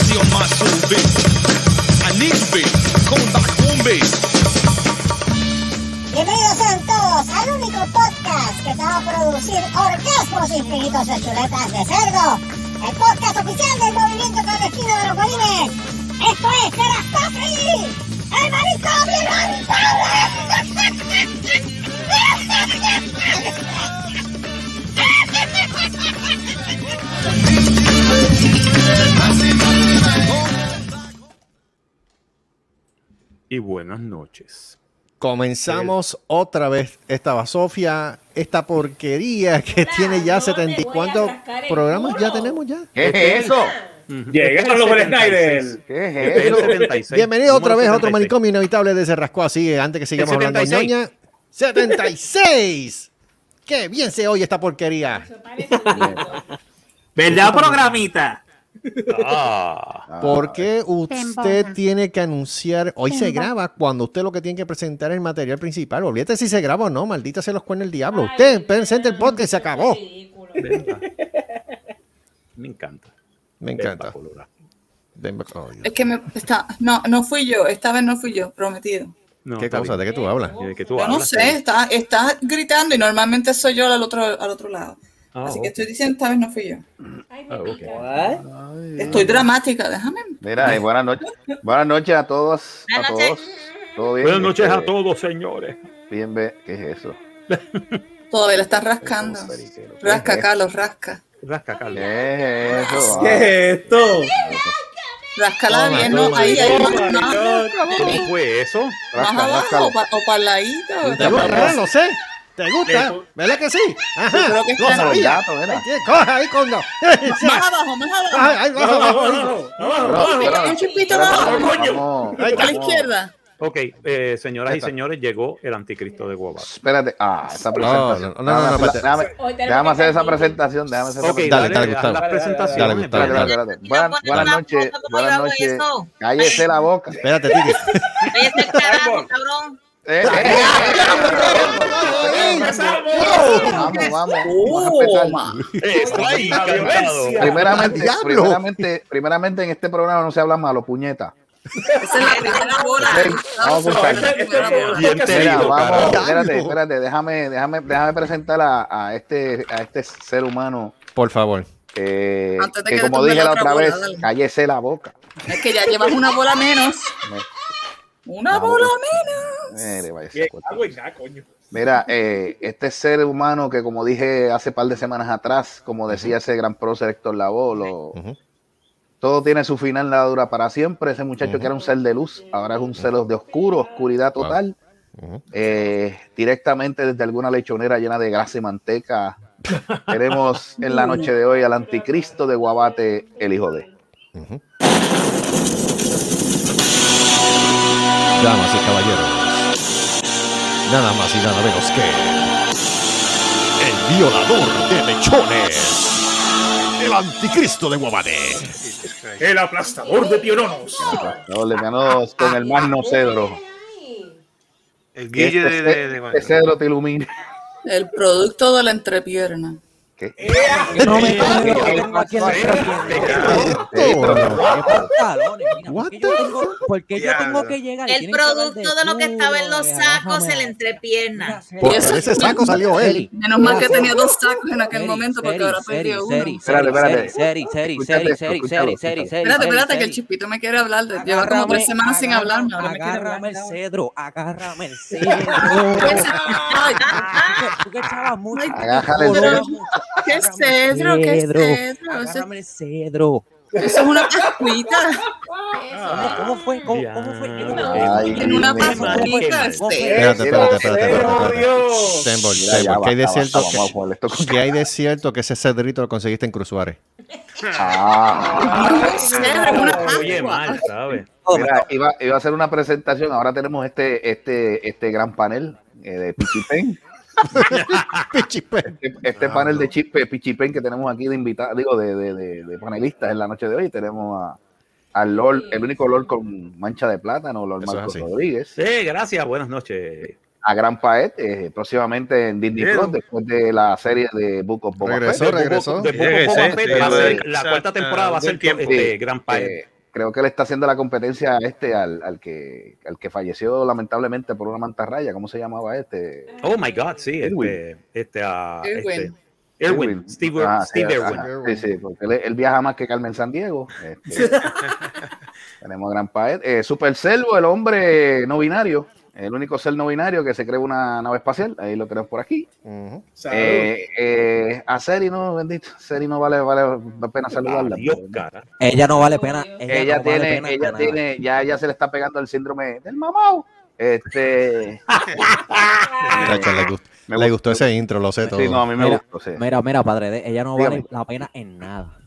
true bass. I need bass. Come back home bass. Bienvenidos sean todos al único podcast que te va a producir orgasmos infinitos de chuletas de cerdo. El podcast oficial del movimiento clandestino de los bolines. Esto es Terastofri, el marico Y buenas noches. Comenzamos otra vez esta basofia, esta porquería que Hola, tiene ya no 70 y me voy a cuántos rascar el programas ya culo. tenemos ya. ¿Qué es eso? Este Llegaron los Snyder. ¿Qué es Este es eso? el 76. Bienvenido otra vez a otro maricón. manicomio inevitable de ese rascó así, antes que sigamos El hablando de 76. ñoña. ¡76! ¡Qué bien se oye esta porquería! Este Eso parece un libro. ¿Verdad, programita? Ah, Ah, ¿Por qué usted Temboda. tiene que anunciar? Hoy se Temboda. graba cuando usted lo que tiene que presentar es el material principal. Olvídate si se graba o no, maldita se los cuernos el diablo. Ay, usted presenta el no, podcast y se eso es acabó. ridículo. me encanta. Me Ven pa' encanta. colora. Denver- oh, Dios. Es que me está. No, no fui yo. Esta vez no fui yo, prometido. No, ¿Qué está cosa? ¿De bien. qué tú hablas? ¿Y de qué tú Yo no hablas? sé, está, está gritando y normalmente soy yo al otro, al otro lado. Ah, Así ok. que estoy diciendo esta vez no fui yo. Ay, me Ah, ok. ¿Eh? pica. Estoy dramática, déjame. Mira, eh, buenas noches. Buenas noches a todos. A Buenas noches. todos. ¿Todo bien? Buenas noches Este, a todos, señores. Bien, ve- ¿qué es eso? Todavía la están rascando. Rasca, Carlos, rasca. Rasca, Carlos. ¿Qué es eso? es esto? Rascala Toma, bien, ¿no? toma. Ahí, ahí. Toma, Más, más- ¿Cómo fue eso? Ah, más abajo rascalo, o pa- o para el ladito. ¿Te gusta? Lo sé. ¿Te Eh, gusta? pues, ¿Verdad que sí? Ajá. Yo creo que Lo está- rascalo. Los sabía. gatos, mira. Eh, Coja ahí con dos. Más abajo, más abajo. Ay, ay, bajo, bajo, bajo. No, espera, Un chupito espera, más abajo. vamos, vamos, Ahí A la vamos. izquierda. Ok, eh, señoras y Esta. señores, llegó el anticristo de Guabato. Espérate. Ah, esa presentación. no, no, no, Déjame- espérate. déjame- Hoy tenemos Déjame que hacer esa hacer presentación. Déjame hacer esa Ok, Dale, dale, dale, haz Gustavo. las presentaciones. Dale, Gustavo, Espérate, dale. espérate, espérate. Buenas, buenas noches, buenas noches. Cállese la boca. Espérate, Tiki. Eh, eh, eh, Vamos, vamos. Vamos a empezar. Strike, calmado. Primeramente, ¡Diablo! primeramente, primeramente en este programa no se habla malo, puñeta. Esa es la primera bola. Ok, Ah, Vamos a buscarla. Bien Mira, tenido, vamos, carajo. espérate, ¡Diablo! espérate, déjame, déjame, déjame presentar a, a este, a este ser humano Por favor. eh, Antes de que, que le como tumbe dije la la otra otra vez, bola, dale. cállese la boca. Es que ya llevas una bola menos. Una Ah, bola bueno. menos. Mire, vaya pues. esa cuestión. Mira, eh, este ser humano que como dije hace par de semanas atrás, como decía ese gran prócer Héctor Lavoe, lo- Ujú. todo tiene su final, nada dura para siempre. Ese muchacho Ujú. que era un ser de luz, ahora es un ser de oscuro, oscuridad Wow. total. Ujú. Eh, directamente desde alguna lechonera llena de grasa y manteca. Tenemos en la noche de hoy al anticristo de Guabate, el hijo de. Ujú. Damas y caballeros, nada más y nada menos que el violador de mechones, el anticristo de Guabate. El aplastador de piononos. Los lejanos con el magno cedro. El Que guille este de, de, de- ce- este cedro te ilumine. El producto de la entrepierna. ¿Qué? Eh, ah, No me tomen lo que tengo aquí en la What Porque yo the tengo, porque yo tengo Diablo. que llegar. El producto de lo que estaba en los sacos, en la entrepierna. Por ese saco salió él. Menos mal que tenía dos sacos en aquel momento porque ahora perdió uno. Espérate, espérate. Seri, seri, seri, seri, seri, seri, seri. eh, Espérate, espérate, que el chipito me quiere hablar. de- Lleva como tres semanas sin hablarme. Ahora me quiere hablar. Agárrame el cedro, agárrame el cedro. Ay, Tú que echabas mucho. Agárrale el Pero- cedro. ¿Qué cedro? ¿Qué Cedro, cedro? Eso, Agárrame el cedro. eso es una pascuita. Eh, ¿Cómo, cómo fue? ¿Cómo, Ah. cómo fue? Ay, En una Dios mío. pascuita. cedro. Espérate, espérate, espérate, Cedro, espérate. espérate. Tembol, Mira, ya Tembol, que hay basta, desierto basta, vamos a poner esto con que, que hay desierto que ese cedrito lo conseguiste en Cruz Suárez. Ah, No es un cedro, es una Oye, mal, pascua. ¿sabes? mira, iba, iba a hacer una presentación. Ahora tenemos este, este, este gran panel eh, de Pichipen. Pichipe. Ah, Este panel de chip, Pichipen que tenemos aquí de invitados, digo, de, de- de- de panelistas en la noche de hoy. Tenemos a, al LOL, el único LOL con mancha de plátano, Lord Eso es Marcos así. Rodríguez. Sí, gracias, buenas noches. A Gran Paet, eh, próximamente en Disney Bien. Plus, después de la serie de Book of Boba Regresó, Fett. regresó. De Bobo- de Bobo Regresé, Boba Fett sí, va a sí. ser- la cuarta temporada va a Buen ser tiempo. este, Gran País. Eh, creo que le está haciendo la competencia a este, al, al que, al que falleció lamentablemente por una mantarraya. ¿Cómo se llamaba este? Oh my God, sí, este, Irwin. este, ah, este, Irwin. Irwin, Steve, Er, Ah, sí, Steve ajá. Irwin. Sí, sí, porque él, él viaja más que Carmen San Diego. Este, tenemos a Gran Paet. Eh, Super Selvo, el hombre no binario. El único ser no binario que se cree una nave espacial. Ahí lo tenemos por aquí. Ujú. Salud. Eh, eh, a Seri no, bendito. Seri no vale, vale la pena saludarla. Adiós, cara. Ella no vale pena. Ella, Ella no vale tiene, pena ella para nada. tiene, ya ella se le está pegando el síndrome del mamau. Este, Muchacho, le, gust- Me le gustó. gustó ese intro, lo sé todo. sí, no, a mí me Mira, gustó. sí. Mira, mira, padre, de- ella no vale Dígame. la pena en nada.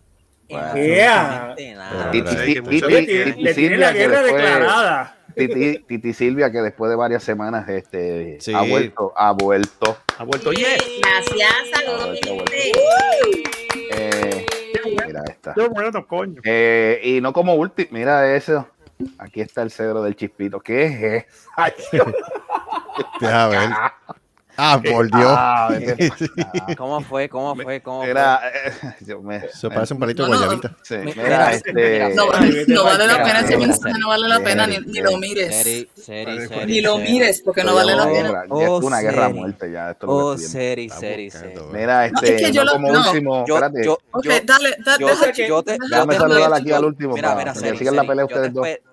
En Bueno. absolutamente nada. Pero- Y- y- Ahora, y- hay y- que y- mucho- Le y- tiene- y- le tiene Silvia, la que guerra después- declarada. Titi, Titi Silvia, que después de varias semanas este, Sí. ha vuelto, ha vuelto. Ha vuelto, yes. Gracias, saludos, mi Ahorita gente. Eh, mira esta. Yo bueno, coño. Eh, y no como último, mira eso. Aquí está el cedro del chispito. ¿Qué es? eso? Ay, Dios. Deja ver. Ah, por Dios. Ah, vete. ¿Cómo fue? Eh, ¿Cómo fue? ¿Cómo fue? Mira, eh, yo me- Se parece un palito de No, no. guayabita. Sí, Mira, mira, este. No, Ay, vete no vale la pa'l pena, ese este. carajo. mensaje no vale la pena, ni, eh, ni lo mires. Seri, Seri, Seri. Ni lo Seri. mires, porque no vale la una pena. guerra, ya es Oh, una guerra a serio. muerte ya. Esto es lo Oh, que estoy viendo. Seri, Está Seri, Seri. buscando, ¿verdad? Mira, este, no, es que yo lo- como no. último, Yo, espérate. yo, Ok, yo, dale, dale, yo deja sé que yo te- deja- yo Déjame deja- te- saludar aquí al último mira, para mira, que Seri, sigan la Seri, pelea yo ustedes dos. después-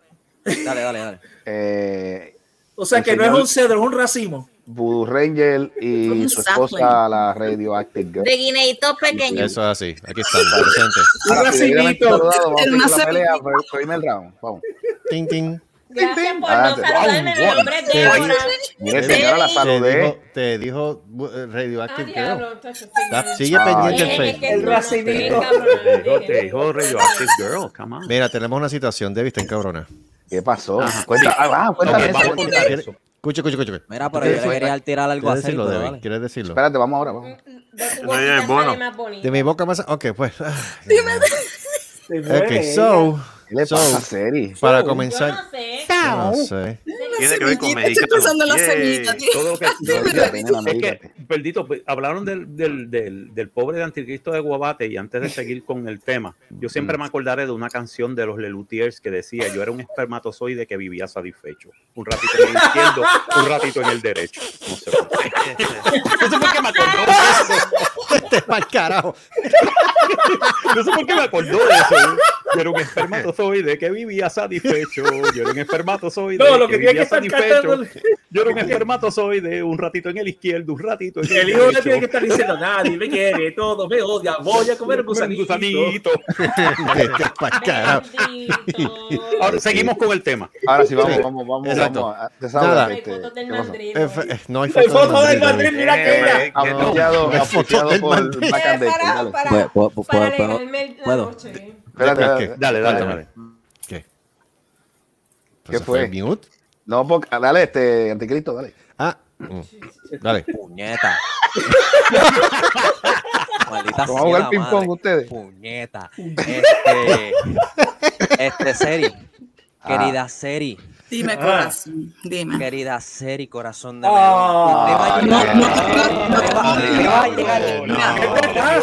Dale, dale, dale. Eh, O sea que no es un cedro, es un racimo. Voodoo Ranger y Un su sapling. esposa, la Radioactive Girl. De guineitos pequeños. Eso es así. Aquí están, presente. Un Ahora Ah, sí, debidamente racimito. saludado, vamos a En una seguir la semana. pelea, pr- primer round. Vamos. Ting, ting. Gracias por no Adelante. saludarme, mi Wow, nombre es wow. Débora. Mire, señora, la Te Te dijo, saludé. te dijo eh, Radioactive Girl. Ah, diablo, tacho, Está- sí. sigue Ah, pendiente eh, el Es que Facebook. El tú no racimito. tienes, Te cabrón, dijo, te dije. dijo Radioactive Girl, come on. Mira, tenemos una situación, David, está en cabrona. ¿Qué pasó? Cuenta, ah, ah, Ok, cuéntame. eso, vamos a cuéntame. cortar eso. Escucha, escucha, escucha. Mira, ¿Tú pero yo quieres- le quería tirar algo a ¿Quieres Seri, decirlo, pero David? dale. ¿Quieres decirlo? Espérate, vamos ahora. Vamos. De tu No, boquita ya es sale bueno. más bonito. De mi boca más... Ok, pues... ah, Se Ok, muere ella. so... ¿Qué le So, pasa, Seri? Para Yo comenzar... no sé. No sé. Tiene que ver con Estoy pensando en la semilla, tío. Todo lo que Yo me Olvídate, reí. nena, Es olvídate. que, Perdito, pues, hablaron del, del, del, del pobre de Anticristo de Guabate y antes de seguir con el tema, yo siempre me acordaré de una canción de los Lelutiers que decía, yo era un espermatozoide que vivía satisfecho. Un ratito en el izquierdo, un ratito en el derecho. No sé por qué. Eso fue que me acordó de eso. Este es pa'l carajo. No sé por qué me acordó de eso. Yo era un espermatozoide que vivía satisfecho. Yo era un espermatozoide No, lo que tiene que vivía estar satisfecho. cantando. Yo era un espermatozoide, un ratito en el izquierdo, un ratito en el Pues, El hijo no derecho. tiene que estar diciendo nadie, me quiere, todo me odia, voy a comer Un gusanito. gusanito. Este es pa'l carajo. Bendito. Ahora seguimos con el tema. Ahora sí, vamos, Sí. vamos, vamos. Exacto. vamos. Ah, te saludo, Nada. Hay este, fotos del ¿qué pasó? mandril. Eh, fe- eh, No hay Hay foto del Madrid, Madrid, mira que era. Auspiciado, Hay fotos auspiciado del por Mandril. Mac and Date, dale. para, Puedo- puedo- puedo- para puedo- alegrarme la puedo. noche. Espérate, ¿Qué? Dale, dale. dale, dale. ¿Qué? ¿Qué ¿Qué fue? fue? ¿Mute? No, porque- dale, este, anticristo, dale. Ah, mm. dale. Puñeta. Maldita Vamos a jugar sea la ping-pong madre. ustedes. Puñeta. Este, este Seri. Querida Seri. Dime, Ah. corazón, dime. Querida Seri, corazón de melón. Ah, Usted va a llegar- no, no, usted va- usted va no, a llegar- no, mira, ¿Qué te pasa?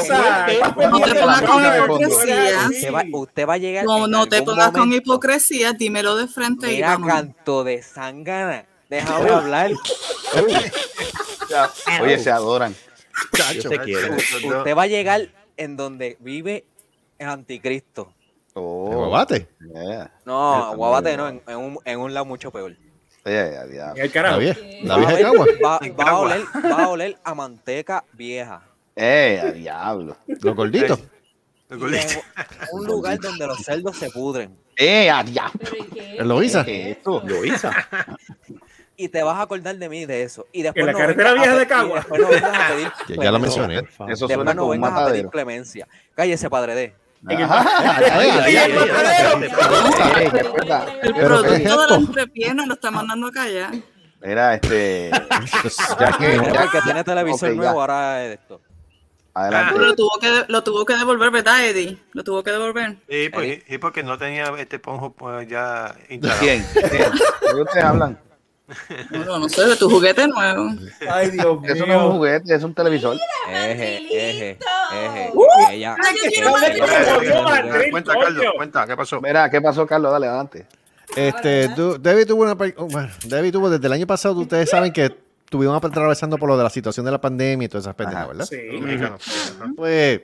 Estás No te perdiendo pongas la con vida. hipocresía. Usted va, usted va a llegar. No, en no te algún pongas con momento. hipocresía, dímelo de frente y Mira, vamos. canto de sangana. Déjame hablar. Ya. Oye, se adoran. Yo te quiero. Usted va a llegar en donde vive el anticristo. Oh, ¿Te guabate? yeah. No, Eso, Guabate no, no, en, en un, en un lado mucho peor. Oye, Oh, eh, ya, ya. El La carajo. vieja. Va La a vieja de oler- Cagua. Va, va a oler, va a oler a manteca vieja. Eh, a diablo. Los gorditos. Y en un lugar donde los cerdos se pudren. Eh, a diablo. ¿Pero y qué? ¿Eh, Loisa? ¿Qué es Esto, eso? Loisa. Y te vas a acordar de mí de eso. Y después la no carretera vengas vieja a de pe- Cagua. Y después no vengas a pedir Ya- ya la clemencia. mencioné. Eso Después suena no como un vengas a pedir matadero. clemencia. Cállese, padre D. Ajá, Ay, ya, ay, ya, ay, ya, ay, ya. ay, Eh, qué puta. ¿Pero El qué es producto de esto? la entrepierna lo está mandando a callar. Mira, este. Ya que- Mira, ya- porque tiene televisor ok, ya. nuevo ahora es esto. Adelante. Pero Ah, lo tuvo que, lo tuvo que devolver, ¿verdad, Eddie? Lo tuvo que devolver. Sí, Eh. porque, sí, porque no tenía este ponjo pues, ya instalado. ¿Quién? ¿Quién? ¿De qué ustedes hablan? Bueno, no sé, de tu juguete nuevo. Ay, Dios mío. Eso no es un juguete, es un televisor. Eje, eje, eje. ¡Uh! Ella- Ay, yo quiero Ella- Cuenta, cuenta, Carlos, cuenta, ¿qué pasó? Mira, ¿qué pasó, Carlos? Dale, adelante. Este, tú- David tuvo una. pe- oh, bueno, David tuvo desde el año pasado, ustedes saben que estuvimos atravesando por lo de la situación de la pandemia y todas esas pendejas, ¿verdad? Dominicano. Pues,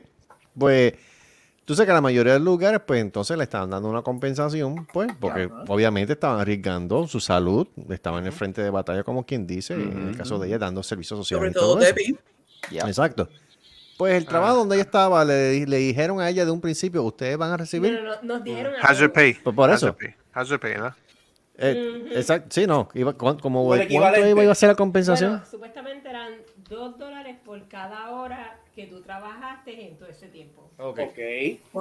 pues, tú sabes que la mayoría de los lugares, pues entonces le estaban dando una compensación, pues, porque obviamente estaban arriesgando su salud, estaban en el frente de batalla, como quien dice, en el caso de ella, dando servicios sociales. Sobre y todo eso. Debbie. Exacto. Pues el trabajo donde ella estaba, le, le dijeron a ella de un principio, ustedes van a recibir. No, no, no, nos dijeron a Hazard todos. Pay. Pues por Hazard eso. Pay. Hazard Pay, ¿verdad? Eh, Ujú. exacto, sí, no. Iba, ¿cu- como, Por de ¿Cuánto equivalente. iba, iba a ser la compensación? Bueno, supuestamente eran 2 dólares por cada hora que tú trabajaste en todo ese tiempo. Ok.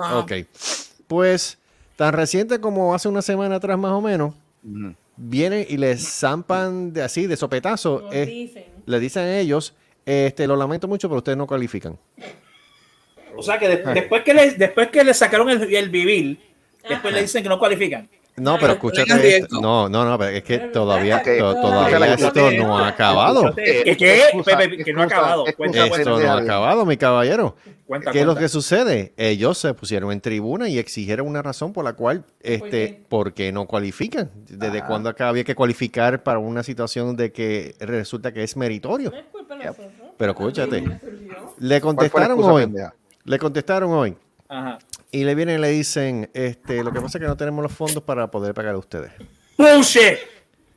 ah. Ok. Pues, tan reciente como hace una semana atrás más o menos, vienen y les zampan de, así, de sopetazo. Nos eh, dicen. Le dicen a ellos, este, lo lamento mucho, pero ustedes no cualifican. O sea que de- después que les, después que le sacaron el, el vivir, después le dicen que no cualifican. No, pero escúchate esto. No, no, no, pero es que todavía, Ok. to- Escucha la todavía esto discoteca. no ha acabado. ¿Qué? ¿Qué? Pepe, que no ha acabado. Cuenta, cuenta, Esto no ha cuenta. acabado, mi caballero. Cuenta, ¿Qué es lo cuenta. que sucede? Ellos se pusieron en tribuna y exigieron una razón por la cual, este, ¿por qué no cualifican? Ah. ¿Desde cuándo acá había que cualificar para una situación de que resulta que es meritorio? Pero escúchate, le contestaron excusa, hoy, pendeja? le contestaron hoy Ajá. y le vienen y le dicen, este, lo que pasa es que no tenemos los fondos para poder pagar a ustedes. ¡Bullshit!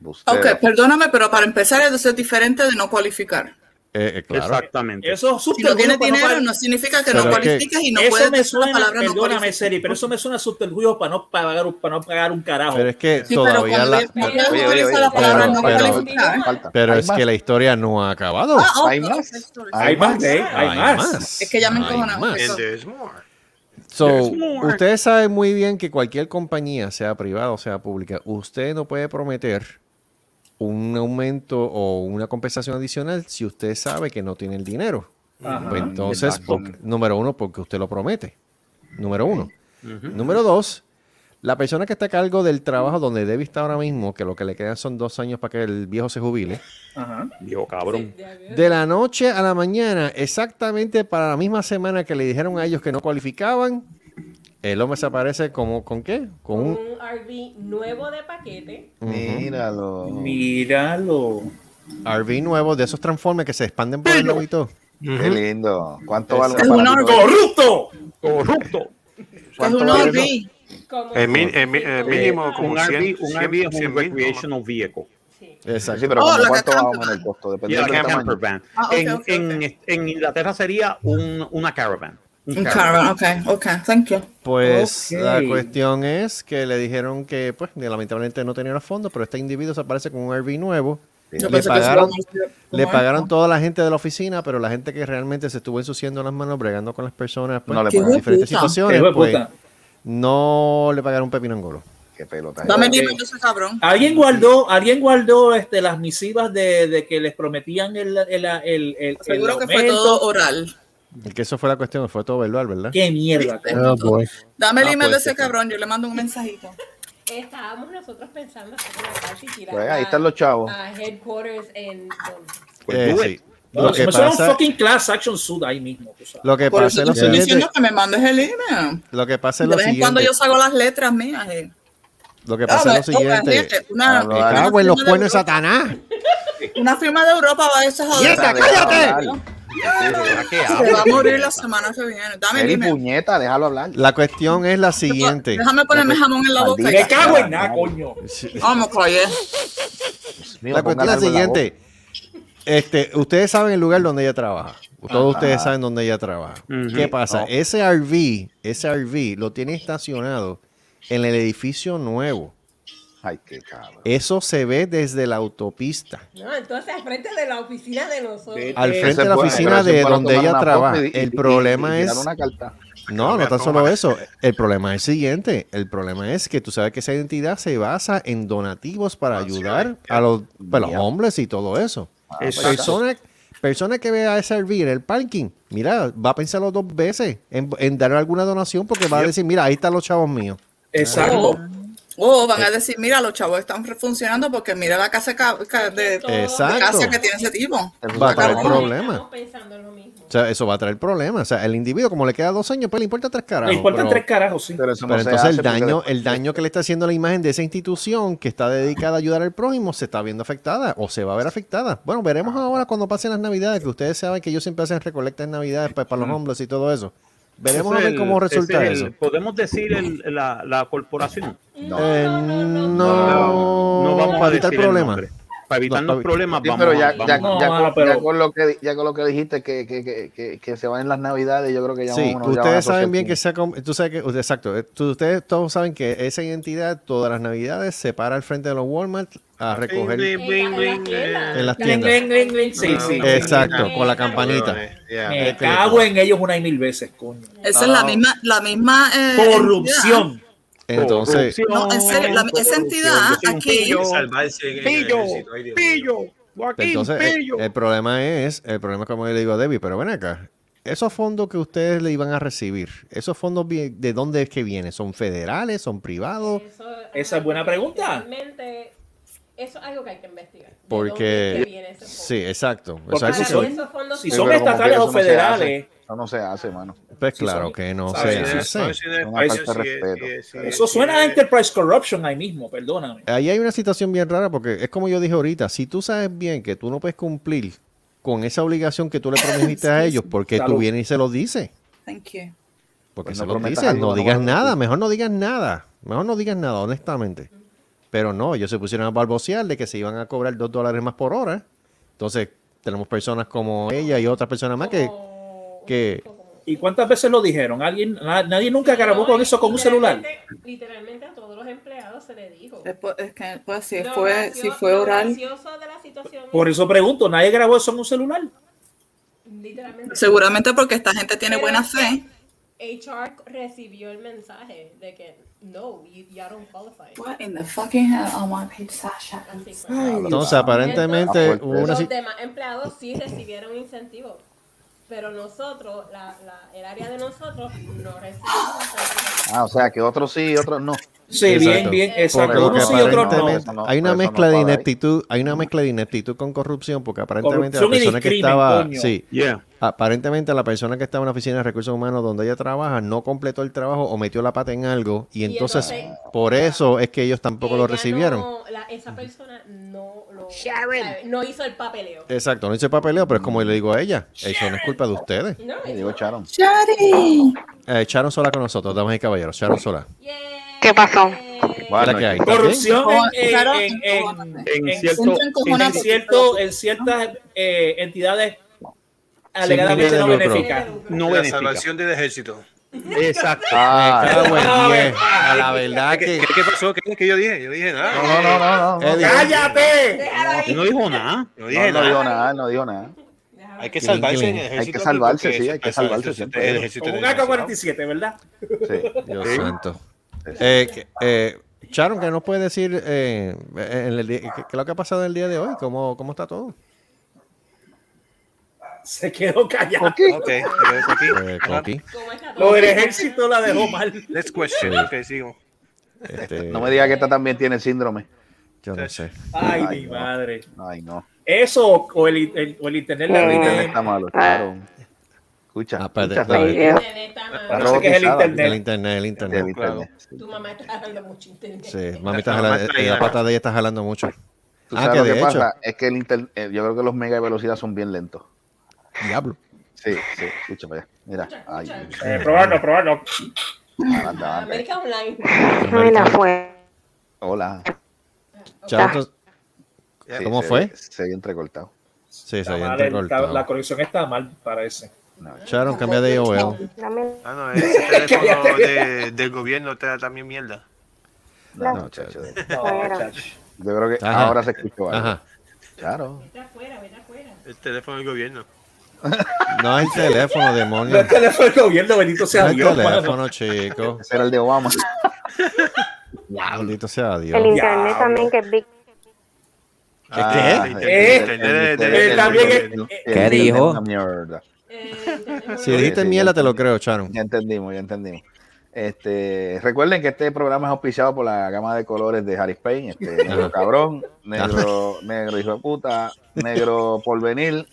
Ok, perdóname, pero para empezar eso es diferente de no cualificar. Eh, eh, claro. Exactamente. Eso es Si no tienes subterfugio para dinero pagar- no significa que Pero no es que- cualificas y no eso puedes me decir la suena, palabra no perdóname, cualificas. Seri, pero eso me suena subterfugio para no pagar, un- para no pagar un carajo. Pero es que Sí, pero todavía cuando la... le- cuando le Oye, oye, utiliza la oye. palabra Pero, no pero- cualificar. Falta. pero Hay es más. que la historia no ha acabado. Ah, oh, Hay ok, más. sorry, sorry. Hay más, ¿eh? Hay, Hay más. más. Es que ya me Hay encojonaba. más. And eso. there's more. So, There's more. ustedes saben muy bien que cualquier compañía, sea privada o sea pública, usted no puede prometer un aumento o una compensación adicional si usted sabe que no tiene el dinero. Ajá. Pues entonces, Exacto. porque- número uno, porque usted lo promete. Número uno. Número dos, la persona que está a cargo del trabajo donde Debbie está ahora mismo, que lo que le quedan son dos años para que el viejo se jubile, Ajá. Dios, cabrón. de la noche a la mañana, exactamente para la misma semana que le dijeron a ellos que no cualificaban, el hombre se aparece como, ¿con qué? Con Un un... RV nuevo de paquete. ujú, Míralo. Míralo. RV nuevo de esos transformes que se expanden por el lobo y todo. Qué lindo. ¿Cuánto vale Es un aparatito? orco. ¡Corrupto! Corrupto. Es ¿Cuánto un vale eso? orbi. Como El, mi- el mi- el Eh, mínimo un como Un 100, RV, un RV es 100 un mil, ¿no? recreational vehicle. Sí, Exacto. pero Oh, como la cuánto camper vamos en el costo, depende Yeah, del camper tamaño. van. Ah, ok, en, ok, en- este, ok. en Inglaterra sería un- una caravan. Un Un caravan. caravan, ok, ok, thank you. Pues Ok. la cuestión es que le dijeron que, pues, lamentablemente no tenía los fondos, pero este individuo se aparece con un RV nuevo. Le Yo pensé que eso pagaron, era más- le como pagaron esto. toda la gente de la oficina, pero la gente que realmente se estuvo ensuciando las manos, bregando con las personas, pues, No le en pagaron. diferentes Qué hijo de puta. situaciones, Qué hijo pues, de puta. no le pagaron un pepino en golo. Qué pelota. Dame el dinero de ese pues, cabrón. ¿Alguien guardó, alguien guardó este, las misivas de, de que les prometían el, el, el, el- Seguro el que fue aumento? todo oral. Y que eso fue la cuestión, fue todo verbal, ¿verdad? ¡Qué mierda! Dame el Ah, email de pues, ese sí. cabrón, yo le mando un mensajito. Estábamos nosotros pensando hacer una party y tirar Pues ahí a- están los chavos. a headquarters en Pues, Eh, do sí. it. No, Lo se que me suena un pasa, fucking class action suit ahí mismo. tú sabes. lo que Por pasa eso es te lo estoy siguiente. diciendo que me mandes el email. Lo que pasa De es lo vez en cuando siguiente. yo saco las letras mías. eh. Lo que pasa es lo Ah, bueno, ok, siguiente. fíjate, una- Me cago en los cuernos de Satanás. Una firma de Europa va a irse a joder. ¡Mierda, Se cállate! va a morir la semana que viene. Dame el Eri, email. puñeta, déjalo hablar. La cuestión es la siguiente. Déjame ponerme jamón en la boca. ¡Me Maldita. y- cago en nada, coño! Vamos, Coye. Mira, La cuestión póngale es la algo en boca. siguiente. Este, ustedes saben el lugar donde ella trabaja. Todos Ajá. Oh. ustedes saben dónde ella trabaja. Ujú. ¿Qué pasa? No. Ese RV, ese RV lo tiene estacionado en el edificio nuevo. Ay, qué cabrón. Eso se ve desde la autopista. No, entonces al frente de la oficina de nosotros. Sí. Al Ese frente Ese de la es bueno, oficina pero ese de es bueno donde tomar ella una trabaja. foto y- y- El y- problema y es. tirar una carta. No, no Mira, tan solo toma. eso. El problema es el siguiente. El problema es que tú sabes que esa identidad se basa en donativos para Ah, sí, ayudar ya. a los, a los Ya. hombres y todo eso. Exacto. Persona, persona que vea a servir el parking, mira, va a pensarlo dos veces en, en dar alguna donación porque va a decir, mira, ahí están los chavos míos. Exacto. Oh, van a decir, mira, los chavos están funcionando porque mira la casa ca- ca- de, de Exacto. casa que tiene ese tipo. Va a Está traer cabrón. problemas. O sea, eso va a traer problemas. O sea, el individuo, como le queda dos años, pues le importa tres caras. Le importan tres carajos, sí. Pero, Pero entonces el daño, el daño que le está haciendo a la imagen de esa institución que está dedicada a ayudar al prójimo se está viendo afectada o se va a ver afectada. Bueno, veremos Ah. ahora cuando pasen las navidades, que ustedes saben que ellos siempre hacen recolectas en navidades pues, para los hombres y todo eso. Veremos a Ese ver es cómo el- resulta ese es eso. el- ¿Podemos decir el- la, la corporación? No, Eh, no, no, vamos para a evitar decir el problemas. nombre. Para evitar No, los problemas, Sí, vamos pero a- ya, vamos ya, a- ya, con, ya con lo que, di- ya con lo que dijiste que, que, que, que, que se van en las navidades, yo creo que ya Sí, uno- ya van a ustedes saben bien asociar- que sea, com- tú sabes que, exacto, eh, tú- ustedes todos saben que esa identidad todas las navidades se para al frente de los Walmart a recoger Bling, bling, bling, bling. en las Gling, tiendas. gling, gling, gling, sí, sí. Ah, Exacto, con la campanita. Me Este, cago en ellos una y mil veces, coño. Esa es la misma, la misma eh, Corrupción. Oh, Entonces, entidad. No, en serio, la- esa entidad aquí. pillo, entonces eh, el, el problema es, el problema como yo le digo a Debbie, pero ven acá, esos fondos que ustedes le iban a recibir, esos fondos vi- de dónde es que vienen, son federales, son privados, Esa es buena pregunta. Realmente, eso es algo que hay que investigar. dónde es que viene porque ese fondo? sí, exacto, Porque eso es si algo que- son- fondos- si Sí, son pero como estatales quiera, o eso no se hace. federales. Eso no se hace, mano. Pues claro que no ¿sabes? se Sí, hace. eso es una Eso falta de sí es- respeto. Eso suena a Enterprise Corruption ahí mismo, perdóname. Ahí hay una situación bien rara porque es como yo dije ahorita, si tú sabes bien que tú no puedes cumplir con esa obligación que tú le prometiste a ellos, porque tú Salud. vienes y se los dices. Thank you. Porque Pues se no los prometas dices, algo, no no digas vas a nada, mejor no digas nada, mejor no digas nada, honestamente. Pero no, ellos se pusieron a balbucear de que se iban a cobrar dos dólares más por hora. Entonces, tenemos personas como ella y otras personas más que... que ¿Y cuántas veces lo dijeron? ¿Alguien, na- nadie nunca grabó con eso con un celular. Literalmente- Literalmente a todos los em- empleados se le dijo. Después- es que, pues, si Lo fue, gracio- si fue lo oral. gracioso de la situación Por eso pregunto, ¿nadie grabó eso en un celular? Literalmente. Seguramente porque esta gente tiene Pero buena es que fe. HR recibió el mensaje de que no, you, you don't qualify. What in the fucking hell? I want to pizza, Sasha. Entonces, aparentemente, hubo una... Los si- demás empleados sí recibieron incentivos, pero nosotros, la, la- el área de nosotros, no recibimos. Ah, o sea, que otros sí, otros no. Sí, bien, bien, Porque exacto. lo Unos que sí, otros no. aparentemente- Eso no- Hay una eso no mezcla de cuadra ahí. ineptitud, hay una mezcla de ineptitud con corrupción, porque aparentemente Corrupción y la persona que discrimen, estaba, coño. sí, Yeah. aparentemente la persona que estaba en la oficina de recursos humanos donde ella trabaja no completó el trabajo o metió la pata en algo y entonces entonces- por eso es que ellos tampoco lo Ella recibieron. no- la- esa persona no lo sabe, no hizo el papeleo. Exacto, no hice papeleo, pero es como yo le digo a ella, eso no es culpa de ustedes. No, Le digo Charon. Shari. Eh, Charon sola con nosotros, damas y caballeros, Charon sola. ¿Qué pasó? La que hay, ¿estás bien? Corrupción Como- en, claro, en- en- en- en cierto- en cierto- en ciertas eh, entidades Ah, alegadamente no fines de lucro. benéficas. No la benéfica. salvación del ejército. Exacto. Ah, Me cago en ah, diez. ah, la verdad ¿Qué, que- qué- qué pasó? ¿Qué es que yo dije? Yo dije nada. No, no, no, no, no. Eddie. Ah, ¡Cállate! Yo no dijo nada. No No, dije pues. no nada. dijo nada, no dijo nada. Hay que salvarse en el ejército. Hay que salvarse, porque sí, hay que eso- salvarse eso- siempre. el ejército Con es un AK-47, ¿verdad? Dios Sí. santo. Eh, que- eh, Charon, ¿qué nos puede decir eh, en el día- qué qué es lo que ha pasado en el día de hoy? ¿Cómo, cómo está todo? Se quedó callado. Ok, pero Coqui. Eh, Coqui. Lo del ejército la dejó mal. Next question. Ok, sigo. No me digas que esta también tiene síndrome. Este, Yo no sé. Ay, mi madre. Ay, no. Eso o- o el, el- o el internet la El internet tiene. está malo, claro. Escucha. Ah, espérate, escucha, espérate. Está Parece que es el robotizada. internet. El internet, el internet. El internet. Tu mamá está hablando mucho internet. Sí, mami La está mamá jalando, está eh, la ahí, pata de ella está jalando mucho. Tú Ah, sabes que lo que de hecho, pasa es que el internet, yo creo que los mega de velocidad son bien lentos. diablo. Sí, sí, escúchame. Mira, ay, Eh, probarlo, probarlo. adelante, adelante. América Online. América. Hola. Charon, entonces- Sí, ¿Cómo se- fue? Se había entrecortado. Sí, se Está había mal, el- está- entrecortado. la conexión está mal, parece. Charon, cambia de IOL. Ah, no, ese teléfono de- del gobierno te da también mierda. No, no, chacho. Yo creo que Ajá. ahora se escuchó algo. Ajá. Claro. El teléfono del gobierno. No es el teléfono, demonio. No es teléfono del gobierno, bendito No sea es Dios. el mano. teléfono, chico. Ese era el de Obama. Maldito sea Dios. El internet también que es big. Ah, ¿Qué? ¿Qué? Este, Eh, también es- ¿Qué dijo? Mierda. Si dijiste Sí, sí, miela, ya te lo creo, Charon. Ya entendimos, ya entendimos. Este, recuerden que este programa es auspiciado por la gama de colores de Harris Payne, este, negro cabrón, negro, negro hijo de puta, negro porvenir,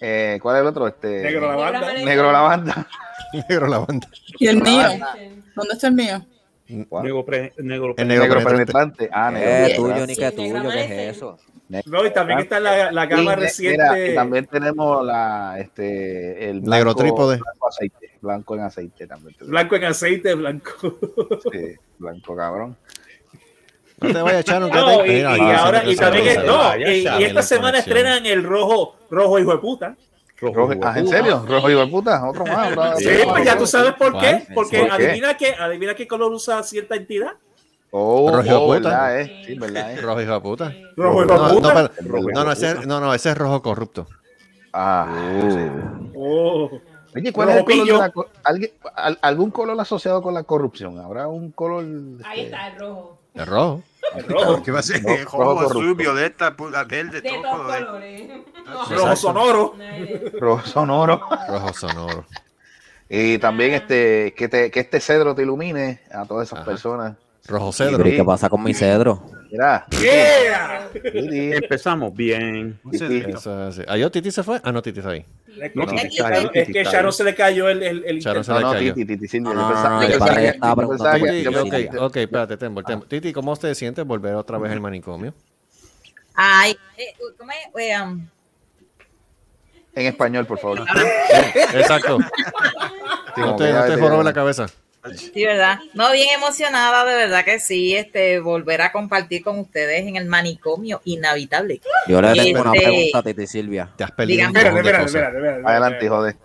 eh, ¿cuál es el otro? Este, Negro lavanda. Negro lavanda. Negro lavanda. ¿Y el mío? Ah. ¿Dónde está el mío? Negro, pre- negro, El negro penetrante. Ah, negro Eh, penetrante. tuyo, Nica, tuyo, ¿qué es eso? No, y también está la, la Y gama ne- mira, reciente. también tenemos la, este, el blanco, Negro trípode. Blanco, aceite, blanco en aceite también. tenemos. Blanco en aceite, blanco. Sí, blanco cabrón. No te vayas, Chano, quédate ahí. No, y, Mira, y no, ahora, no y se también vaya, es- no, vaya, y, y Chano, esta la semana conexión. estrenan el rojo, rojo hijo de puta. Rojo- ah, ¿En serio? Rojo y puta, otro más. otro- Sí, otro pues más. ya tú sabes por qué. ¿Cuál? Porque ¿Por qué? adivina qué, adivina qué color usa cierta entidad. Oh, Rojo hijo de oh, puta. verdad, eh. Sí, verdad, eh. Rojo hijo de puta. Rojo hijo de no, no, puta. pero- Rojo hijo de no, no, ese, puta. no, no, ese es rojo corrupto. Ah, Oh. Oye, ¿cuál es el color de la co- alguien- al- ¿Algún color asociado con la corrupción? ¿Habrá un color? Ahí está el rojo. El rojo. El ¿Qué va a ser? Rojo, Rojo, rojo azul, corrupto. violeta, pura, verde, De todo eh. todos color. colores. Rojo sonoro. Rojo Rojo sonoro. Rojo sonoro. Y también este, que, te, que este cedro te ilumine a todas esas personas. Rojo Cedro, ¿y ¿Qué pasa con mi cedro? Mira. Empezamos bien. Eso es así. ¿Adiós, Titi se fue? Ah, no, Titi está ahí. No, Titi está ahí, Es Titi que está ahí. Sharon se le cayó el. el, el Charo se internet. le cayó. yo Ah, no, pensaba- no, yo el pensaba padre que- estaba yo preguntando pensaba por que- ti. yo Ah. Ok, pensaba que- ok, espérate, Tembol, Tembol. Titi, ¿cómo te sientes volver otra vez al manicomio? Ay, eh, ¿cómo es? Eh, um, En español, por favor. Exacto. No te, no te jorobe la cabeza. sí, ¿verdad? No, bien emocionada, de verdad que sí, este, volver a compartir con ustedes en el manicomio inhabitable. Yo le Este, tengo una pregunta a Titi Silvia. Te has perdido un Dígame. cojón de Espérate, espérate, cosas. espérate, espérate. Adelante, hijo de.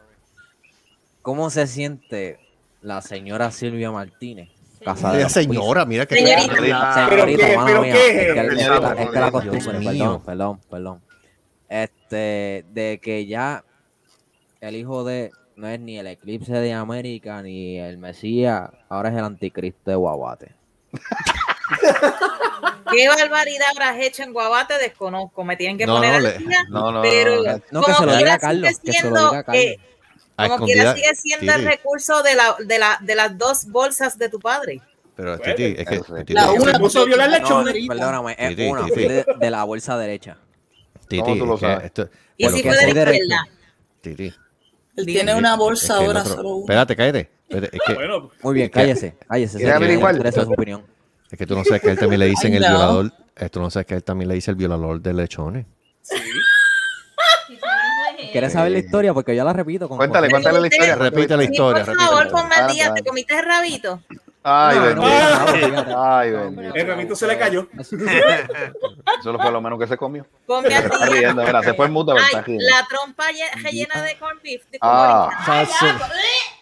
¿Cómo se siente la señora Silvia Martínez? Casada Esa de los señora, mira que Señorita. Pero Señorita, qué, mala pero mía, qué. es que- es que la- Es que la Dios costumbre, mío. perdón, perdón, perdón. Este, de que ya el hijo de no es ni el eclipse de América ni el Mesías, ahora es el anticristo de Guabate. ¿Qué barbaridad habrás hecho en Guabate? Desconozco, me tienen que No, poner no, al le- día, no, no, pero no, no, no, que como se lo quiera diga a sigue Carlos, que se lo siendo, diga a Carlos. eh, A como quiera escondida- sigue siendo el Titi. recurso de, la, de, la, de las dos bolsas de tu padre. Pero Titi, es que Titi, La es que- una- puso a violar la No, chonguita. Perdóname, es Titi, una Titi. de, de la bolsa derecha. Titi, ¿Cómo tú lo es que sabes? esto- Y bueno, si que fue de la soy derecho. izquierda. Titi. Él tiene una bolsa Es que el ahora otro- solo una. Espérate, cállate. Espérate, es que- Bueno. Muy bien, es que- cállese, cállese. Quiere señor, averiguar. me interesa su opinión. Es que tú no sabes que a él también le dicen Ay, el no. violador. eh, Tú no sabes que a él también le dice el violador de lechones. ¿Quieres saber la historia? Porque yo la repito. Con Eh. Cuéntale, cuéntale la historia, Repite la historia. Por repite la favor, historia. ponme Ah, al día, ¿te comiste el rabito? Ay, No, no, bendito. no, Ay, bendito. El Eh, ramito se le cayó. Eso fue lo menos que se comió. Ponme al Se está día. riendo, mira, se fue en muta, pero está Ay, riendo. la trompa ye- rellena de corn beef. de Ah, colores. falso.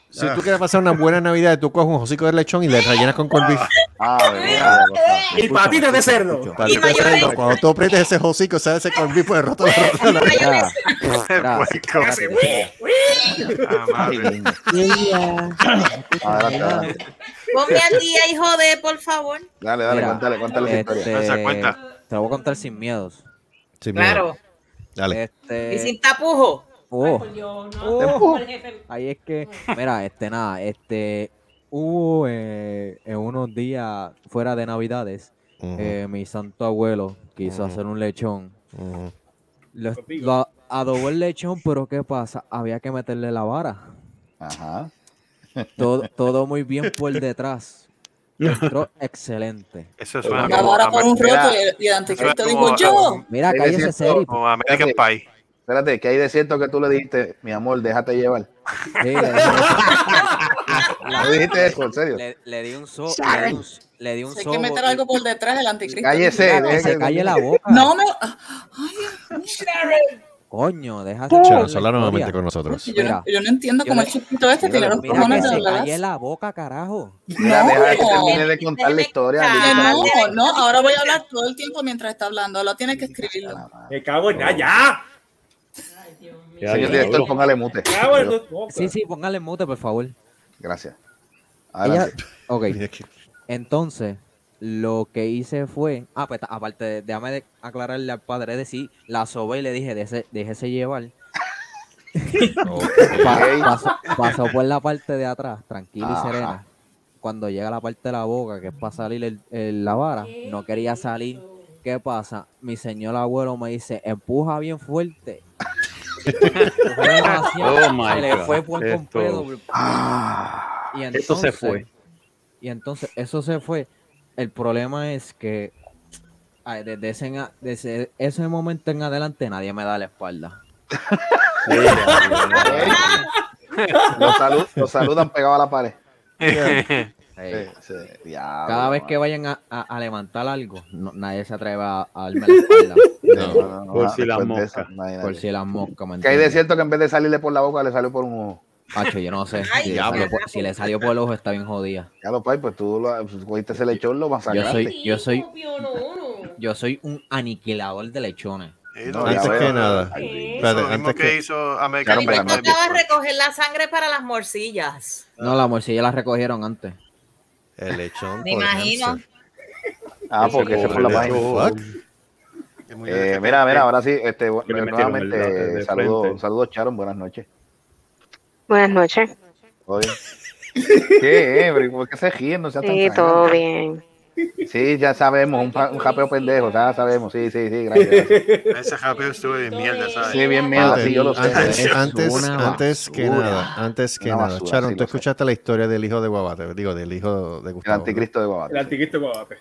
Si tú quieres pasar una buena Navidad, tú coges un hocico de lechón y le rellenas con corn beef. Ah. Ah, Y patitas de cerdo. Para que te cerdo, Cuando tú aprietes ese hocico, sale ese corn beef por el roto Ah. de Mira, la Ah, Adelante, adelante. Ponme al día, hijo de, por favor. Dale, dale, cuéntale, cuéntale la historia. Esa cuenta. este, Te la voy a contar sin miedos. Claro. Dale. Y sin Este, tapujo. oh, no, Oh. como el jefe. ahí es que, mira, este, nada, este, hubo eh, en unos días fuera de Navidades, Ujú. eh, mi santo abuelo quiso Ujú. hacer un lechón. Ujú. Lo, lo adobó el lechón, pero ¿qué pasa? Había que meterle la vara. Ajá. Todo, todo muy bien por detrás. Entró excelente. Eso suena La como vara por un América- roto y el- y el anticristo Eso es como- dijo, "Yo". Mira, ¿Qué cállese, desierto? Seri. Como American Espérate, Espérate, que hay de cierto que tú le dijiste, mi amor, déjate llevar. Sí, No dijiste eso, en serio. Le, le di un so, le Saben. di un, le di un Hay sobo que meter y- algo por detrás del anticristo. Cállese, Claro, deje se que- calle la boca. No me. Coño, deja Charo, terminar la sola nuevamente historia. con nosotros. Yo no, yo no entiendo cómo el chiquito este tiene los Mira, que cojones de se la calle la boca, carajo. Mira, deja que termine de contar la historia. No, no, ahora voy a hablar todo el tiempo mientras está hablando. Ahora tiene que escribirlo. Me cago en nada, ya. Señor director, póngale mute. Cago en tu- Sí, sí, póngale mute, por favor. Gracias. Ella- Adelante. ok. Entonces, lo que hice fue. Ah, pues ta- aparte, de- déjame de- aclararle al padre de sí. La sobé y le dije, "Deje- déjese llevar. Pa- pasó, pasó por la parte de atrás, tranquila y Ajá. serena. cuando llega la parte de la boca, que es para salir el, el- la vara, no quería salir. ¿Qué pasa? Mi señor abuelo me dice, empuja bien fuerte. Empujé demasiado, Oh, my se le God. fue por Esto- completo. Ah, y entonces, esto se fue. Y entonces, eso se fue. El problema es que ay, desde, ese, en a- desde ese momento en adelante nadie me da la espalda. Los, salu- los saludan pegados a la pared. Ey. Sí, sí, diablo, Cada vez mano. que vayan a, a- a levantar algo, no- nadie se atreve a, a darme la espalda. No, no, no, por no, si las después de eso, moscas. nadie, Por nadie. si las moscas, ¿me Que hay de entiendes? cierto que en vez de salirle por la boca, le salió por un ojo. Hacho, yo no sé. Ay, si, le diablo. salió por, si le salió por el ojo, está bien jodida. Ya lo pai, pues tú lo, pues, cogiste ese lechón, lo Yo masacraste. soy, yo soy, yo soy un aniquilador de lechones. no, Antes ya que veo. nada. ¿Qué? Espérate, Lo mismo antes que que- hizo Claro, American pero- Pie. Claro. Acabas de recoger la sangre para las morcillas. No, la morcilla la recogieron antes. El lechón. Me imagino. Ah, porque ese fue la página. Eh, mira, mira, ahora sí, Que este, le metieron nuevamente, el lápiz de saludos, frente. saludos, Charon, buenas noches. Buenas noches. ¿Todo bien? ¿Qué, eh? Pero, ¿Por qué se ríen? No sea tan Sí, sangrante. todo bien. Sí, ya sabemos, un, pa- un japeo pendejo, ya sabemos, sí, sí, sí, gracias. gracias. Ese rapeo estuvo de mierda, ¿sabes? Sí, bien mierda, sí, yo lo sé. Antes, Eh, antes, Una antes que basura. nada, antes que Una nada, basura, Charon, sí tú lo sé. escuchaste la historia del hijo de Guabate, digo, del hijo de Gustavo. anticristo de Guabate. El anticristo de Guadalupe.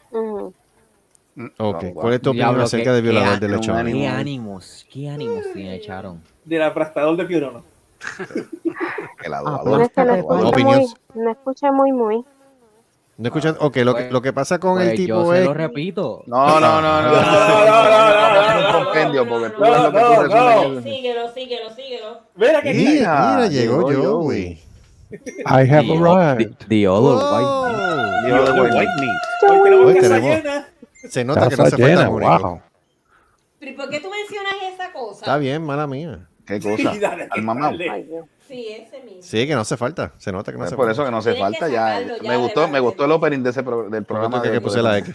Ok, ¿cuál es tu opinión Diablo, acerca qué- del violador qué del lechón? ánimo, Qué ánimos, qué ánimos tiene Charon. Del aplastador de Piorono. El No Ah, es que no escuche Opinión. muy, no escuché muy, muy. ¿No escuchas? Ok, lo, que- lo que pasa con el Pues, yo tipo se es... lo repito. No, no, no, no. no, Un compendio, porque tú no, ves lo que tú no, resumes no. en el- Síguelo, síguelo, síguelo. Mira que Mira, mira, llegó yo, güey. I have The- arrived. The, the other white Yo de white White Meat. Hoy Casa tenemos- llena. Se nota que no Casa se fue llena, tan único. wow. ¿Pero ¿y por qué tú mencionas esa cosa? Está bien, mala mía. ¿Qué cosa? Al mamá. Sí, ese mismo. Sí, que no hace falta. Se nota que no hace Por falta. eso que no hace Tienes que falta ya. sacarlo ya de Me gustó, me base. gustó el opening de ese pro- del programa. que- de- que puse la X.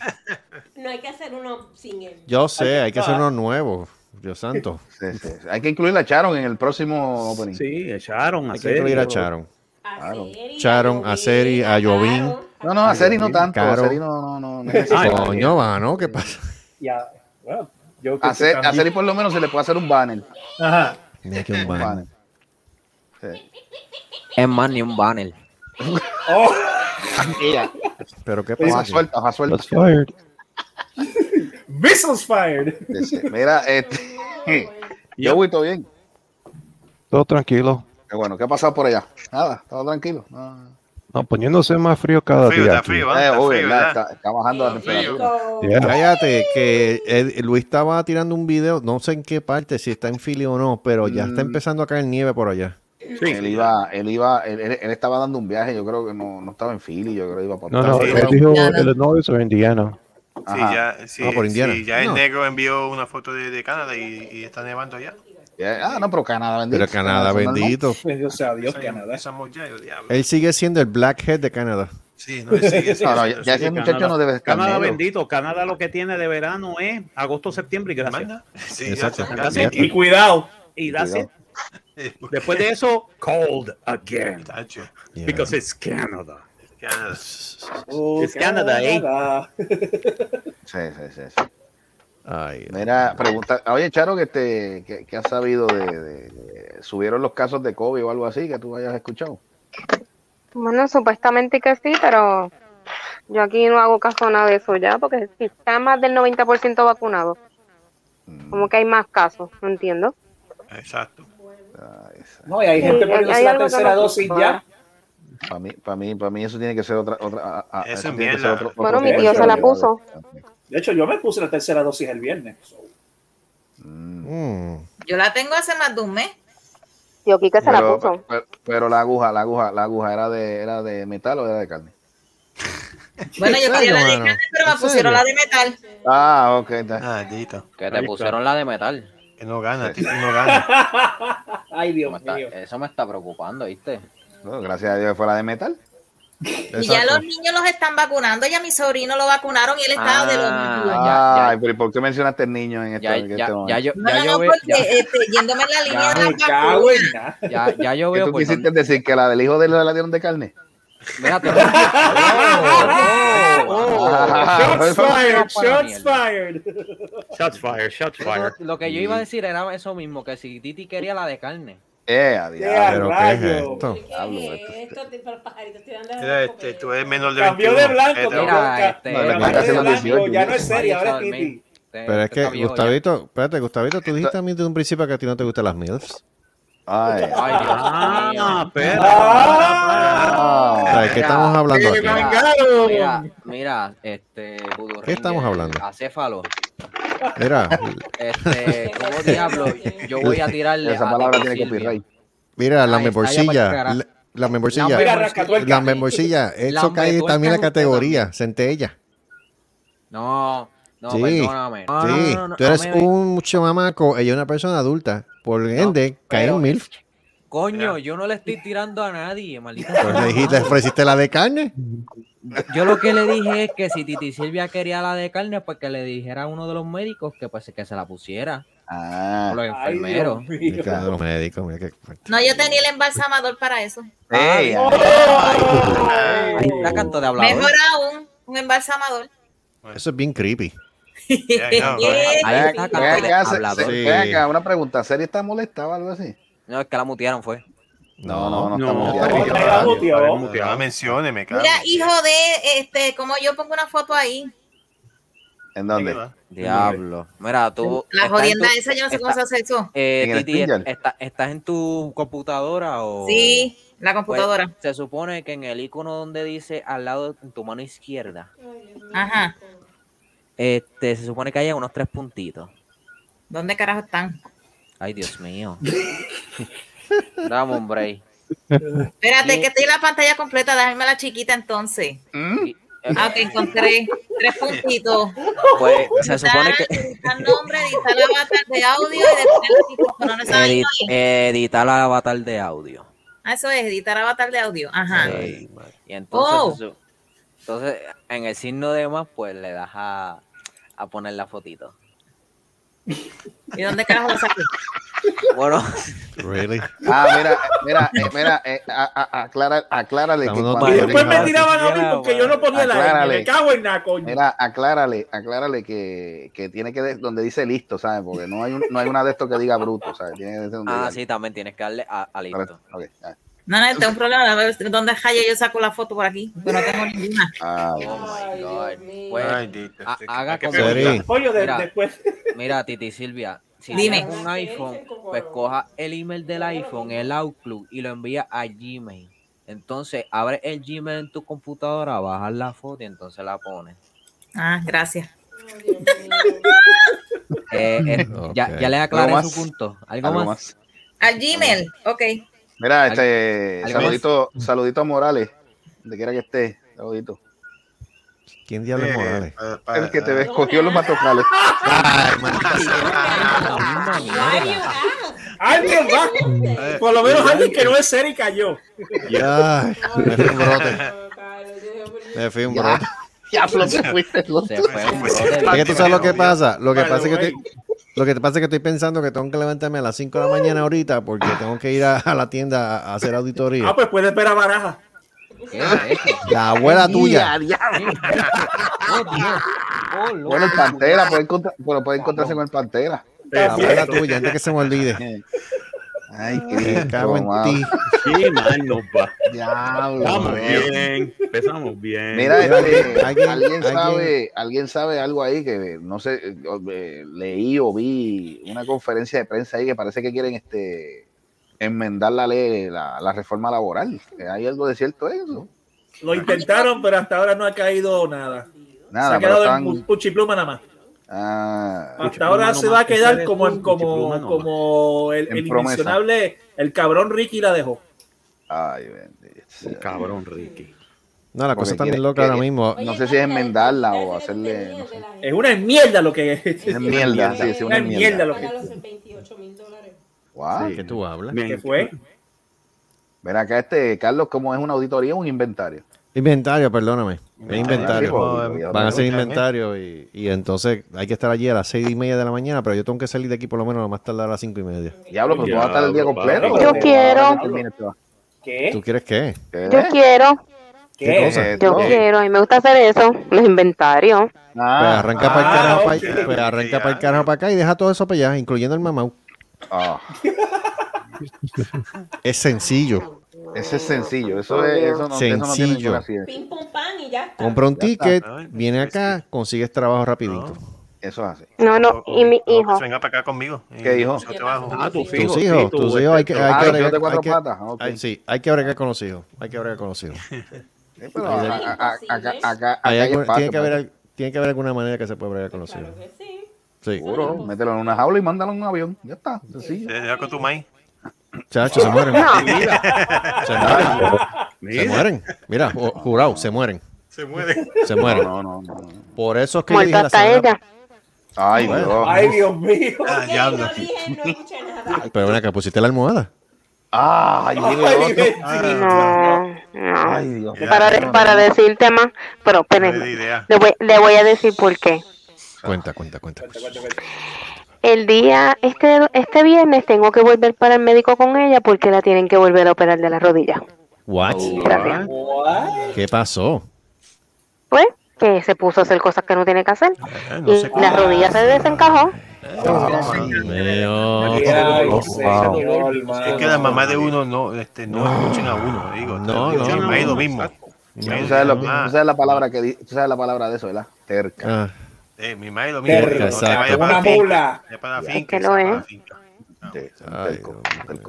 No hay que hacer uno sin él. Yo sé, hay que hacer uno nuevo. Dios santo. Sí, sí, sí. Hay que incluir a Charon en el próximo opening. Sí, Ah, echaron a Hay que incluir a Charon. Claro. Charon, a Seri, a Jovín. No, no, a Seri no tanto. A Caro. Seri no, no, no. no es necesario. Coño, mano, ¿qué pasa? Ya, bueno, yo creo A que Seri- a también- Seri por lo menos se le puede hacer un banner. Ajá. Mira que un banner. Sí. Es más, ni un banner. Oh, Mira, Pero qué hoja pasa. suelta, hoja suelta. missiles fired. Sí, sí. Mira, este. Yo voy todo bien. Todo tranquilo. Qué bueno, ¿qué ha pasado por allá? Nada, todo tranquilo. No. No, poniéndose más frío cada día. aquí. Eh, obvio, ¿verdad? está, está bajando la temperatura. Yeah. Cállate, que Ed- Luis estaba tirando un video, no sé en qué parte, si está en Philly o no, pero ya Mm. está empezando a caer nieve por allá. Él iba, él iba, él, él- él estaba dando un viaje, yo creo que no, no estaba en Philly, yo creo que iba por No, no, Sí, él dijo Illinois o Indiana. Ajá. Sí, ya, sí, Ah, por Indiana. sí, ya el No. negro envió una foto de, de Canadá y, y está nevando allá. Ah, no, pero Canadá bendito. Pero Canadá Eso no es normal. bendito. Dios sea Dios, Canadá. Estamos ya, yo, diablo. Él sigue siendo el Blackhead de Canadá. Sí, no, sí, sí, sí, No, no, sí, ya- sí, ya ese sí, muchacho Canadá. no debe estar Pues, Canadá negro. bendito, Canadá lo que tiene de verano es agosto, septiembre y gracias. Sí, Exacto. ya, That's ya, it. Y Y cuidado. Y that's Cuidado. it. Después de eso, cold again. tacho, Yeah. Because it's Canada. Canadá. Oh, It's Canadá, eh. Canadá. Sí, sí, sí, sí. Ay, Mira, pregunta, oye, Charo, que este, que, que has sabido de, de- de- subieron los casos de COVID o algo así que tú hayas escuchado? Bueno, supuestamente que sí, pero yo aquí no hago caso a nada de eso ya, porque si está más del 90% vacunado, Mm. como que hay más casos, no entiendo. Exacto. No, y hay Sí, gente hay- poniéndose hay la algo que tercera no dosis funciona. ya. Para mí, para mí, para mí eso tiene que ser otra, otra, a- a- Eso eso es tiene que ser mierda. otro- otro Bueno, mi tema. tío se la puso. De hecho, yo me puse la tercera dosis el viernes. Mm. mm. Yo la tengo hace más de un mes. Tío Quique se la Pero, puso. pero- pero la aguja, la aguja, la aguja era de, era de metal o era de carne. Bueno, yo ¿En quería la serio, de mano? carne, pero me ¿En pusieron serio? la de metal. Ah, ok. está. Maldito. Que Ahí te está. pusieron la de metal. Que no gana, tío, no gana. Ay, Dios Me está- mío. eso me está preocupando, ¿viste? No, gracias a Dios que fue la de metal. Y ya los niños los están vacunando. Ya mi sobrino lo vacunaron y él estaba de los Ah, mismos. ya, Ay, pero ¿y por qué mencionaste el niño en este, Ya, en este ya, ya, momento? ya yo, No, ya no, yo no, veo, porque ya, este, yéndome en la línea Ya, de Me las cago vacunas. en nada. ya- ya yo ¿Qué veo tú por quisiste dónde, decir que la del hijo de él la dieron de carne? Mira, te- Oh, oh, oh. Shots fired, Vamos para la shots mierda. fired. Shots fired, shots fired. Lo que yo iba a decir era eso mismo, que si Titi quería la de carne. Eh, a Pero, diablo. ¿qué es esto? Diablo, esto- Mira, este, tú eres menor de Cambió 21. de blanco, Este, cambió mira, de blanco. este, Cambió de este, blanco, ya no es serie, Vaya, ahora es dormir. Titi. este Pero es que, Gustavito, espérate, Gustavito, tú dijiste a mí desde un principio que a ti no te gustan las MILFs. Ay, Ah, pero. ¿De qué estamos hablando aquí? Ah. Mira, mira, este. Voodoo ¿Qué estamos Ranger, hablando? Acéfalo. Mira, Este, como diablo, yo voy a tirarle. Esa a palabra Titi tiene Silvia. copyright. mira, Ahí está, ya la para el memorcilla. carajo. La, la memorcilla. Mira, rascatuerca. La memorcilla. Eso cae Lambetuerca también en la es usted categoría, centella. No, no, sí, perdóname. No, no, sí. no, no, tú eres no me- un mucho mamaco, ella es una persona adulta. Por ende, cae en MILF. Coño, yo no le estoy tirando a nadie, maldita. Pues le dijiste, le ofreciste la de carne. Yo lo que le dije es que si Titi Silvia quería la de carne, pues que le dijera a uno de los médicos que, pues, que se la pusiera. Ah. O los enfermeros. Mira los médicos, "Ah, mira qué fuerte. No, yo tenía el embalsamador para eso. Ay, ay, ay. Ahí está canto de hablador. Mejor aún, un embalsamador. Eso es bien creepy. Ahí está Ven canto de acá, se- hablador. se- ven acá, una pregunta. ¿Serie está molesta o algo así? No, es que la mutearon, fue. No, no, no. No, estamos ya. no, Está está muteado. bien muteado. No menciones, me cago. Mira, hijo de, este, como yo pongo una foto ahí. ¿En dónde? Diablo. Mira, tú. La estás en jodienda tu- esa, yo no sé cómo se está- hace eso. Eh, ¿En el Titi, Stinger? está- ¿estás en tu computadora o.? Sí, la Pues, computadora. se supone que en el icono donde dice al lado en tu mano izquierda, Ajá. este, se supone que hay unos tres puntitos. ¿Dónde carajo están? Ay, Dios mío. Dame un break. Espérate, que estoy en la pantalla completa, déjame la chiquita entonces. Ah, que encontré tres puntitos. Pues se supone que Está el nombre, está el avatar de audio y después el micrófono. No sabe edit- editar la avatar de audio. Ah, eso es, editar avatar de audio. Ajá. Sí. Y entonces, Oh. se su- entonces, en el signo de más, pues le das a, a poner la fotito. ¿Y dónde carajo lo saqué? Bueno, Really? Ah, mira, mira, eh, mira, eh, a- a- aclara, aclárale. que Estamos cuando- Y después me aclárale, tiraban a mí porque yo no ponía la N. Aclárale. Me cago en la coño. Mira, aclárale, aclárale que, que tiene que, de- donde dice listo, ¿sabes? Porque no hay, un- no hay una de estos que diga bruto, ¿sabes? Tiene que ser donde ah, diga sí, también tienes que darle a, a listo. listo. Ok, ah. No, no, este es un problema. a ver, ¿Dónde jaya yo saco la foto por aquí? Pero no tengo ninguna. Ah, bueno. Oh my God. Pues, Ay, Dito, ha- este, haga ¿qué con pregunta? Mira, Pollo, de- mira, después. Mira, Titi Silvia, si Dime. tienes un iPhone, pues coja el email del iPhone, el Outlook, y lo envía a Gmail. Entonces, abre el Gmail en tu computadora, bajas la foto y entonces la pones. Ah, gracias. Eh, eh, ya, Ok. ya le aclaré ¿Algo su más? punto. ¿Algo, Algo más? Al Gmail, ok. Mira, este, ¿Algo más? saludito, saludito a Morales, donde quiera que esté, saludito. ¿Quién diablo es Morales? El que te ve, cogió los matojales. Alguien va. Por lo menos alguien que no es serie cayó. eh. Ya, me fui un brote. Me fui un brote. Ya, lo que fuiste. lo- Se fue un brote. Pues, Es que tú sabes lo que pasa. Lo que pasa es que estoy, lo que pasa es que estoy pensando que tengo que levantarme a las 5 de la mañana ahorita porque tengo que ir a, a la tienda a, a hacer Ah, auditoría. pues puede esperar baraja. ¿Qué es esto? La abuela Ya, tuya. diablo. Oh, Dios. Oh, loco. Bueno, el Pantera, puede, encontrar- pero puede encontrarse con el Pantera. Ah, pues, La abuela tuya, antes que se me olvide. Ay, Me Cristo, cago en mano. ti. Qué mal nos va. Diablo. Estamos mano. bien. Empezamos bien. Mira, este, Eh, ¿Alguien- ¿alguien, alguien- sabe, alguien sabe algo ahí que no sé, eh, eh, leí o vi una conferencia de prensa ahí que parece que quieren este enmendar la ley, la, la reforma laboral. Eh, ¿Hay algo de cierto en eso? Lo intentaron, pero hasta ahora no ha caído nada. se Nada, ha pero quedado están. en puchipluma nada más. ah, Hasta ahora se va a quedar como, el- como, como el, En el promesa. inmencionable, el cabrón Ricky la dejó. ay, bendito sea. Oh, Cabrón, Ricky. No, la Porque cosa está quiere- bien loca ahora quiere- mismo. No sé si es enmendarla o hacerle. no sé. Es una mierda lo que es. Es mierda, sí, es una Una mierda mierda. lo que Wow. ¿Qué tú hablas? que fue. Ven acá, este, Carlos, ¿cómo es una auditoría o un inventario? Inventario, perdóname. Es Sí, inventario. pues, yo- Van a hacer inventario y, y entonces hay que estar allí a las seis y media de la mañana, pero yo tengo que salir de aquí por lo menos a lo más tarde a las cinco y media. Diablo, pero tú vas a estar el día Diablo, completo. Yo Ahora que quiero. termine, te vas. ¿Qué? ¿Tú quieres qué? ¿Qué? Yo quiero. ¿Qué ¿Qué cosa? es Yo esto? quiero, y me gusta hacer eso, los inventarios. Pues arranca para el ah, carajo para ok. arranca para acá y deja todo eso para allá, incluyendo el mamau. Ah. es sencillo. Ese es sencillo, eso, es, eso no, eso no tiene Sencillo. ninguna ciencia. Compra un Ya está. Este. ticket, Ay, viene acá, consigues trabajo rapidito. Eso hace. No, no, y mi hijo. Venga para acá conmigo. ¿Qué dijo? Ah, Tus hijos, tus hijos, hay que, hay Ah, que los bregar- hijos de cuatro hay que- patas, ok. hay- sí, hay que bregar con los hijos, hay que bregar con los hijos. Sí, pero a- a- a- acá- acá- acá Hay hay alguna- espacio, tiene, que haber, ¿no? al- tiene que haber alguna manera que se pueda bregar con los hijos. Sí. Seguro, mételo en una jaula y mándalo en un avión. Ya está, sencillo. Te dejo con tu maíz. Chacho, se mueren. No. Se mueren. Mira. Se mueren. Mira, o- jurado, se mueren. Se mueren. Se mueren. No, no, Por eso es que yo Muerta dije la hasta semana- ella. Ay, Bueno. Dios. Ay, Dios mío. Ah, Pero ven acá, pusiste la almohada. Ay, Ay, no, no. para, de- para decirte más, pero espérenme. le, voy, le voy a decir por qué. Cuenta, cuenta, cuenta. El día, este, este viernes tengo que volver para el médico con ella porque la tienen que volver a operar de la rodilla. What? Gracias. ¿Qué pasó? Pues, que se puso a hacer cosas que no tiene que hacer. Eh, no y sé la cómo. rodilla se desencajó. Mío. Ay, Wow. Es que las mamás de uno no, este, no escuchan a uno, digo. No, no, no. Es lo mismo. Tú sabes, lo que- Ah. tú sabes la palabra que di- tú sabes la palabra de eso, ¿verdad? Terca. Ah, Eh, mi madre lo mismo. Terca, no te vayas exacto. para la Una finca, mula. vaya para la Es finca, que lo esa- es.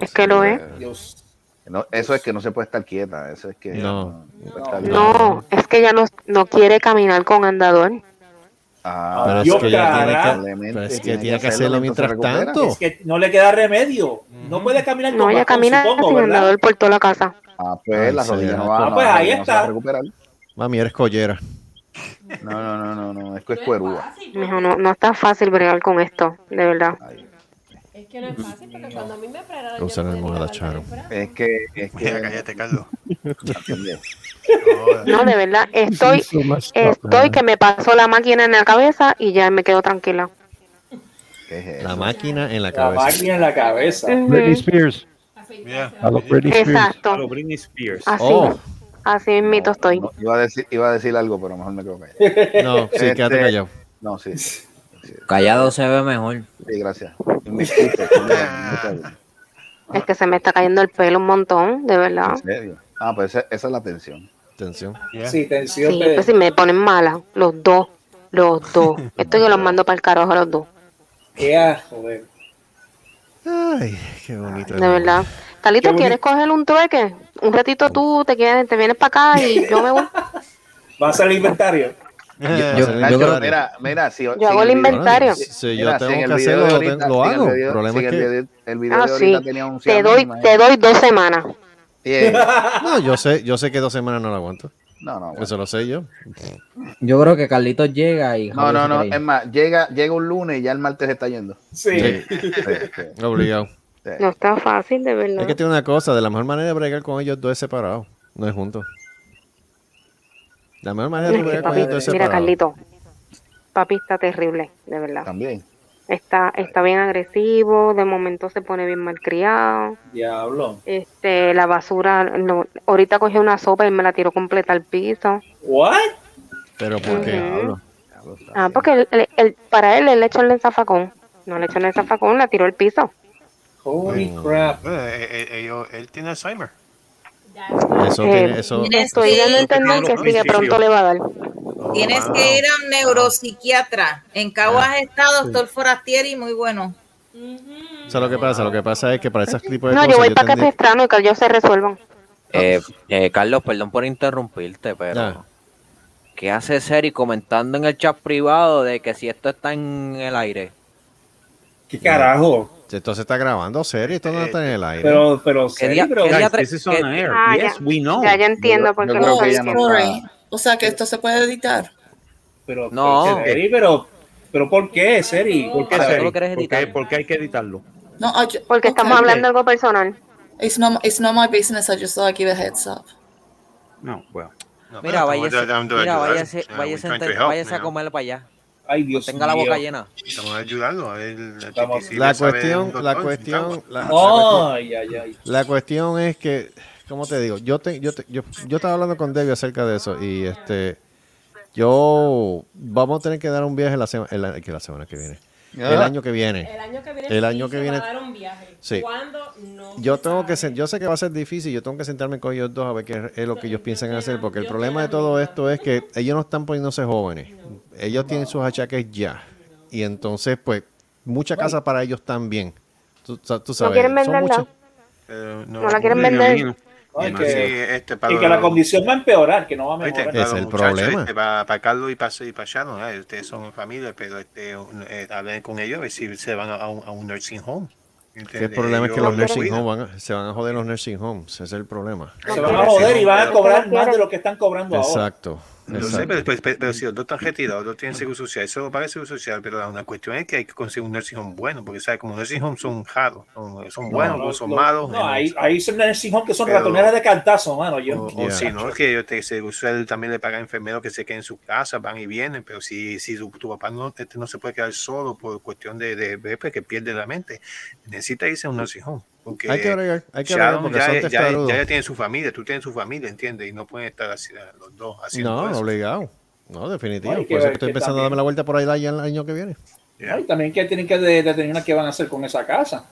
Es que lo es. No, eso es que no se puede estar quieta, eso es que no, no puede estar- No, es que ella no, no quiere caminar con andador. Ah, Pero es Dios, que ya tiene carajo. que, pero es que Tiene tiene que que hacerlo hacerlo mientras mientras se tanto. Es que no le queda remedio. No puede caminar No, con ella bastón, camina supongo, sin ¿verdad? andador por toda la casa. Ah, pues la Ay, rodilla señora. no va, Ah, no, pues la ahí rodilla no se va a está. recuperar. Mami, eres collera. No, no, no, no, no, es que es cuerúa. Mijo, no, no está fácil bregar con esto, de verdad. Es que no es fácil porque cuando a mí me operaron. yo Usa la no podía almohada, levantar Charo. el brazo. Es que es Mira, cállate, Carlos. No, de verdad, estoy, estoy que me pasó la máquina en la cabeza y ya me quedo tranquila. La máquina en la La cabeza. máquina en la cabeza. Britney Spears. A los Britney Spears. Exacto. Britney Spears. Así, Oh. Oh. así mismito estoy. Iba a decir, iba a decir algo, pero mejor me quedo callado. Este, No, sí, quédate callado. No, sí. Sí, Callado se ve mejor. gracias. Me escucho, me- me escucho. Es que se me está cayendo el pelo un montón, de verdad. ¿En serio? Ah, pues esa, esa es la tensión. Tensión. Sí, tensión. Sí, de- pues si me ponen mala, los dos, los dos. Esto yo los mando para el carajo a los dos, Qué asco, de- Ay, qué bonito. de verdad. Talito, ¿quieres coger un trueque? Un ratito tú, te, quieres, te vienes para acá y yo me voy. Va a salir inventario. yo Nacho, creo que- mira, mira, si, si hago el video- inventario. Sí, sí, yo mira, tengo en que el video hacerlo, de lo ahorita- tengo- lo si en hago. El video, El problema si en es el que- video, el video Ah, de sí. ahorita tenía un Te Xiaomi, doy, imagínate. te doy dos semanas. No, yo sé, yo sé que dos semanas no lo aguanto. No, no. Eso lo sé yo. Yo creo que Carlitos llega y. No, Javier no, se no. cree. Es más, llega, llega un lunes y ya el martes se está yendo. Sí. Obligado. No está fácil, de verdad. Es que tiene una cosa, de la mejor manera de bregar con ellos dos es separado, no es juntos. La mejor manera de Es que, bregar con papi, ellos dos es mira, separado. Carlito, papi está terrible, de verdad. También. Está, está bien agresivo, de momento se pone bien malcriado. Diablo. Este, la basura, no, ahorita cogió una sopa y me la tiró completa al piso. ¿What? Pero ¿por qué? Ujú. Hablo. Ah, porque el- el- el- para él el echó en el zafacón. No le echó en el zafacón, la tiró al piso. Holy Eh, crap. él tiene Alzheimer. Eso Eh, tiene, eso. Pues, Estoy dando a entender que sí, de pronto le va a dar. Tienes que ir a un neuropsiquiatra. En Caguas Ah, Estado, sí. doctor Forastieri, muy bueno. O sea, lo que pasa, lo que pasa es que para esas tipos de No, yo cosas voy pues. para que tendría- Pestrano y que ellos se resuelvan. Eh, eh, Carlos, perdón por interrumpirte, pero. Ah. ¿Qué hace Seri comentando en el chat privado de que si esto está en el aire? ¿Qué carajo? Esto se está grabando serio, esto no está en el aire. Pero, pero, ¿Qué sí, día- pero. qué día Guys, tre- this is on qué- air. Ah, Yes, ya. we know. Ya, ya entiendo por qué lo Oh, está sorry. O sea que esto se puede editar. Pero, No. pero, Seri, pero, pero ¿por qué, Seri? ¿Por qué, Ah, Seri? tú lo ¿Por qué, por qué hay que editarlo? No, I ju- Porque estamos okay. hablando algo personal. It's not, it's not my business. I just thought I'd give a heads up. No, bueno. Mira, váyase, mira, váyase, Ah, váyase, we're trying to enter- help váyase a now. comerlo para allá. Ay, Dios Tenga la boca mío. llena. Estamos ayudando. a él, a Vamos. Chiquisí La le sabe cuestión, un la doctor, cuestión, estamos. la, la Ay, ay, ay. cuestión- la cuestión es que ¿Cómo te digo? Yo, te, yo, te- yo, yo estaba hablando con Debbie acerca de eso y este. Yo. Vamos a tener que dar un viaje la, sema- el a- que la semana que viene. El Ah. año que viene. El año que viene. El sí año que se viene- Va a dar un viaje. Sí. ¿Cuándo? No. Yo tengo que sen- yo sé que va a ser difícil, yo tengo que sentarme con ellos dos a ver qué es lo que ellos piensan hacer, porque el problema de todo esto es que ellos no están poniéndose jóvenes, ellos tienen sus achaques ya, y entonces pues mucha casa para ellos también, tú, sa- tú sabes, quieren son venderla? muchas- Eh, No la quieren vender. Ay, que- Sí, este, para y que los- la condición va a empeorar, que no va a Oíste, mejorar. para Es los el muchachos, problema. este, para, para Carlos y para, y para Shannon, ¿eh? ustedes son familia, pero este, un- eh, hablen con ellos a ver si se van a, a un, a un nursing home. que el problema es que los nursing homes homes van a- se van a joder los nursing homes, ese es el problema. Se van a joder y van a cobrar más de lo que están cobrando ahora. Exacto. No sé, exacto. pero, pero- pero- pero si los dos están retirados, los dos tienen seguro social, eso paga el seguro social, pero la, una cuestión es que hay que conseguir un nursing home bueno, porque sabes, como nursing homes son raros, son, son No, buenos, no, son no, malos. eh, No, ahí, ahí son nursing homes que son Pero- ratoneras de cantazo, mano. Oh, Yo, O si no, que ellos te, se- usted también le paga a enfermeros que se queden en su casa, van y vienen, pero si, si tu, tu papá no, este, no se puede quedar solo por cuestión de, de, de- pues, que pierde la mente, necesita irse a un nursing home. Porque Hay que bregar, hay que bregar Sharon porque ya, son ya- testarudos. ya- ya tiene su familia, tú tienes su familia, ¿entiendes? Y no pueden estar así, los dos haciendo No, eso. obligado. No, definitivo. Ay, que Por eso ver estoy que empezando a también- darme la vuelta por ahí ya el año que viene. Ay, también que tienen que de- determinar qué van a hacer con esa casa.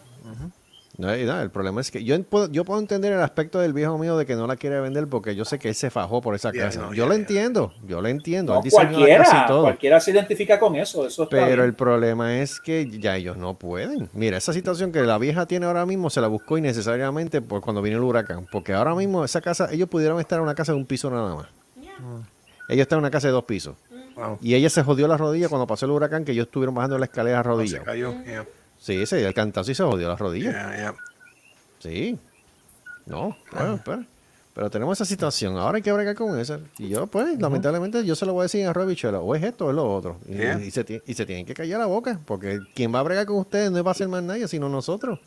No, y nada, el problema es que yo en- puedo, yo puedo entender el aspecto del viejo mío de que no la quiere vender porque yo sé que él se fajó por esa Ya, casa. no, yo lo entiendo, yo lo entiendo. No, Él diseñó la casa y cualquiera, todo. cualquiera se identifica con eso. eso está Pero bien. el problema es que ya ellos no pueden. Mira, esa situación que la vieja tiene ahora mismo se la buscó innecesariamente por cuando vino el huracán. Porque ahora mismo esa casa, ellos pudieron estar en una casa de un piso nada más. Ellos están en una casa de dos pisos. Wow. Y ella se jodió la rodilla cuando pasó el huracán, que ellos estuvieron bajando la escalera rodilla. Cayó, ya. Sí, se dio el cantazo y se jodió las rodillas. Ya, ya. Ah. Sí. No, bueno, espera. Pero tenemos esa situación. Ahora hay que bregar con esa. Y yo, pues, lamentablemente, yo se lo voy a decir a Robbie Chelo. O es esto o es lo otro. Y, Yeah. y se, ti- y se tienen que callar la boca. Porque quien va a bregar con ustedes no va a ser más nadie, sino nosotros.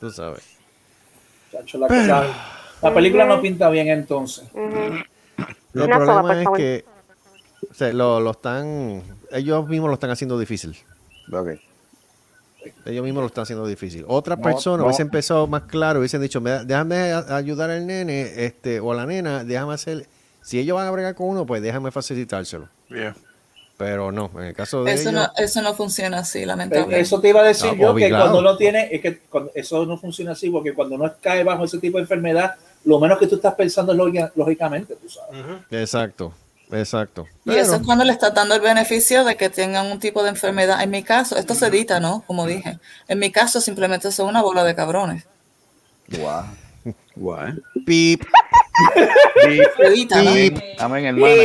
Tú sabes. Chacho, la, Pero- la- la película no pinta bien entonces. El Una sola, problema por es favor. que o sea, lo, lo están. Ellos mismos lo están haciendo difícil. Ellos mismos lo están haciendo difícil. Otra No, persona no. hubiese empezado más claro, hubiesen dicho, "Me da- déjame a- ayudar al nene este, o a la nena, déjame hacer... Si ellos van a bregar con uno, pues déjame facilitárselo. Yeah. Pero no, en el caso de Eso ellos... no, eso no funciona así, lamentablemente. Eso te iba a decir Ah, yo, que obligado. cuando uno tiene, es que cuando- eso no funciona así, porque cuando uno cae bajo ese tipo de enfermedad, lo menos que tú estás pensando es lógica- lógicamente, tú sabes. Exacto, exacto. Y eso es cuando le estás dando el beneficio de que tengan un tipo de enfermedad. En mi caso, esto se edita, ¿no? Como dije. En mi caso, simplemente son una bola de cabrones. Guau. Guau. Pip. Evita, ¿no? Amén. Amén, hermana.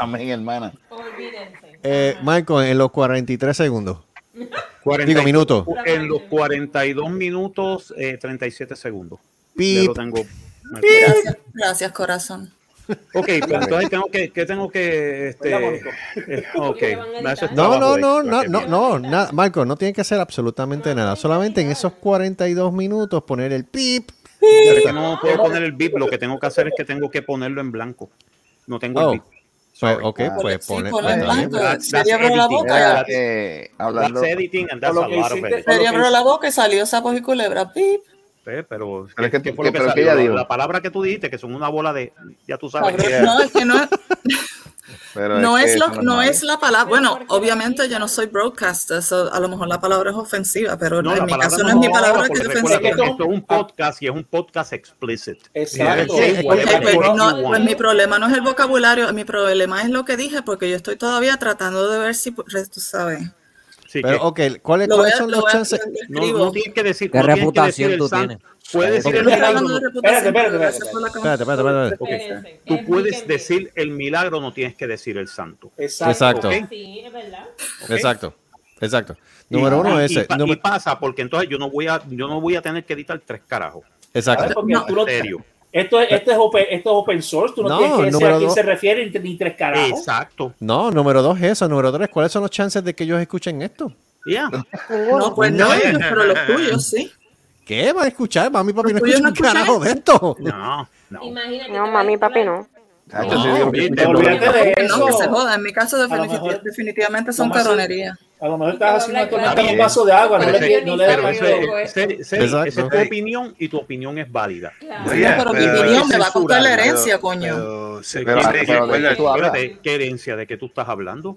Amén, hermana. Eh, Michael, en los 43 segundos. Digo, minutos. En los 42 minutos, eh, 37 segundos. Pip. Ya lo tengo. Gracias, gracias, corazón. Ok, pues entonces tengo que, que tengo que, este, eh, ok, eso es No, trabajo no, de- no, no, no, no, nada. Marco, no tiene que hacer absolutamente nada. Solamente en esos 42 minutos poner el pip. Pero es que no puedo poner el bip, lo que tengo que hacer es que tengo que ponerlo en blanco. No tengo Oh. el bip. Pues, ok, Ah. pues Sí, pone. ponlo en está bien. blanco. That's- that's editing. That's- Eh, hablando- That's editing and that's Por a lo que lot of hiciste- editing. Pero abrió la boca y salió sapos y culebras. Pip. Pe- Pero, Pero es que ¿qué tú- fue lo que- que pero que salió? ella La- dijo. La palabra que tú dijiste, que son una bola de, ya tú sabes. Cabrón, no, es que no, Pero no que es, lo, eso no es normal. es la palabra. Bueno, obviamente yo no soy broadcaster, so a lo mejor la palabra es ofensiva, pero No, la en mi palabra caso no es mi no, palabra que porque es recuerda ofensiva. que esto es un podcast y es un podcast explicit. Exacto. You can Ok, say whatever pues fuck no, you pues want. mi problema no es el vocabulario, mi problema es lo que dije, porque yo estoy todavía tratando de ver si, pues, tú sabes. Pero, ok, ¿cuáles Lo voy cuáles a- son lo los voy a- chances? lo No, escribo. no tienes que decir. ¿Qué no tienes que reputación decir el tú san- tienes? Puedes decir el Estoy hablando de milagro. reputación, espérate, pero espérate, gracias por la Espérate, espérate, espérate, espérate. conversación. Tú puedes decir el milagro, no tienes que decir el santo. Exacto. Exacto. ¿ok? Sí, es verdad. ¿ok? Exacto, exacto. Número Y- uno ah, y- es Y, ese. pa- y Número- pasa, porque entonces yo no voy a, yo no voy a tener que editar tres carajos. Exacto. Porque tú no- En serio. Esto, es- esto, es open, esto es open source, tú no, No, tienes que decir número a quién dos. se refiere ni- ni tres carajos. Exacto. No, número dos es eso. Número tres, ¿cuáles son los chances de que ellos escuchen esto? Ya. No, pues no ellos, pero los tuyos sí. ¿Qué? ¿Van a escuchar? Mami, papi, no Los tuyos escuchan no un carajo de escuchan esto. No. No, mami, papi, no. Ah, No, yo sí digo que- olvídate, No, olvídate que no, que se joda. En mi caso, definitiv- definitivamente son Vamos a hacer- caronerías. A lo mejor estás haciendo hablar tomando Está un bien. vaso de agua, no Pero le, ese- no le pero das ¿eh? ese- miedo. ese- ese- Exacto. esa es tu opinión y tu opinión es válida. Sí, pero mi opinión me va a costar la herencia, coño. Sí, Pero- ¿quién te pero dice- ¿de qué tú espérate, hablas? ¿Qué herencia de qué tú estás hablando?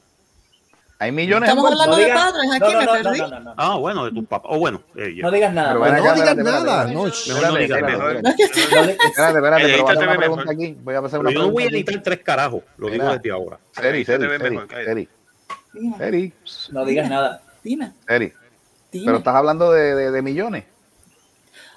Hay millones Estamos hablando de padres aquí, me perdí. Ah, bueno, de tus papás. O bueno, eh, ya. No digas nada. Pero Pero bueno, ven acá, no digas espérate, espérate, nada, espérate. no, Espérate, mejor no digas espérate, nada. espérate. Espérate, espérate, pero voy a hacer una pregunta aquí. Voy a hacer una Pero yo no voy a pregunta aquí. editar tres carajos, lo digo Mira. desde ahora. Seri, Seri, Seri, Ah, Seri, Seri. No digas nada. Dime. Seri. Dime. Pero estás hablando de, de- de millones.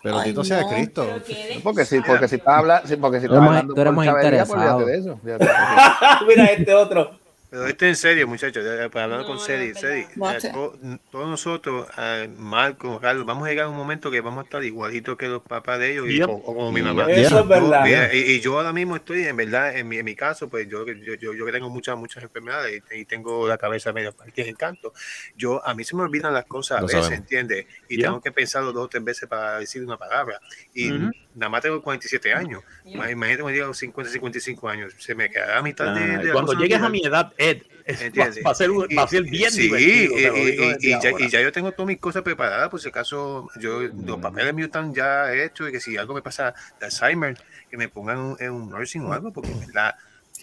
Pero Ay, Tito sea de no. Cristo. Porque si, porque si estás hablando, si- porque si Tú estás eres más- hablando tú eres por más chavería, pues interesado. olvídate de eso. olvídate. Mira este otro. Pero esto en serio, muchachos, ya, ya, pues, hablando con Sedi, Sedi, No sé. eh, to- todos nosotros, eh, Marco, Carlos, vamos a llegar a un momento que vamos a estar igualitos que los papás de ellos y, Yep. o, o como mi mamá. Eso es Yo- verdad. mira, y, y yo ahora mismo estoy, en verdad, en mi, en mi caso, pues yo, yo, yo, yo que tengo muchas, muchas enfermedades y, y tengo la cabeza medio partida en canto. Yo, a mí se me olvidan las cosas a Lo veces, sabemos. ¿entiendes? Y Yeah. tengo que pensarlo dos o tres veces para decir una palabra. Y Ujú. nada más tengo 47 años. Ma- Imagínate cuando llego a los 50, 55 años. Se me quedará a mitad de- Ah, de... la cuando cosa llegues a olvidada. mi edad, Ed, ¿Entiendes? va a ser, un- va a ser bien Sí, divertido. y, te lo y- digo y- desde y ya, ahora. y ya yo tengo todas mis cosas preparadas, por si acaso yo, los papeles míos están ya hechos y que si algo me pasa de Alzheimer, que me pongan en un nursing o algo, porque en verdad,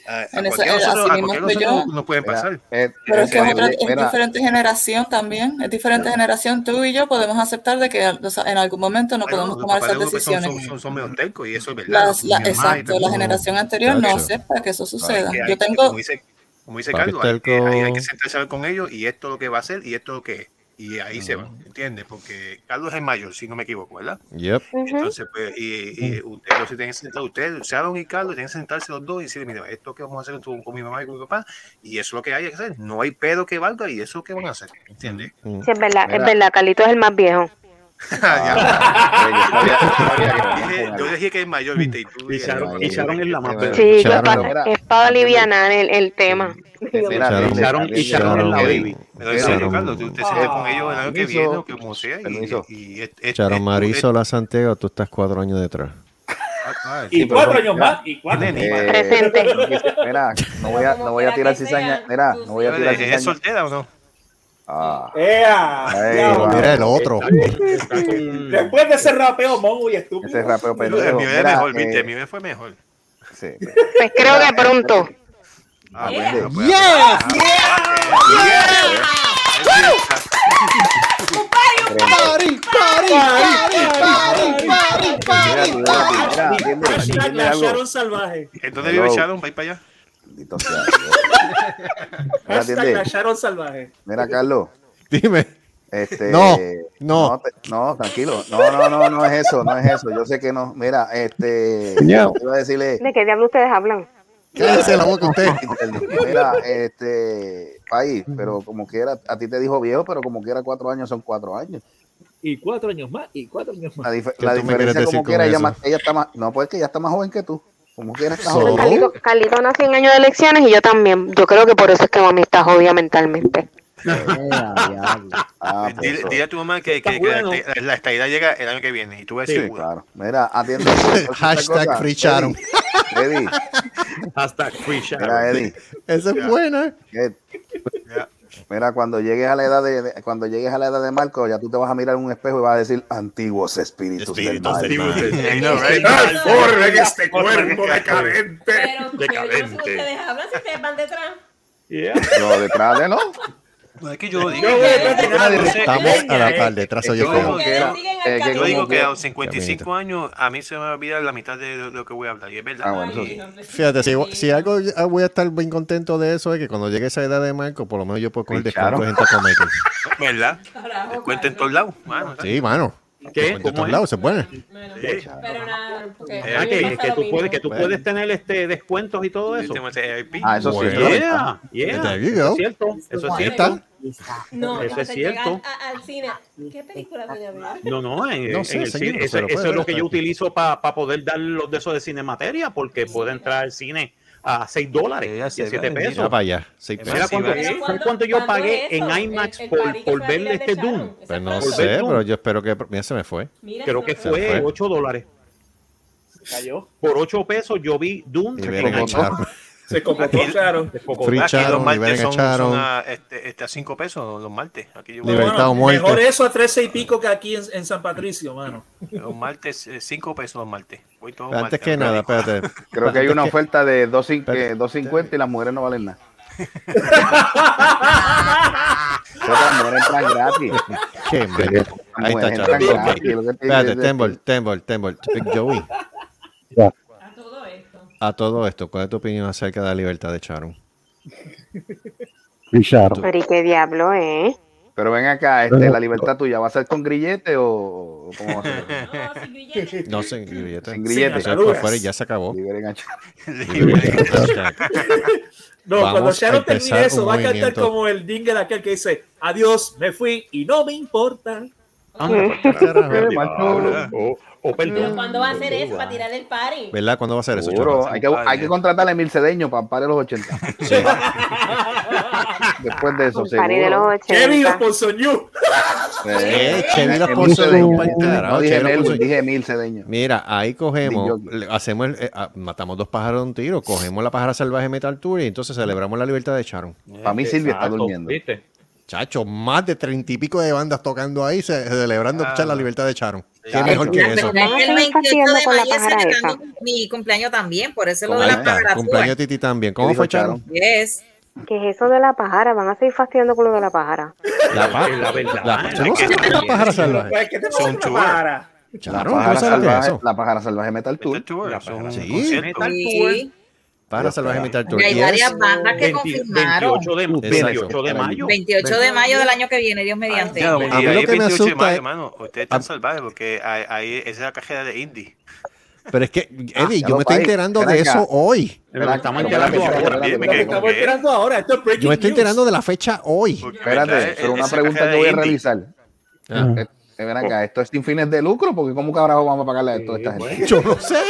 a, a En eso- eh, cualquier así nosotros, a mismo cualquier estoy nosotros yo. nos pueden pasar. eh, Pero es que es, otra, es Mira, diferente generación también, es diferente generación. Tú y yo podemos aceptar de que o sea, en algún momento no bueno, podemos los tomar papás de esas uno, pues, son- decisiones. Son, son, son medio tercos y eso es verdad. Las- la- Mi mamá y exacto, la todo. generación anterior no Tacho. acepta que eso suceda. Que hay- Yo que tengo, como dice, como dice Papi Carlos, hay, que- Telco. hay- hay que sentarse a hablar con ellos y esto es lo que va a hacer y esto es lo que es. Y ahí se va, ¿entiendes? Porque Carlos es mayor, si no me equivoco, ¿verdad? Yep. Entonces, pues, y, y ustedes los tienen que sentar, ustedes, Sharon y Carlos, tienen que sentarse los dos y decir, mira, esto que vamos a hacer con, tu- con mi mamá y con mi papá, y eso es lo que hay que hacer. No hay pedo que valga y eso es lo que van a hacer, ¿entiendes? Sí, es verdad, es verdad, Calito es el más viejo. Yo, dije que es mayor, viste, y tú. Y Sharon, y Sharon es la más Sí, Sí, Sharon- es para, es para alivianar el, el tema. Sharon- Sharon- y Sharon es la baby. Pero en serio, Carlos, tú- usted se ve con ellos el año que viene o que como sea, y- y, y este- es- es- Charo es- Marisola Santiago, tú estás cuatro años detrás. Ah, Y Sí, pero cuatro no, años mira, más, y cuatro eh, años más. Mira, no voy a, no voy a tirar cizaña. Mira, no voy a tirar cizaña. ¿Es soltera o no? Ah. Este, ¡Ea! Ay, Ya, va. Mira el otro. Después de ese rapeo, mongo y estúpido. Ese rapeo El mío pendejo. es Mira, mejor, eh, viste, el mío fue mejor. Sí. Pues creo que pronto. Ah, Yeah. bueno, pues, Yeah. ah, Party, party, ah, party, party, party, party. Hashtag dime la algo. Sharon salvaje. ¿Dónde vive Hello. Ah, Sharon? ¿Va a ir para allá? Maldito sea. Mira, Hashtag la atiende. Sharon salvaje. Mira, Carlos. Dime. Este, No, no. te- no, tranquilo. No, no, no, no es eso, no es eso. Yo sé que no. Mira, este. Cuñado. Iba a decirle. ¿De qué diablo ustedes hablan? Cállese la boca usted. Mira, este. País, pero como quiera, a ti te dijo viejo, pero como quiera, cuatro años son cuatro años. Y cuatro años más, y cuatro años más. La, dif- ¿Qué la tú me quieres diferencia, decir como con quiera, ella, eso? más- ella está más. No, pues es que ella está más joven que tú. Como quiera, está Solo. joven. Calito, Calito nació en año de elecciones y yo también. Yo creo que por eso es que mami está jodida mentalmente. Ah, pues, Dile, eso. dile a tu mamá que, que- que la, esta- la estadidad llega el año que viene y tú ves Sí, claro. Mira, atiende. pues, Hashtag Otra cosa, free Sharon. Eddie, Eddie, Hashtag free Sharon. mira, Eddie. Esa es ¿eh? buena. Ed, Mira, cuando llegues a la edad de, de- cuando llegues a la edad de Marco, ya tú te vas a mirar en un espejo y vas a decir antiguos espíritus, del mal. Corre en este cuerpo decadente. Pero, pero yo no sé Decadente. que ustedes hablan si ustedes van detrás. No, detrás de no. No, es que yo digo. voy detrás de nadie. No sé. Estamos a la par, detrás soy yo Yo digo feo. que a- Siguen al eh, que yo digo camino. que a los 55 años a mí se me olvida la mitad de lo- lo que voy a hablar. Y es verdad. Ah, bueno, eso sí. Fíjate, si, si algo ah, voy a estar bien contento de eso es que cuando llegue esa edad de Marco, por lo menos yo puedo coger descuento de Claro. gente comete. ¿Verdad? Cuenta en todos lados. mano. Sí, mano. ¿Qué? De ¿Cómo todos es? lados, se puede. Sí. Pero nada, porque a Ah, mí me que, pasa que lo tú mismo. puedes, que tú Bueno. puedes tener este descuentos y todo eso. Ah, eso sí, Yeah, eso está. yeah. There you Eso go. es cierto. Eso es Ahí cierto. está. No, Eso es entonces llegar cierto. a- al cine. ¿Qué película doña Bea? No, no, en, No sé, en el señor, cine. Eso, pero puede eso es lo ver, está que yo bien. utilizo para poder dar los de esos de cinemateria, porque puede entrar al cine a 6 dólares y a 7 Mira pesos. para allá. seis Mira pesos. cuánto, Pero ¿sabes ¿cuánto- cuánto yo cuánto pagué es eso? en IMAX El- el por, party que por fue ver arriba este de Doom. Sharon. Pues no Por sé, ver Doom. pero yo espero que. Mira, se me fue. Mira, Creo que Se fue fue. 8 dólares. Cayó. Por 8 pesos yo vi Doom. Debiera en IMAX. engancharme. Se compotó, claro. Free Aquí Charon, los martes liberen a son, Charon. son a, este, este, a cinco pesos los martes. Aquí yo Libertad o muerte. Mejor eso a 13 y pico que aquí en, en San Patricio, mano. Los martes, eh, cinco pesos los martes. Voy Oh todo Pero martes. antes que nada, espérate. Creo que hay una Antes oferta de 250 y las mujeres no valen nada. Creo que las mujeres entran gratis. Qué mal. Ahí está, Bueno, Charon. está ok. bien. Espérate, Tembol, Tembol, Tembol. Big Joey. A todo esto, ¿cuál es tu opinión acerca de la libertad de Charon? Pero y qué diablo, ¿eh? Pero ven acá, este, la libertad tuya, ¿va a ser con grillete o, o cómo va a ser? No sé, grillete. Sin grillete. Eso es por fuera y ya se acabó. Liberen a No, Vamos cuando a Sharon empezar termine eso, un va a cantar movimiento. como el dingle aquel que dice: Adiós, me fui y no me importa. Anda, por carajo. Eh, Diablo. O o ¿Pero perdón. cuándo va a hacer eso para tirar el party? ¿Verdad? ¿Cuándo va a ser eso, Seguro, Charon? hay que, hay que contratar a Emil Cedeño para parar los 80. Después de eso, seguro. Kevin los ponzoñú. Eh, Chevy los Emil puso de Cedeño. un pa'l carajo, No dije Chevy los Melvin, puso- dije Emil Cedeño. Mira, ahí cogemos, Big le- hacemos el- eh, ah, matamos dos pájaros de un tiro, cogemos la pájara salvaje Metal Tour y entonces celebramos la libertad de Sharon. Eh, Para mí Silvia está durmiendo. Chacho, más de treinta y pico de bandas tocando ahí, ce- celebrando cha, la libertad de Charon. Qué Ah, mejor La que eso. verdad es que el ¿Qué estás 28 de haciendo con la mayo es pájara celebrando mi cumpleaños también, por eso lo de Ahí la está, pájara cumpleaños de azul. Titi también. ¿Cómo fue, Charon? Yes. ¿Qué es eso de la pájara? Van a seguir fastidiando con lo de la pájara. La pájara. Ah, La verdad. La, ¿Tú no sabes qué es la pájara salvaje? Pues, ¿Qué te pasa con la pájara? La Charon, ¿tú pájara, no sabes qué es salvaje, eso? la pájara salvaje Metal Tour. La pájara Sí, Sí. pájara salvaje Metal Tour. Hay Y varias es- bandas que 20 confirmaron. 28 de, 28 de mayo. Ah, 28 de mayo del año que viene, Dios mediante. Ya, y a mí ahí lo es que me 28 de asusta mayo, es- hermano. Ustedes están salvajes porque ahí, ahí- esa es la cajera de Indy. Pero es que, Ah, Eddie, ya yo lo me estoy pagué. enterando de Ven acá. eso hoy. Pero estamos pero enterando espérate, ahora, espérate, bien, me espérate, quedé Estamos ¿Qué? esperando ahora. Esto es breaking Yo me estoy news. enterando de la fecha hoy. Eh, Espérate, pero una pregunta que voy a realizar. Ah. Eh, eh, Ven Oh. acá, esto es sin fines de lucro, porque ¿cómo carajo vamos a pagarle a toda esta gente? Yo no sé.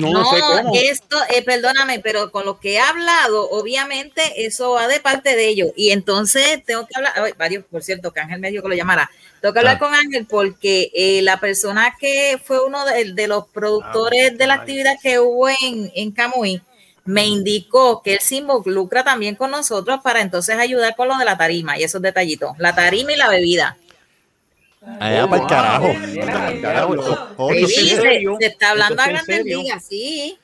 no, No, sé cómo. esto, eh, perdóname, pero con lo que he hablado, obviamente eso va de parte de ellos. Y entonces tengo que hablar, ay, varios, por cierto, que Ángel me dijo que lo llamara. Tengo que hablar Ah. con Ángel porque eh, la persona que fue uno de, de Ah, los productores de la actividad que hubo en, en Camuy me Mm. indicó que él se involucra también con nosotros para entonces ayudar con lo de la tarima y esos detallitos, la tarima y la bebida. Allá para el carajo. Carajo, esto- Se oye, sí, dice, serio? se está hablando ¿Esto a es en grandes serio? ligas, sí.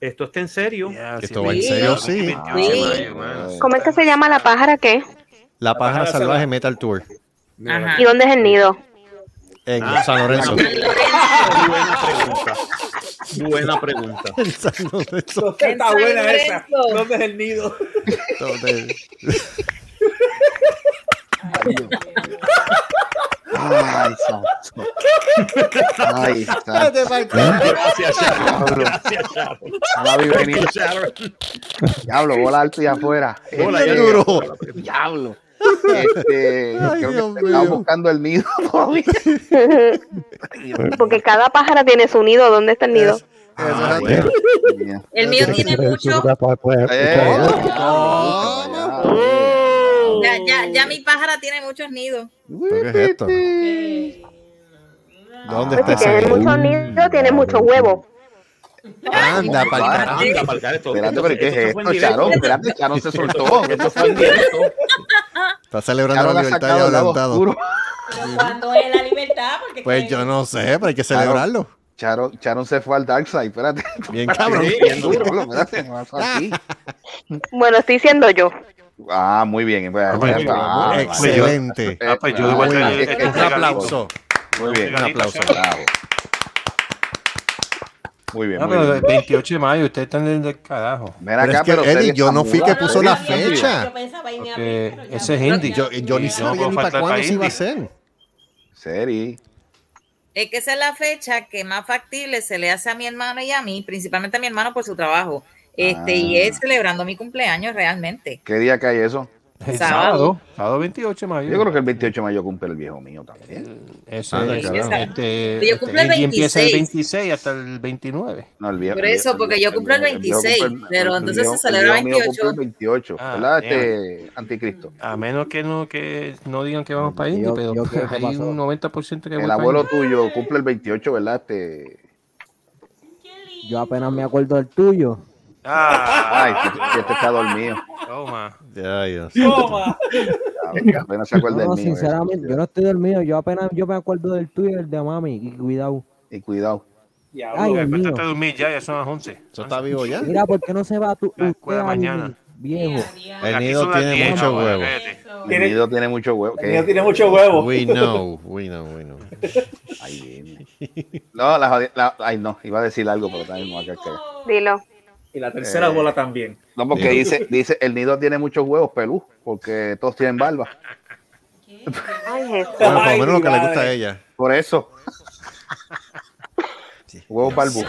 Esto está en serio. Esto va en serio, sí. ¿Cómo es que se llama la pájara qué? La pájara salvaje Metal Tour Ajá. ¿Y dónde es el nido? en San Lorenzo. Buena pregunta. Buena pregunta. En San Lorenzo. Pues, Está En buena San Ah, esa. Lorenzo. ¿Dónde es el nido? Entonces, Ay, santo. Ay, santo. espérate, Marco. Gracias, Sharon. Diablo, Gracias, Sharon. no la vi venir. Sharon. Diablo, bola alto y afuera. Bola, Este, ya llegó. Diablo. Este, Ay, creo Dios que estaba mío. buscando el nido todavía. Porque cada pájara tiene su nido. ¿Dónde está el nido? Ah, Ay, bueno. Dios mío. El pues. mío tiene mucho. oh, Eh, Ya, ya, ya mi pájara tiene muchos nidos. ¿Pero ¿Qué es esto? oh, ¿Dónde está Pues si tiene ese? muchos nidos, tiene muchos huevos. Anda, para el carajo. Anda, para el carajo, esto- Espérate, pero ¿qué es esto fue en esto, directo. Charón? Espérate, Charón se soltó. Esto fue en directo. Está celebrando Charón la ha libertad y sacado el lado adelantado. oscuro. Pero cuando es la libertad, porque Pues yo no sé, pero hay que celebrarlo. Charón, Charón se fue al Dark Side, espérate. Bien cabrón. Bien duro. Espérate, me vas aquí. Bueno, estoy siendo yo. Ah, muy bien. pues, muy bien, ah, muy vale. Excelente. Ah, pues yo Ah, le voy a muy traer bien. este, Un aplauso. Muy bien, Un aplauso. bravo. Muy bien, No, muy pero bien. el 28 de mayo, ustedes están del del carajo. Mira Pero es acá, que, pero Eddie, ustedes yo están no fui que mudados. puso la yo- fecha. Yo pensaba en abril, Porque pero ya- ese es Indy. Yo, yo ni No sabía puedo ni para faltar cuándo para se iba Indy. a hacer. Seri. Es que esa es la fecha que más factible se le hace a mi hermano y a mí, principalmente a mi hermano por su trabajo. Este, y Ah. es celebrando mi cumpleaños realmente. ¿Qué día cae eso? El Sábado. sábado. Sábado 28 de mayo. Yo creo que el 28 de mayo cumple el viejo mío también. Eso Ah, es, sí, exacto. este, Yo cumplo el Indy empieza el 26. 26 hasta el 29. No, el viejo. Por eso, porque yo cumplo el viejo 26, cumple el- pero el entonces viejo- se celebra el viejo mío 28. cumple el 28, Ah, ¿verdad? Este anticristo. A menos que no, que no digan que vamos para Indy, Yo- pero yo creo que hay pasó. un 90% que voy El pa' abuelo Indy. tuyo cumple el 28, ¿verdad? Este Yo apenas me acuerdo del tuyo. Ah, Ay, que, que este está dormido. Toma. Ay, Dios. Toma. Apenas se acuerda No, no, del mío. eh. sinceramente, yo no estoy dormido. Yo apenas yo me acuerdo del tuyo y del de mami. Y cuidado. Y cuidado. Ay, Dios mío. Trata de dormir ya, ya son las 11. ¿Eso está vivo ya? Mira, ¿por qué no se va tú? La usted escuela a mañana. dormir, Viejo. El Aquí nido son las tiene 10, mucho ahora, huevo. vete. El nido tiene mucho huevo. El nido tiene mucho huevo. We know, we know, we know. Ay, bien. No, la, jodi- la- ay, no, iba a decir algo, pero también me voy a quedar callado. Dilo. Y la tercera Eh. bola también. No, porque Bien. dice, dice, el nido tiene muchos huevos, pelú, porque todos tienen barba. Ay, Jesús. Bueno, por lo menos lo que le gusta a ella. Por eso. Huevos balbu.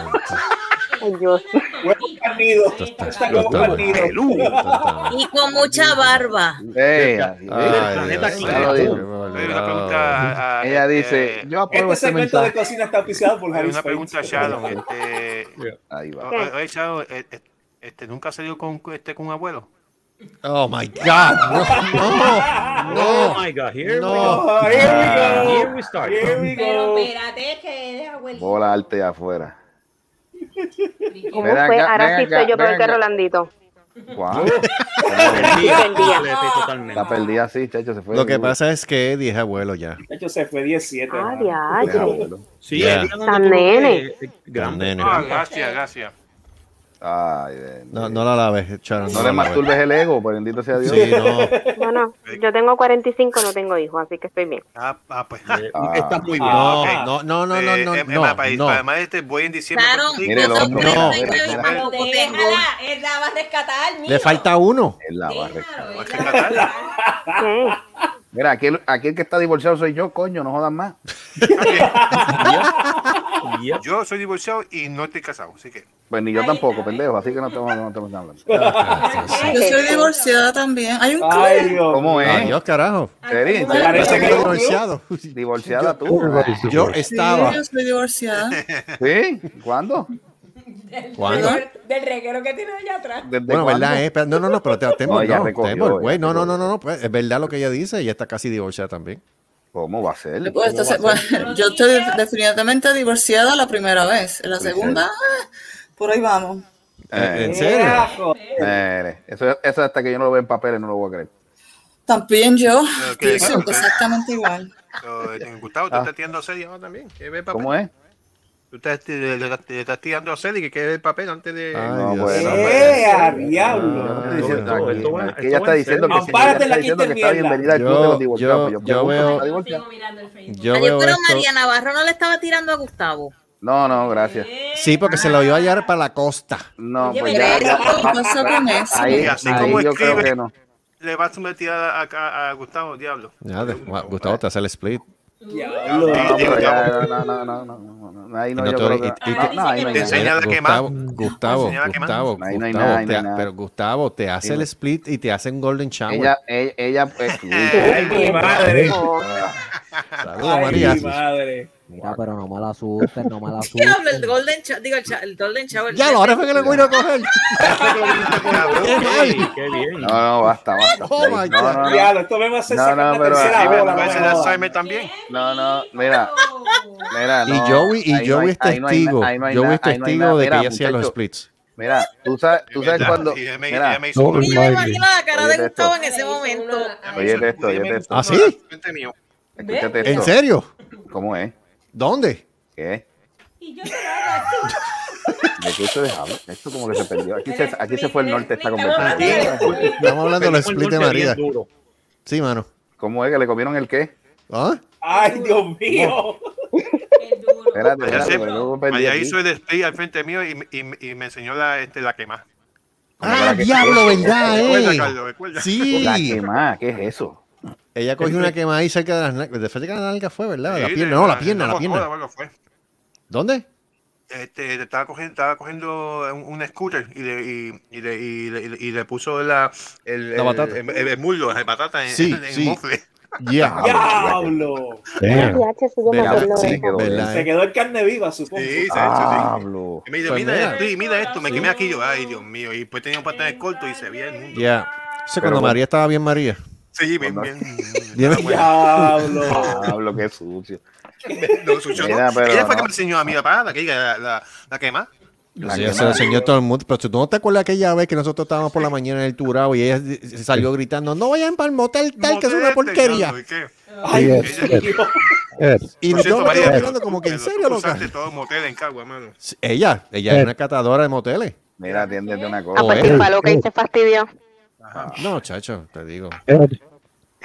Ay, Dios. Huevo carnido. Hashtag huevo carnido. Y con mucha barba. Ey, ay, Ay, Dios, Dios, ya lo digo. pregunta a- Ella dice, yo apruebo Este este segmento de mensaje. cocina está auspiciado por Hay Harry una pregunta a Sharon. Este, Ahí va. o- o- oye, Sharon, eh, eh, este, ¿nunca ha salido con, este, con un abuelo? Oh my God, no, no, Oh my God, here no, we go. no. Here we start. Pero espérate que eres abuelito. Bola arte afuera. ¿Cómo Ven fue? acá, Ahora ven sí soy acá, yo peor ven que acá. Rolandito. Guau. La perdí así, chacho, se fue. Lo que pasa es que Eddie es abuelo ya. De hecho, se fue 17. Ah, mano. diache. Sí, Ya. él era Tan donde tuvo nene. que- Gran eh, Grande. nene. Ah, gracias, gracias. Ay, ven. No, no la laves, Sharon. No le la laves. masturbes el ego, pues, bendito sea Dios. Sí, no. Bueno, yo tengo 45, no tengo hijos, así que estoy bien. Ah, ah, pues. Ah, Estás muy bien. No, ok. no, no, no, no, Eh, no, eh, no, Emma, para- no. para- Además, este, voy en diciembre. Claro. contigo. Mira el otro. No. mira, mira, mira. Pero Pero tengo. déjala, él la va a rescatar, mira. Le falta uno. Él la va a arreglar. Claro, Hay él que la va a tratar. rescatar. ¿Qué? Mira, aquel, aquel que está divorciado soy yo, coño, no jodan más. Yep. Yo soy divorciado y no estoy casado, así que. Pues ni yo tampoco, pendejo, así que no estamos no estamos hablando. Yo soy divorciada también. Hay un Ay, club. Dios. ¿Cómo es? Adiós, carajo. Me Seri, parece ¿estás que- Divorciado. divorciada tú. Ah. Everybody's Yo divorced. Sí, estaba. yo soy divorciada. ¿Sí? ¿Cuándo? ¿Cuándo? Del reguero que tiene allá atrás. ¿Desde Bueno, cuándo? verdad, eh, pero- no, no, no, pero te No, Temor, ya no, recogió, Temor, ya güey, no, no, recogió. no, no, no, pues, es verdad lo que ella dice, ella está casi divorciada también. ¿Cómo va a ser? Pues, entonces, bueno, yo estoy definitivamente divorciada la primera vez. La segunda, ah, por ahí vamos. Eh, ¿En serio? Carajo. eh, eso, eso hasta que yo no lo vea en papeles no lo voy a creer. También yo Pero que- pienso exactamente igual. Pero, eh, Gustavo, tú Ah. estás tirando a Sally ahora también. ¿Qué ve papel? ¿Cómo es? Tú estás, eh, le, le- le estás tirando a Sally que quiere ver el papel antes de. Ay, No, Dios. bueno. ¡Eh, a Yo no Ah, diablo! estoy diciendo esto- aquí, esto va- es que esto ella va está en diciendo que, serio. sí, ella Ampárate en está la diciendo que quinta está enmienda. bienvenida al club de los divorciados. Yo- pues yo pregunto, veo- ¿está Yo divorciada? sigo mirando el Facebook. Yo Ay, veo pero esto, María Navarro no le estaba tirando a Gustavo. No, no, gracias. sí, porque se lo iba a llevar para la costa. No, Oye, pues pero ya. eso, ya- ¿qué pasó con eso? Ahí, Y así ahí como yo creo escribe. que no. Le vas a someter a, a, a Gustavo, diablo. Ya, de- Gua- Gustavo te hace el split. Diablo. No, no, Sí, pero Gustavo, ya, no, no, no, no, no, no, no, ahí no, Y no yo te- creo y- que- y- no, no, ahí no hay Te enseña nada. la que más. Gustavo, Gustavo, Enseña la que más. Gustavo, Ahí no hay Gustavo, nada, ahí no te- hay nada. pero Gustavo te hace Sí, el no. split y te hace un golden shower. Ella, ella, ella, pues, sí, Ay, mi madre. Oh, Saludos, María. ¡Ay, mi madre! Mira, pero no me la asustes, no me la ¿Qué asustes. habla el Golden Shower? Digo, el, cha- el Golden Shower. Ya, lo ahora fue que lo voy a coger. Qué Ey, mal. Qué bien. no, no, basta, basta. Oh, my no, no, no, Diablo, esto me va a hacer No, sacar no, la pero- tercera Sí, me pero bola. me parece no el me jodas. Alzheimer también. no, no, mira. Mira, Y no, Joey, y ahí no Joey hay- es ahí no hay testigo. na- ahí no hay Joey na- es ahí no hay testigo nada. de que Mira, ella hacía los muchacho, splits. Mira, tú sabes, tú sabes ¿Verdad? cuando. Y ella me- Mira, ella me hizo- Oh, Y yo me my imagino la cara Oye, de de esto. Gustavo en ese momento. Oye, de esto, oye, de esto. ¿Ah, sí? Frente mío. Escúchate esto. ¿En serio? ¿Cómo es? ¿Dónde? ¿Qué? Y yo te lo hago así. ¿De qué ustedes hablan? Esto como que se perdió. Aquí se, El aquí se fue el norte esta split, estamos conversación. hablando del split. Estamos hablando de los splits de Perdimos el María. golpe bien duro. Sí, mano. ¿Cómo es que le comieron el qué? ¿Ah? ¡Ay, Dios mío! El duro. Espérate, Allá, espérate, se, porque luego perdí allá aquí. hizo el split al frente mío y, me- y, me- y me enseñó la, este, la que más. Ah, diablo, verdad, Recuerda, eh. Carlos, recuerda. La Sí. quemada, ¿qué es eso? Ella cogió una quema ahí cerca de las nalgas. De cerca de las nalgas fue, ¿verdad? La Sí, pierna, de- no, la pierna, la no, pierna. no, no, fue. ¿Dónde? Este, estaba cogiendo, estaba cogiendo un, un scooter y le, y, y le, y le, y le puso la, el, La batata. el, el- el muslo, la batata en, Sí, en el sí. mufle. Ya. ¡Diablo! Damn. diache, sí, yo me ¿Verdad? acuerdo de Sí, eso. ¿verdad? Se quedó el carne viva, Sí, supongo. se hecho, sí. Hablo. Y me dice, Pues mira, mira. split, mira esto, me Sí. quemé aquí yo, ay Dios mío, y pues tenía un pantalón corto y se veía el mundo. Ya. Eso Pero cuando bueno. María estaba bien, María. Sí, bien, Cuando- bien. Bien. Ah, bueno. ¡Diablo! Hablo, qué sucio. No, sucio, Mira, no. pero Ella fue que no. me enseñó a mí la parada, que diga, la, la, la quema. Yo sé, se lo enseñó a todo el mundo, pero tú no te acuerdas aquella vez que nosotros estábamos por la mañana en el Turabo y ella se salió gritando, no vayan para el motel tal, que es una porquería. Ay, Yes, yes, yes. yes. Y Por cierto, yo me María, quedé mirando como que en pero tú serio, loca. usaste todo motel en Cagua, mano. Ella, ella es una catadora de moteles. Eh. Mira, atiéndete una Ah, pues sí, para lo que se fastidió. Ah. No, chacho, te digo. Ed,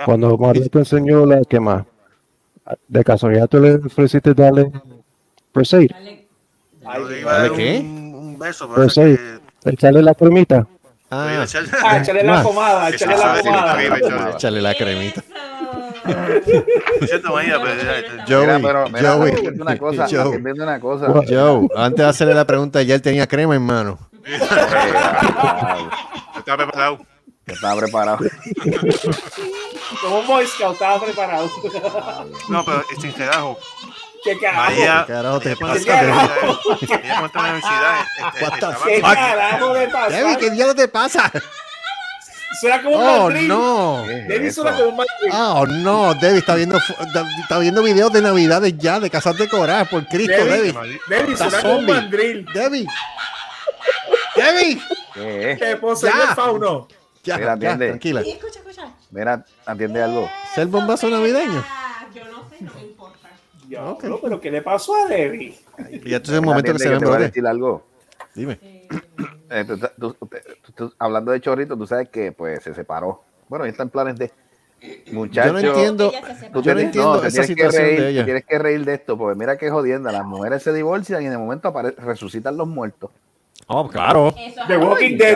cuando María te enseñó la quema, de casualidad tú le Eh, ofreciste darle Perseid, Yo le iba a dar ¿Dale qué? Un, un beso, pero esa Perseid, echarle la cremita. Ah, Ah, échale la pomada, échale la pomada. Échale la cremita. Por cierto, María, pero- Joey, Mira, pero- mira, Joey, atiéndete una cosa, Joey. atiéndete una cosa. Joe, antes de hacerle la pregunta, ya él tenía crema en mano. Eh, Estaba preparado. Estaba preparado. Como un Boy Scout, estaba preparado. No, pero es sin carajo. ¿Qué carajo? María, ¿Qué carajo te ella cuando estaba pasa, en la bro? universidad, ella cuando estaba en la universidad, este, What the estaba- fuck? Debbie, ¿qué diablo te pasa? Suena como un Oh, mandril. no. Debbie suena como un mandril. Oh, no, Debbie está viendo, fu- da- está viendo videos de Navidades ya, de casas decoradas, por Cristo, Debbie. Debbie, Debbie, Está suena como un zombie. mandril. Debbie. Debbie. Te posee Ya. el fauno. Ya, Mira, ya, atiende. tranquila. Escucha, escucha. Mira, atiende algo. ¿Es el bombazo navideño? Ah, yo no sé, no me importa. Diablo, pero ¿qué le pasó a Debbie? Y ya tú es el momento que se Atiende, ven, te voy a brother. decir algo. Dime. Eh, tú- tú- tú- tú- tú- hablando de Chorrito, tú sabes que pues se separó. Bueno, ya están planes de. Muchachos, Yo no entiendo- tú yo no tienes- entiendo te esa tienes que situación de reír, te ella. Tienes que reír de esto, porque mira qué jodienda. Las mujeres se divorcian y de momento apare- resucitan los muertos. Oh, claro. The Walking Dead.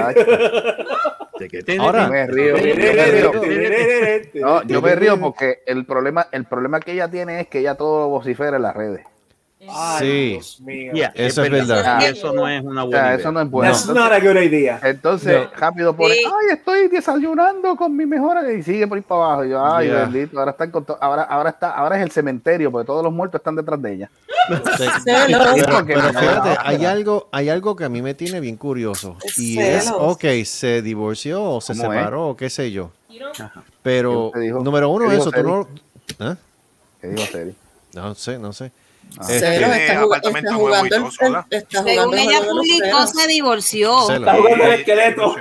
Ahora- Ahora me río. Yo me río. No, yo me río porque el problema, el problema que ella tiene es que ella todo vocifera en las redes. Sí. Yeah, Eso es verdad. Y eso no es una O buena sea, idea. eso no es bueno. That's not a good idea. Entonces, ah, No. rápido por ay, estoy desayunando con mi mejor y sigue por ahí para abajo. Y yo, ay, Yeah. bendito, ahora están con to- ahora, ahora está, ahora es el cementerio, porque todos los muertos están detrás de ella. Sí. Celos. Pero, pero Porque- fíjate, hay algo, hay algo que a mí me tiene bien curioso. Y es, Celos. ok, se divorció o se ¿Cómo es? separó, o qué sé yo. Ajá. Pero, ¿Qué dijo? número uno, ¿Qué dijo eso, tú no. ¿Ah? ¿Qué dijo Ah. Seri? No sé, no sé. Este, Celos, este, está, jugando, está jugando, el- el- está jugando Según el ella juego de los publicó, celos. se divorció. Celos. Está jugando el esqueleto.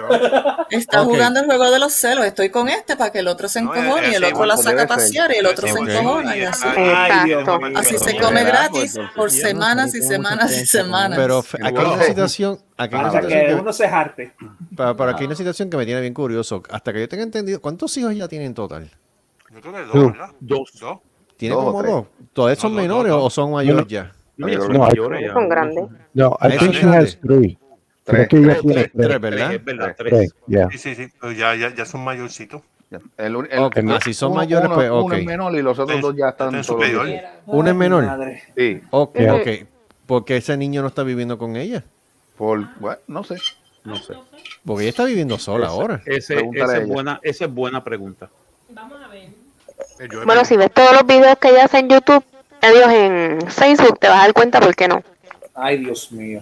Está Ok. jugando el juego de los celos. Estoy con este para que el otro se encojone y el otro la saca a pasear y el otro se Ok. encojona. y así. Ay, Dios mío. Así se Pero- come Pero- gratis por semanas y semanas y semanas. Pero fe- aquí hay una situación, aquí hay una Hasta que situación, uno se jarte. que, pa- pero aquí hay una situación que me tiene bien curioso. Hasta que yo tenga entendido, ¿cuántos hijos ya tiene en total? Yo creo que dos, Tú. ¿verdad? Dos. Dos. ¿Tiene Dos o como tres. dos? ¿Todos son No, no, menores no, no. o son mayores ya? No, ya son No, mayores, ya. Son grandes. No, I Eso think es she has three. Creo Tres. que ella Tres, tiene tres, tres. tres, ¿verdad? Es verdad, Tres, tres. yeah. Sí, sí, sí. Pero ya, ya, ya son mayorcitos. El, un- Ok, ah, si son mayores, uno- pues, uno ok. es menor y los otros Está en- dos ya está están en todos superior. bien. ¿Uno es menor? Madre. Sí, Ok, Ujú. ok. ¿Por qué ese niño no está viviendo con ella? por, bueno, no sé. No sé. Porque ella está viviendo sola ahora. Ese, Pregúntale esa a es ella. buena, esa es buena pregunta. Vamos a ver. Bueno, si ves todos los videos que ella hace en YouTube, adiós en Facebook, te vas a dar cuenta por qué no. Ay, Dios mío.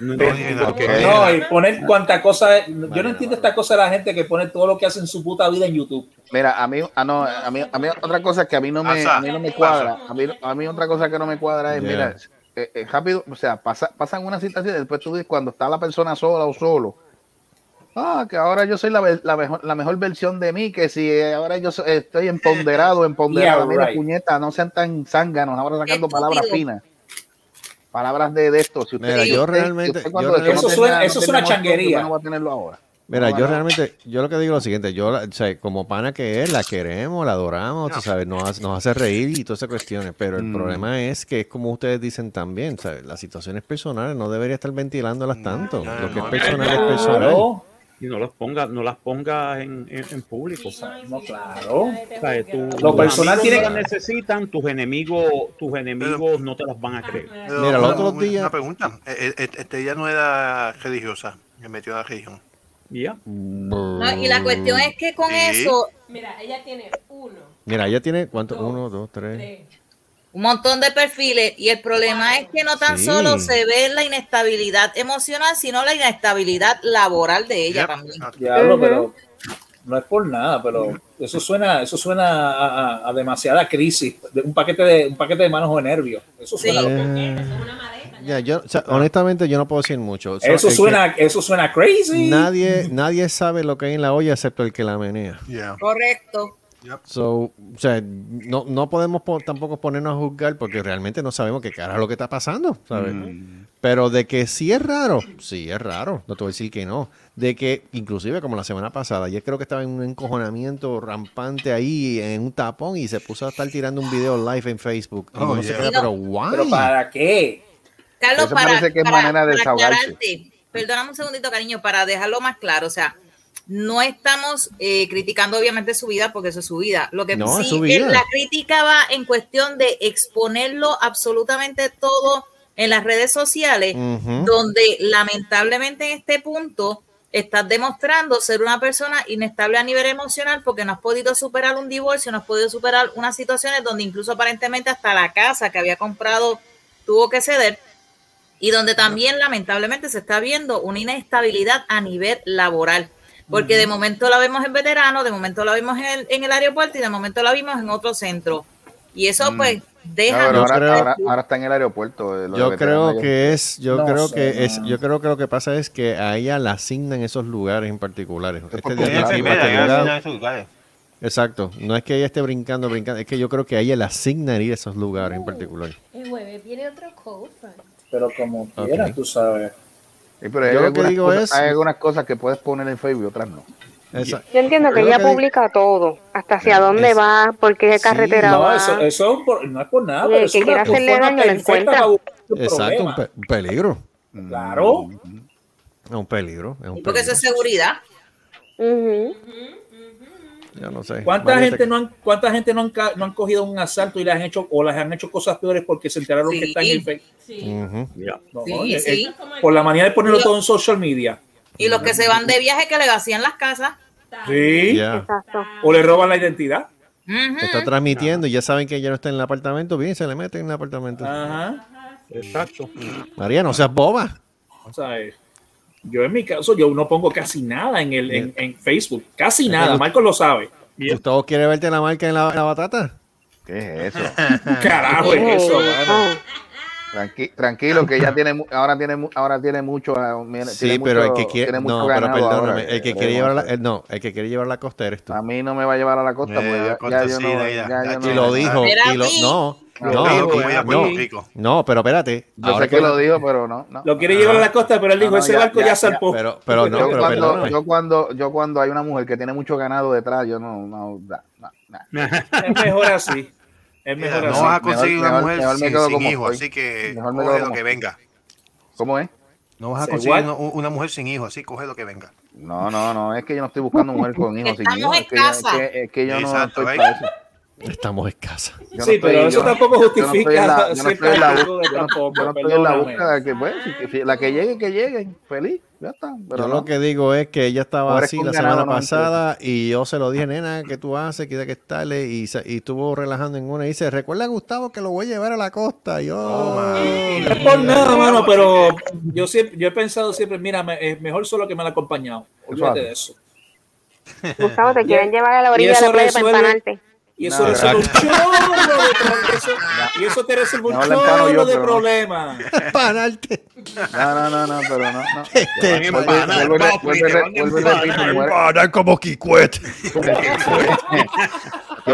No No, entiendo no, por qué. no. No, y poner cuánta cosa. Yo no entiendo esta cosa de la gente que pone todo lo que hace en su puta vida en YouTube. Mira, a mí, ah, no, a mí, a mí otra cosa que a mí no me, Pasa. a mí no me cuadra, a mí, a mí otra cosa que no me cuadra es, Yeah. mira, eh, eh, rápido, o sea, pasa, pasan una situación y después tú dices cuando está la persona sola o solo, ah, que ahora yo soy la, ve- la mejor, la mejor versión de mí, que si eh, ahora yo so- estoy empoderado, empoderada, Yeah, mira, right. puñeta, no sean tan zánganos, ahora sacando Estúpido. palabras finas. Palabras de, de esto, si usted, Mira, si yo usted- realmente- usted cuando yo decía, realmente- no Eso suena- tenía- eso no suena tenía amor, changuería. No va a tenerlo ahora. Mira, No, yo no. realmente, yo lo que digo es lo siguiente, yo, la- o sea, como pana que es, la queremos, la adoramos, tú sabes, nos hace, nos hace reír y todas esas cuestiones, pero el Mm. problema es que es como ustedes dicen también, ¿sabes? Las situaciones personales no debería estar ventilándolas tanto, no, lo que es no, personal es no. personal. Claro. Y no las pongas no las pongas en, en, en público. ¿sabes? No, claro. O sea, tú- Lo tus personal amigos tiene- no las necesitan, tus enemigos, tus enemigos no te las van a creer. Ah, Pero Mira, los una- otros una- días- Una pregunta. Eh, eh, Este ya no era religiosa. Me metió a la religión. Ya. No, y la cuestión es que con Sí. eso, Mira, ella tiene uno, Mira, ella tiene, ¿cuánto? Uno, dos, tres. tres. un montón de perfiles, y el problema es que no tan Sí. solo se ve la inestabilidad emocional, sino la inestabilidad laboral de ella Ya. también. Diablo, pero no es por nada, pero eso suena, eso suena a, a- a demasiada crisis, de un paquete de un paquete de manos de nervios. Eso Sí. suena. Eh, Eso es una maleta. Ya, yo, o sea, honestamente, yo no puedo decir mucho. So- Eso el que- suena, eso suena crazy. Nadie, nadie sabe lo que hay en la olla excepto el que la menea. Correcto. So, o sea, no, no podemos po- tampoco ponernos a juzgar porque realmente no sabemos qué cara es lo que está pasando, ¿sabes? Mm. Pero de que sí es raro, sí es raro, no te voy a decir que no. De que, inclusive como la semana pasada, ayer creo que estaba en un encojonamiento rampante ahí, en un tapón, y se puso a estar tirando un video live en Facebook. Y Oh, uno se yeah. queda, pero guay. ¿Pero para qué? Carlos, Eso para, parece que es para- manera de para desahogarse. aclararte, perdóname un segundito, cariño, para dejarlo más claro, o sea, no estamos eh, criticando obviamente su vida porque eso es su vida. Lo que No, es sí, su vida. es- la crítica va en cuestión de exponerlo absolutamente todo en las redes sociales, Ujú. donde lamentablemente en este punto estás demostrando ser una persona inestable a nivel emocional porque no has podido superar un divorcio, no has podido superar unas situaciones donde incluso aparentemente hasta la casa que había comprado tuvo que ceder y donde también lamentablemente se está viendo una inestabilidad a nivel laboral. Porque de momento la vemos en veterano, de momento la vimos en el, en el aeropuerto y de momento la vimos en otro centro. Y eso pues deja... Claro, Yo ahora, creo- ahora- ahora está en el aeropuerto. eh, lo de Yo veterano, creo que es, yo No creo sé, que Mm. es, mano. yo creo que lo que pasa es que a ella la asignan esos lugares en particulares. Este Porque ella es diagnóstico enfermera, ella particular- asigna esos lugares. Exacto, no es que ella esté brincando, brincando, es que yo creo que a ella le asignan ir a esos Uh, lugares en particular. El jueves viene otro co-friend. Pero como Ok. quiera, tú sabes. Sí, pero hay Yo lo que algunas digo cosas- es- Hay algunas cosas que puedes poner en Facebook y otras no. Esa- Yo entiendo que Yo ella lo que publica todo, hasta hacia dónde va, por qué carretera No, va. eso, eso por- no es por nada. Y pero el es que una- quiera tu hacerle forma daño le perfecta encuentra. para buscar tu Exacto, un, problema. pe- un peligro. Claro. Es un peligro, es un Porque peligro. eso es seguridad. Yo no sé. ¿Cuánta Varias gente, tec- no han, ¿Cuánta gente no han, ca- no han cogido un asalto y les han hecho o les han hecho cosas peores porque se enteraron que están en Facebook? No, Sí, oye, sí. eh, por la manera de ponerlo Yo- todo en social media. Y los que se van de viaje que le vacían las casas. Sí. Ya. O le roban la identidad. Ujú. Se está transmitiendo y ya saben que ella no está en el apartamento, bien, se le meten en el apartamento. Ah. Ajá. Exacto. María, no seas boba. O sea, eh, yo en mi caso, yo no pongo casi nada en, el, en, en Facebook. Casi nada. Marcos lo sabe. ¿Gustavo quiere verte la marca en la, en la batata? ¿Qué es eso? Carajo, es eso, mano. Tranqui- tranquilo, que ya tiene, mu- ahora tiene, mu- ahora tiene mucho. ah, mira, Sí, tiene pero mucho- el que quiere, tiene mucho no, pero ganado perdóname, ahora, el que eh, quiere llevar la, Raymond. el- no, el que quiere llevar la costa eres tú. A mí no me va a llevar a la Eh, costa, porque la pues, ya, costa ya yo sí, no. de ya allá. yo no- Y lo dijo, Era y lo, mí. no, Lo no, dijo, no, voy a no, Puerto Rico. no, pero espérate. Yo sé que lo dijo, pero no. no. Lo quiere llevar a la costa, pero él dijo, ese barco ya salpó. Pero- pero no, yo, pero cuando, perdóname. yo, cuando, yo cuando hay una mujer que tiene mucho ganado detrás, yo no. no, no, no, no. Es mejor así. Es mejor Mira, así. no vas a conseguir una mujer sin- quedo sin como hijo, estoy. así que Mejor me coge quedo lo que como- venga. ¿Cómo es? No vas a Say conseguir what? una, una mujer sin hijos, así coge lo que venga. No, no, no, es que yo no estoy buscando mujer con hijos. sin Estamos hijos, en es que yo- casa. Es que, es que yo no Exacto, estoy ¿eh? para eso. Estamos escasas. Yo no Sí, pero eso tampoco yo no estoy en la- justifica Yo no ser estoy en la fanático de yo no- tampoco, yo no estoy en la perdóname. búsqueda de que, bueno, si- que- si- la que llegue, que llegue, feliz, ya está. Pero yo no. lo que digo es que ella estaba Ahora es así con la ganado, semana no mentira. pasada y yo se lo dije, nena, ¿qué tú haces? ¿Qué que estarle? Y, se- y estuvo relajando en una y dice, recuerda Gustavo que lo voy a llevar a la costa. Yo, Oh, "Ah, No es por nada, mano, pero yo siempre, yo he pensado siempre, mira, me- es mejor solo que mal acompañado. Olvídate de eso. Gustavo, te quieren llevar a la Y orilla de eso la playa para resuelve- empanarte. Y eso No, resuelve un exacto. chorro de problemas. Y eso te resuelve un Mejor le empano chorro yo, de pero no. problemas. Panarte. No, no, no, no, pero no. no. Este, Te Vuelvo y re- vuelvo y pues, re- vuelvo y re- vuelvo y repito, mujer- como Kicuet. Yo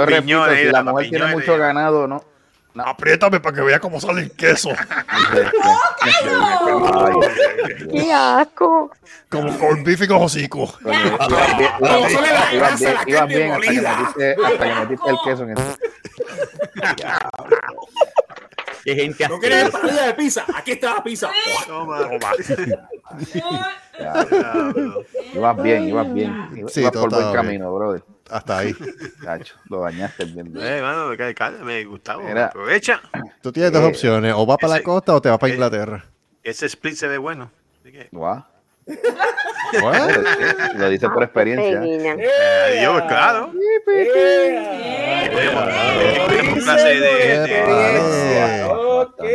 repito, Piñones, si ella, la la mujer tiene piñones, mucho ganado, no. Apriétame para que vea cómo sale el queso. ¡Oh, ¡Qué asco! Como con bife con hocico. Ibas bien, ibas bien, ibas bien, ibas bien hasta, que metiste, hasta que metiste el queso en el. Qué gente ¿No quieres asquerosa. parrilla de pizza? Aquí está la pizza. Toma. Diablo. Ibas bien, ibas bien. Iba- Sí, ibas todo por buen estaba bien. camino, brother. Hasta ahí. Cacho, lo dañaste bien. Eh, mano, cá- cálmame, Gustavo. Mira. Aprovecha. Tú tienes dos Eh, opciones, o vas para la ese- costa o te vas eh, para Inglaterra. Ese split se ve bueno. Así que- Guau. Guau. Lo dice por experiencia. Eh, pues, Dios, claro. pues, Tenemos- tenemos clase de- de- Epa.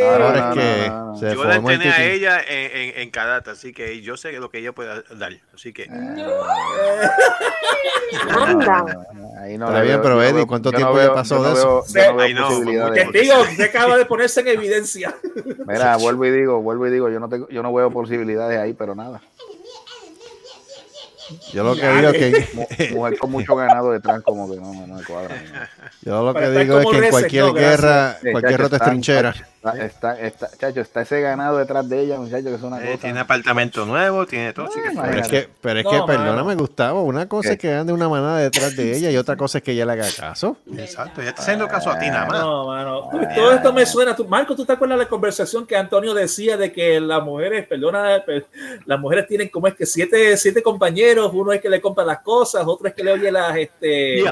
Ahora es que se yo la formó el entrené a tití. ella en, en, en karate, así que yo sé lo que ella puede dar. Así que. Ahí no Está le bien, veo- pero yo no Eddie, veo- ¿cuánto yo no tiempo veo- le pasó yo no de veo- eso? yo no veo posibilidades. Testigo, usted acaba de ponerse en evidencia. Mira, vuelvo y digo, vuelvo y digo, yo no tengo, yo no veo posibilidades ahí, pero nada. Yo lo que eh, digo es que- Mu- mujer con mucho ganado detrás, como que no, no me cuadra. Yo lo que digo es que en cualquier guerra, cualquier rota es trinchera. Está, está, está, chacho, está ese ganado detrás de ella, muchacho, que es Eh, una cosa. Eh, Tiene apartamento nuevo, tiene todo. así que- Pero es que, pero es que No, mano. perdóname, Gustavo, una cosa ¿Qué? es que ande una manada detrás de ella y otra cosa es que ella le haga caso. Exacto, ya está haciendo caso a ti nada más. No, mano. Tú- Todo esto me suena. Tú- Marco, ¿tú te acuerdas la conversación que Antonio decía de que las mujeres, perdona, per- las mujeres tienen como es que siete, siete compañeros, uno es que le compra las cosas, otro es que le oye las, este...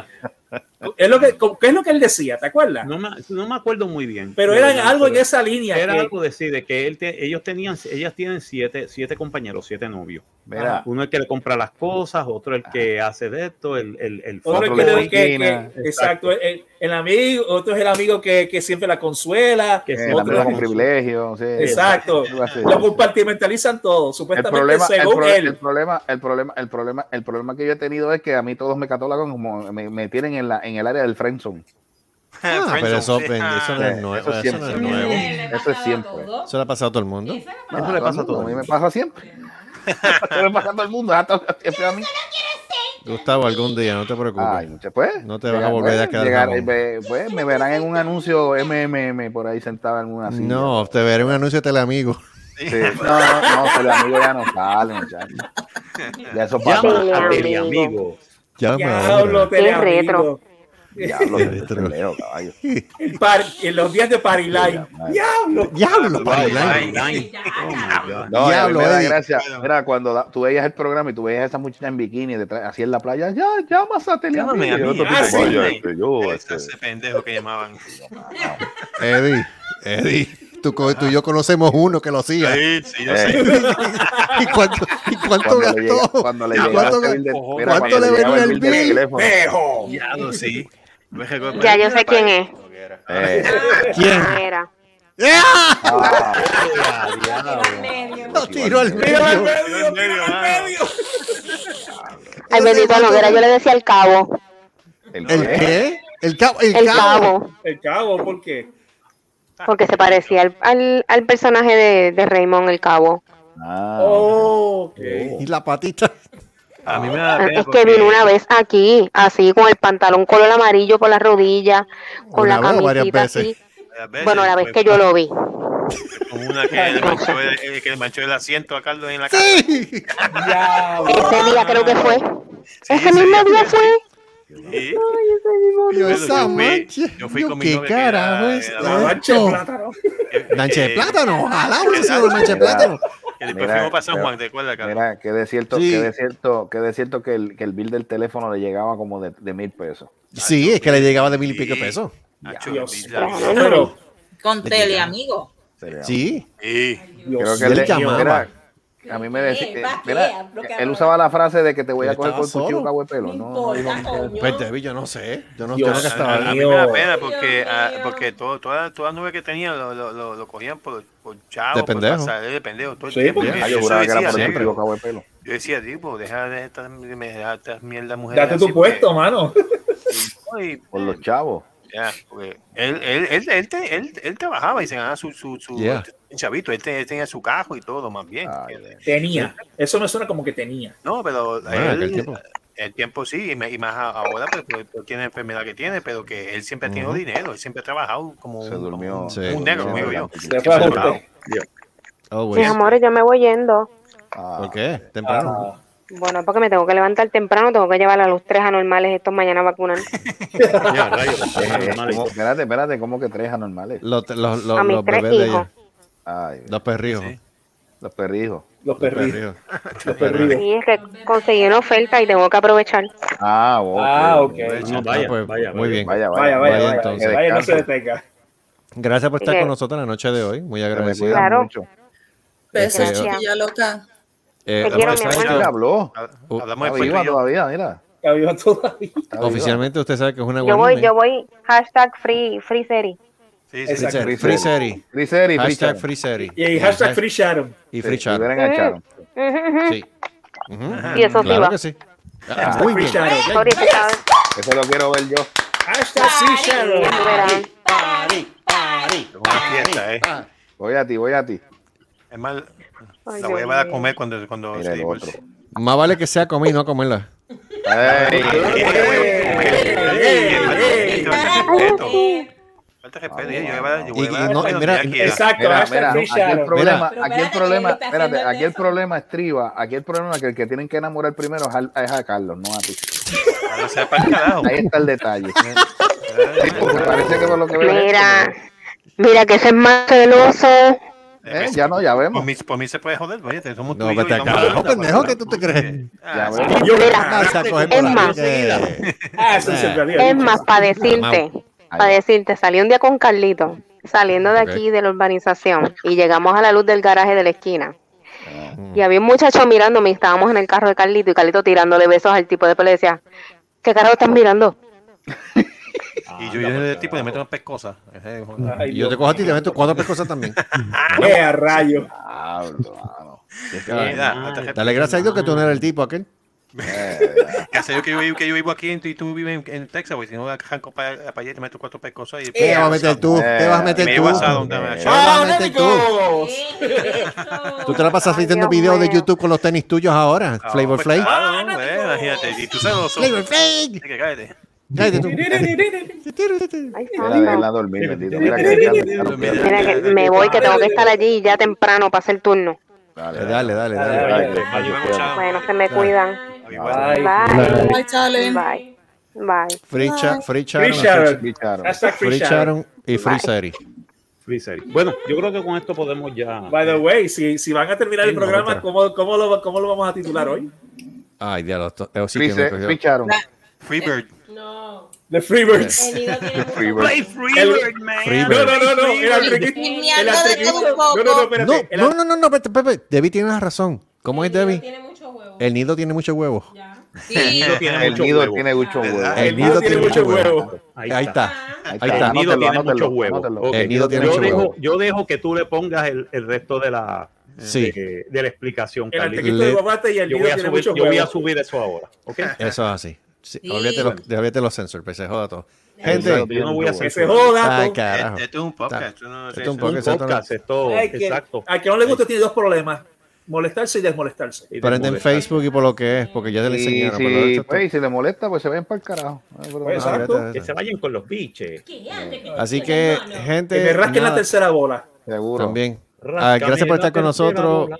Es lo que, ¿Qué es lo que él decía? ¿Te acuerdas? No me, no me acuerdo muy bien. Pero De era verdad, algo en pero esa línea. Era que- algo de sí, de que él te- ellos tenían, ellas tienen siete, siete compañeros, siete novios. Mira. Uno el que le compra las cosas, otro el que hace de esto, el, el, el Otro es que, le- que- que- exacto, el, el amigo, otro es el amigo que, que siempre la consuela, Eh, otro- también con privilegios. sí. Exacto. Algo así. Lo compartimentalizan todo, El supuestamente problema, el, según pro- él. el problema, el problema, el problema, el problema que yo he tenido es que a mí todos me catalogan como me, me tienen en la en el área del friendzone. Ah, Ah, pero eso, eso no es nuevo. Eso, Eso no es siempre. nuevo. Eso es siempre. Eso le ha pasado a todo el mundo. Eso le pasa a todo. el mundo, A mí me pasa siempre. Eso le pasa a todo el mundo. hasta- siempre a mí. Gustavo, algún día, no te preocupes. no te vas a pues, Llegar- volver a quedar. llegar- jamón. ve- pues, me verán en un anuncio MMM por ahí sentado en una silla. No, te veré un anuncio de teleamigo. Sí. No, no, no, pero amigo ya no sale, muchacho. Ya eso Llama pasó. a Teleamigo. Llama Diablo, ahora. teleamigo. Qué retro. Diablo, qué peleo, caballo. El par- en los días de Pariline. Diablo. Diablo, Oh, Diablo, No, Diablo, me da Eddie. gracia. Mira, cuando da- tú veías el programa y tú veías a esa muchacha en bikini detrás, así en la playa, ya, llamas a Teleamigo. Llámame a Y el mí. otro tipo, Ah, sí. "Vaya, este, yo, este, Ese pendejo que llamaban. Eddie, Eddie. Tú, co- tú y yo conocemos uno que lo hacía. Sí, sí, yo Eh. sé. ¿Y cuánto, y cuánto Cuando le gastó? llega- cuando le ¿Y llega ¿Cuánto, el ga- bill de- ¿cuánto mira, cuando le le llegaba venía el el bill de bill? teléfono. Pejo. Ya lo sí. Me recuerdo- Ya yo sé quién es. Eh. ¿Quién? ¡Eh! Era. Lo tiró al medio. Tiro al Ah. medio, tiro al medio. Ay, bendito Noguera, yo le decía al cabo. ¿El qué? El cabo. El, El, cabo. El cabo, ¿por qué? Porque se parecía al, al, al personaje de, de Raymond el Cabo. Ah. Oh, Y la patita. A mí me da Ah, pena Es que porque- vino una vez aquí, así con el pantalón color amarillo por las rodillas, con Una la vez o varias camisita veces. así. Varias veces, Bueno, la vez pues, que yo lo vi. Con una que le manchó el, eh, que le manchó el asiento a Carlos en la cara. Sí. Ese día creo que fue. Ese mismo día fue. Yo, Yo esa fui- mancha. yo fui yo, con mi ¿Qué novia que carajo era- es era la mancha esto? de Mancha de Eh, plátano. Ojalá hubiese eh, sido exacto. una mancha de plátano. Que después Mira, fuimos para San pero- Juan, ¿te acuerdas, Carlos? Mira, que de cierto, Sí. que de cierto, que de cierto que el, que el bill del teléfono le llegaba como de, de mil pesos. Sí, es que le llegaba de mil y pico pesos. Pero, Con teleamigo. eh, Sí. Creo que Él él le- llamaba. mira, a mí me decía, Eh, va, mira, eh, él usaba la frase de que te voy Él a coger por el estaba cuchillo solo. cabo de pelo. No, no dijo nunca eso. Pues, David, yo no sé. Yo no Dios tengo que A, estar. a mí me da pena porque, ah, porque todo, toda, toda nube que tenía lo, lo, lo, lo cogían por, por chavo, De por pendejo. pasarela de pendejo. Todo el Sí, tiempo. porque- Yo yo juraba que era decía, por el negro. cuchillo cabo de pelo. Yo decía, tipo, deja de estas, me da estas mierdas mujeres. date tu así, porque- puesto, mano. eh, Ay, Por los chavos. ya, porque él, él, él, él, te- él, él trabajaba y se ganaba su, su, su Yeah. chavito. Él, te- él tenía su cajo y todo, más bien. Ah, Tenía. Eso me suena como que tenía. No, pero Ah, él- aquel tiempo. el tiempo sí, y, me- y más a- ahora, pues, pues, pues, tiene la enfermedad que tiene, pero que él siempre ha tenido Ujú. dinero, él siempre ha trabajado como un, como un- Sí. un negro, Se como digo yo. fue Siempre ha a trabajado. Oh, Mis güey. amores, yo me voy yendo. ¿Por qué? Temprano. Bueno, porque me tengo que levantar temprano, tengo que llevar a los tres anormales estos mañana a vacunar. Ya, rayos, los tres Eh, anormales. ¿cómo? espérate, espérate, ¿cómo que tres anormales? Los, los, A los, mis los tres bebés de Ah. hijos. ella. Los perrijos. Los perrijos. Los perrijos. Los Sí, es que conseguí una oferta y tengo que aprovechar. Ah, ok. Ah, ok. No, vaya, pues, vaya, Muy bien. Vaya, Vaya, vaya, vaya. entonces. vaya, no se detenga. Gracias por estar Ok. con nosotros en la noche de hoy. Muy agradecido. Eh, cuidan Claro. mucho. Besos, Este, chiquilla loca. eh, Te quiero, mi exacto. amor. Mira, habló. Uh, Está viva todavía, mira. Está viva todavía. Oficialmente usted sabe que es una Yo voy, guarina. yo voy, hashtag free, free series. Sí, Free Seri. Free Seri. Free Seri, Free Hashtag Sharon. Free Seri. Y el hashtag Free Sharon. Y Sí, Free Sharon. Eh, liberen a Sharon. Sí. Ujú. Y eso sí claro va. que sí. Ah, Ah, muy Free bien. Sharon. Sorry, se eh. sabe. Eso lo quiero ver yo. Hashtag Free Sharon. Una fiesta, ¿eh? Voy a ti, voy a ti. Es más, Ay, la voy a Dios llevar a mío. comer cuando. cuando Mira el seguimos. otro. Más vale que sea comida y no comerla. Ey, eh. ¿eh? Falta respeto, ya, yo voy a llevar- yo voy a Y- y llevar no, a donde mira, ella quiera. Exacto, Mira, hashtag mira, Free aquí el Sharon. problema, Mira. aquí el problema, espérate, haciendo aquí el problema estriba, aquí el problema que el que tienen que enamorar primero es al- es a Carlos, no a ti. No sea para el carajo. Ahí está el detalle. Sí, porque parece que por lo que veo. Mira, mira que ese es más celoso. Eh, ya no, ya vemos. Por mí, por mí se puede joder, oye, somos No, tú y yo vete y a somos carajo, banda, pendejo, para- ¿qué tú te crees? Ah, Ya sí. vemos. Mira, Casa, coge por es la eh. más. calle. Ah, eso se perdió. es más, para decirte, para decirte, salí un día con Carlito, saliendo de Ok. aquí de la urbanización, y llegamos a la luz del garaje de la esquina. Y había un muchacho mirándome, y estábamos en el carro de Carlito, y Carlito tirándole besos al tipo, después le decía, ¿qué carajo estás mirando? Ah, Y yo, yo era el tipo de meter unas pescosas. Ese- Ay, Ah, Y yo te cojo a ti y te meto cuatro pescosas también. Ah, ¡Qué a rayo! Diablo, mano. Mira, falta respeto. Dale gracias a Dios que tú no eres el tipo aquel. Gracias a Dios que yo, vivo- que yo vivo aquí y tú vives en, en Texas, güey. Si no, arranco para allá y te meto cuatro pescosas. Y ¿Qué vas a meter tú? ¿Qué vas a Me meter llevo asado tú? un tema. ¿Qué vas a meter tú? Oh, Tú te la pasas Ay, haciendo Dios videos de mío. YouTube con los tenis tuyos ahora. Ah, Flavor pues Flake. claro, güey, Imagínate, y tú celoso. Flavor Así Flake. que cállate. Cállate tú. Ay, Mira, santo. déjala dormir, bendito. Mira que ya le dejaron Mira, piedra. Mira que me voy, que tengo que estar allí ya temprano para hacer turno. Dale, dale. Dale, dale, dale. Ay, qué Ay, yo mal me que he queda. Bueno, se me cuidan. Ay, Bye. Bye, Charlie. Bye. Bye. Free, cha- free Charon. Free Sharon. Bicharon. Hashtag Free Free Sharon. Charon y Free Seri. Free Seri. Bueno, yo creo que con esto podemos ya. eh, By the way, si, si van a terminar el Sí, programa, otra. ¿cómo, cómo, lo, ¿cómo lo vamos a titular hoy? Ay, diablo. esto- eh, sí que me Bice- cogió. Bicharon. Freebird. Eh, No. The Freebirds. El nido tiene mucho. Freebird. Freebird, Free No, Bird. no, no, no. El altriquista. El Chismeando de altriquista. todo un No, no, no, poco. No, espérate. el no, no, no, no, Pepe, Pepe. Debbie tiene la razón. ¿Cómo El es nido Debbie? Tiene mucho huevo. El nido tiene muchos huevos. Ya. Sí. Tiene El mucho nido huevo. tiene mucho huevo. El El nido tiene mucho huevo. Ahí, Ahí está. está. Ahí Ahí está. El nido Anótelo, tiene anótelo, muchos huevos. anótelo. Ok, El nido tiene yo, mucho dejo, huevo. yo dejo que tú le pongas el, el resto de la, eh, Sí. de, de la explicación, El Carlito. altriquista de Guabate y el Yo nido voy, a tiene subir, mucho yo voy a huevo. subir eso ahora. ¿ok? Eso es así. Sí, Sí. Olvídate los, olvídate los sensors, pues se joda todo. Yo Gente, no voy a hacer Que se eso. joda. ay, tú. carajo. Este este es un podcast. Está- esto no- Esto es un Un podcast. esto no- podcast, esto, Ay, que- exacto. A que no le guste tiene dos problemas. Molestarse y desmolestarse. Y de Prende en molestar. Facebook y por lo que es, porque ya te lo Y si, enseñaron. pero esto- pues, y si le molesta, pues se ven para el carajo. Ay, pero- Pues, Ah, exacto. olvídate de Que se eso. vayan con los biches. ¿Qué? Antes que- Así que, No, no. Que me gente, rasquen la nada, tercera bola. Seguro. también. Ah, Ráscame gracias por la estar con tercera nosotros. bola.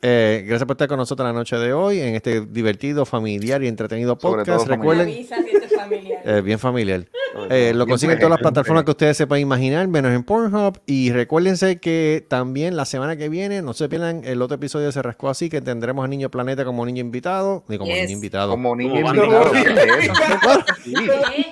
Eh, gracias por estar con nosotros la noche de hoy en este divertido, familiar y entretenido Sobre todo podcast. familiar. Recuerden, Avisa si esto es familiar. Eh, bien familiar. Sobre Eh, todo. lo consiguen en Siempre, todas las plataformas siempre. que ustedes sepan imaginar, menos en Pornhub. Y recuérdense que también la semana que viene, no se pierdan el otro episodio de Se Rascó Así, que tendremos a Niño Planeta como niño invitado. Y como Yes. niño invitado. Como niño Como invitado. bandera. ¿qué es eso? Sí.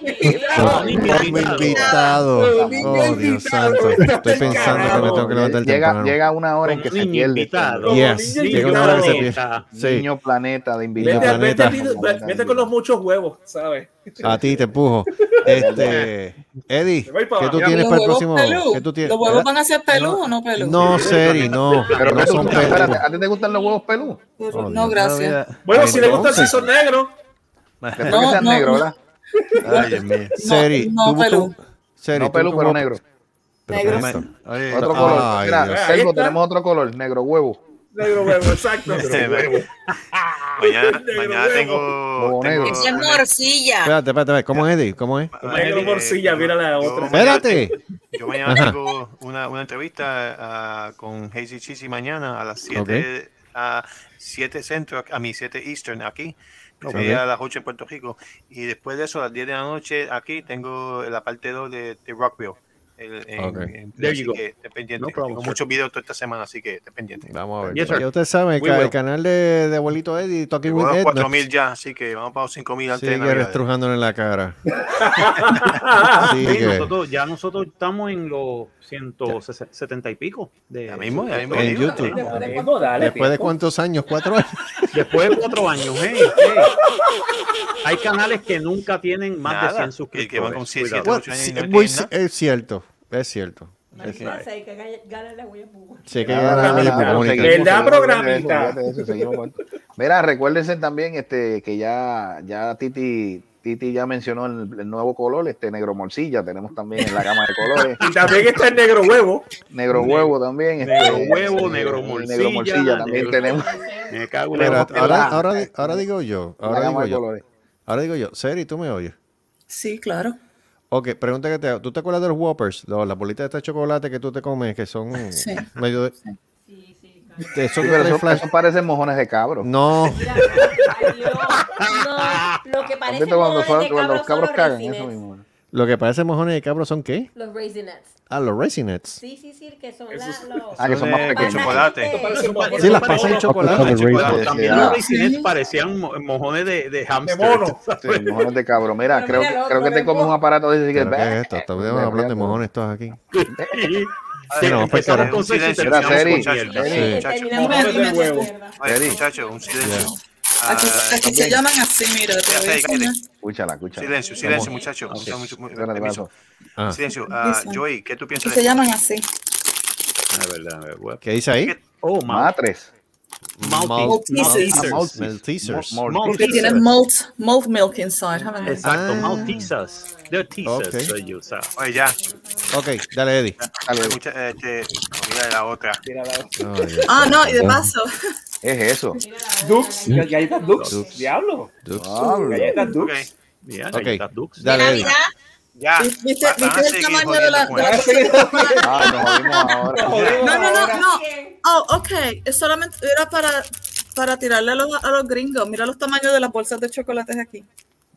Como niño invitado. invitado. Como Oh, Dios santo. Estoy pensando que me tengo que levantar Llega, temprano. llega una hora en Como que se niño pierde. invitado. Yes. Como niño Llega una hora que se invitado. pierde. Sí. Niño planeta de invitado. Vete, Niño vete, planeta. vete- vete- vete con los muchos huevos, ¿sabes? A ti te empujo. Este, Eddie, Me voy para ¿qué tú abajo. tienes Los para el huevos próximo? pelú. ¿Qué tú tienes? ¿Los huevos van a ser pelú o no pelú? No, Seri, no. Pero No ¿qué te son gustan? pelú. Espérate, ¿a ti te gustan los huevos pelú? Oh, no, Dios. gracias. Bueno, Ay, si le gusta el entonces. season negro, Después No, que seas no, negro, no. ¿verdad? Ay, Dios mío. Seri, no, tú buscas pelú. un- Seri, No tú pelú, buscas pero un- negro. ¿Pero qué es Negro. esto? Oye, Otro Ay, color. Dios. Mira, Sergo, Ahí está. tenemos otro color, negro huevo. negro huevo, exacto. mañana, Negro mañana huevo. tengo. Huevo negro. Eso es morcilla. Espérate, espérate, espérate. ¿Cómo es, Eddie? ¿Cómo es? tengo- Negro morcilla, mira la yo otra. mañana Espérate. tengo- Yo mañana Ajá. tengo una, una entrevista ah, con Hazy Cheesy mañana a las 7 a 7 centro, a mis 7 eastern aquí. que Ok. sería a las 8 en Puerto Rico. Y después de eso, a las 10 de la noche, aquí tengo la parte 2 de, de Rockville. El, en- Ok. en- There así you go. que esté pendiente. No problem, tengo sir. muchos videos toda esta semana, así que esté pendiente. Vamos a ver. Yes, sir. ya ustedes saben We que el will. canal de, de abuelito Eddie, Talking Llegó a with los Ed, 4000 ya, así que vamos para los 5000 antes de sigue Navidad. restrujándole en la cara. Sí, sigue. nosotros, ya nosotros estamos en los 170 y pico. De, Ya mismo, ya mismo. En ya mismo. YouTube. Después de Amigo, dale, ¿Después de tiempo. cuántos años? ¿Cuatro años? Después de cuatro años, hey, hey. Hay canales que nunca tienen más Nada, de 100 que- que van con suscriptores. 100, Cuidado. Cuatro Bueno, años sí, y no muy tienen ci- es cierto. Es cierto. Es Imagínense cierto. ahí que gane- gane la Wii U. Sí, que Nada, gana nada, la nada, bonita. seguimos, ¿Verdad, seguimos, programita? olvídate de eso, olvídate de eso, seguimos con esto. Mira, recuérdense también este, que ya, ya Titi, Titi ya mencionó el, el nuevo color, este negro morcilla, tenemos también en la gama de colores. Y también está el negro huevo. Negro huevo también. Negro huevo, negro morcilla. Negro morcilla también tenemos. Me cago en Pero la- ahora, ahora, di- ahora digo yo, La ahora gama digo de yo, colores. ahora digo yo, Seri, ¿tú me oyes? Sí, claro. Ok, pregunta que te hago. ¿Tú te acuerdas de los Whoppers? Los- las bolitas de este chocolate que tú te comes, que son Sí. medio de... de esos que Sí, pero traen esos, flash- esos parecen mojones de cabro. No. No, lo que parece Cuando son- mojones de cuando cabro los son cabros los cagan, Raisinets. eso mismo. Lo que parece mojones de cabro son ¿qué? Los Raisinets. Ah, los Raisinets. Sí, sí, sí, que son la- los... Ah, que son más Son de- pequeños. Chocolate. Sí, las pasas de chocolate. Chocolate, chocolate. También Sí, los ah. Raisinets parecían mo- mojones de, de hamster. Sí, mojones de cabro. Mira, Pero creo, mira que- el otro, creo que mira te el comes un otro. aparato de esos y que- ¿Pero qué es esto? Estamos hablando de mojones todos aquí. Sí, no, pues, empezamos cara. con silencio, Era terminamos con serie. Seri. Sí. Seri, muchacho. Terminamos con Mojones de silencio. huevo. Oye, muchacho, un silencio. Aquí, Ah, aquí se también. llaman así, mira, te Ya voy a sé, cállate. enseñar. Escúchala, escúchala. Silencio, silencio, muchachos. Ok. Mucho- mucho- mucho- Espérate, permiso. Ah. Silencio. Ah, Dicen. Joey, ¿qué tú Aquí piensas se de llaman así. Ah, verdad, verdad, guapo. ¿Qué dice ahí? Oh, Matres. Malt- Maltesers. Maltesers. Ah, Maltesers. Porque tienen malt, malt milk inside, haven't they? Exacto, Maltesers. They're teasers, Ah. Ok. soy yo, ¿sabes? Oye, ya. Ok, dale, Eddie. Mucha- este, mira la otra. Ah, no, y de paso. ¿Qué es eso? Dux, ga- galletas Dux. Dux. Diablo. Dux. Diablo. Galletas Dux. Mira, Ok, galletas Dux. dale, Eddie. Ya. ¿Viste, Van a viste el seguir tamaño de jodiendo la... con de la esto. Ah, nos jodimos ahora. No, no, no, no. Oh, ok. Es solamente era para, para tirarle a los, a los gringos. Mira los tamaños de las bolsas de chocolates aquí.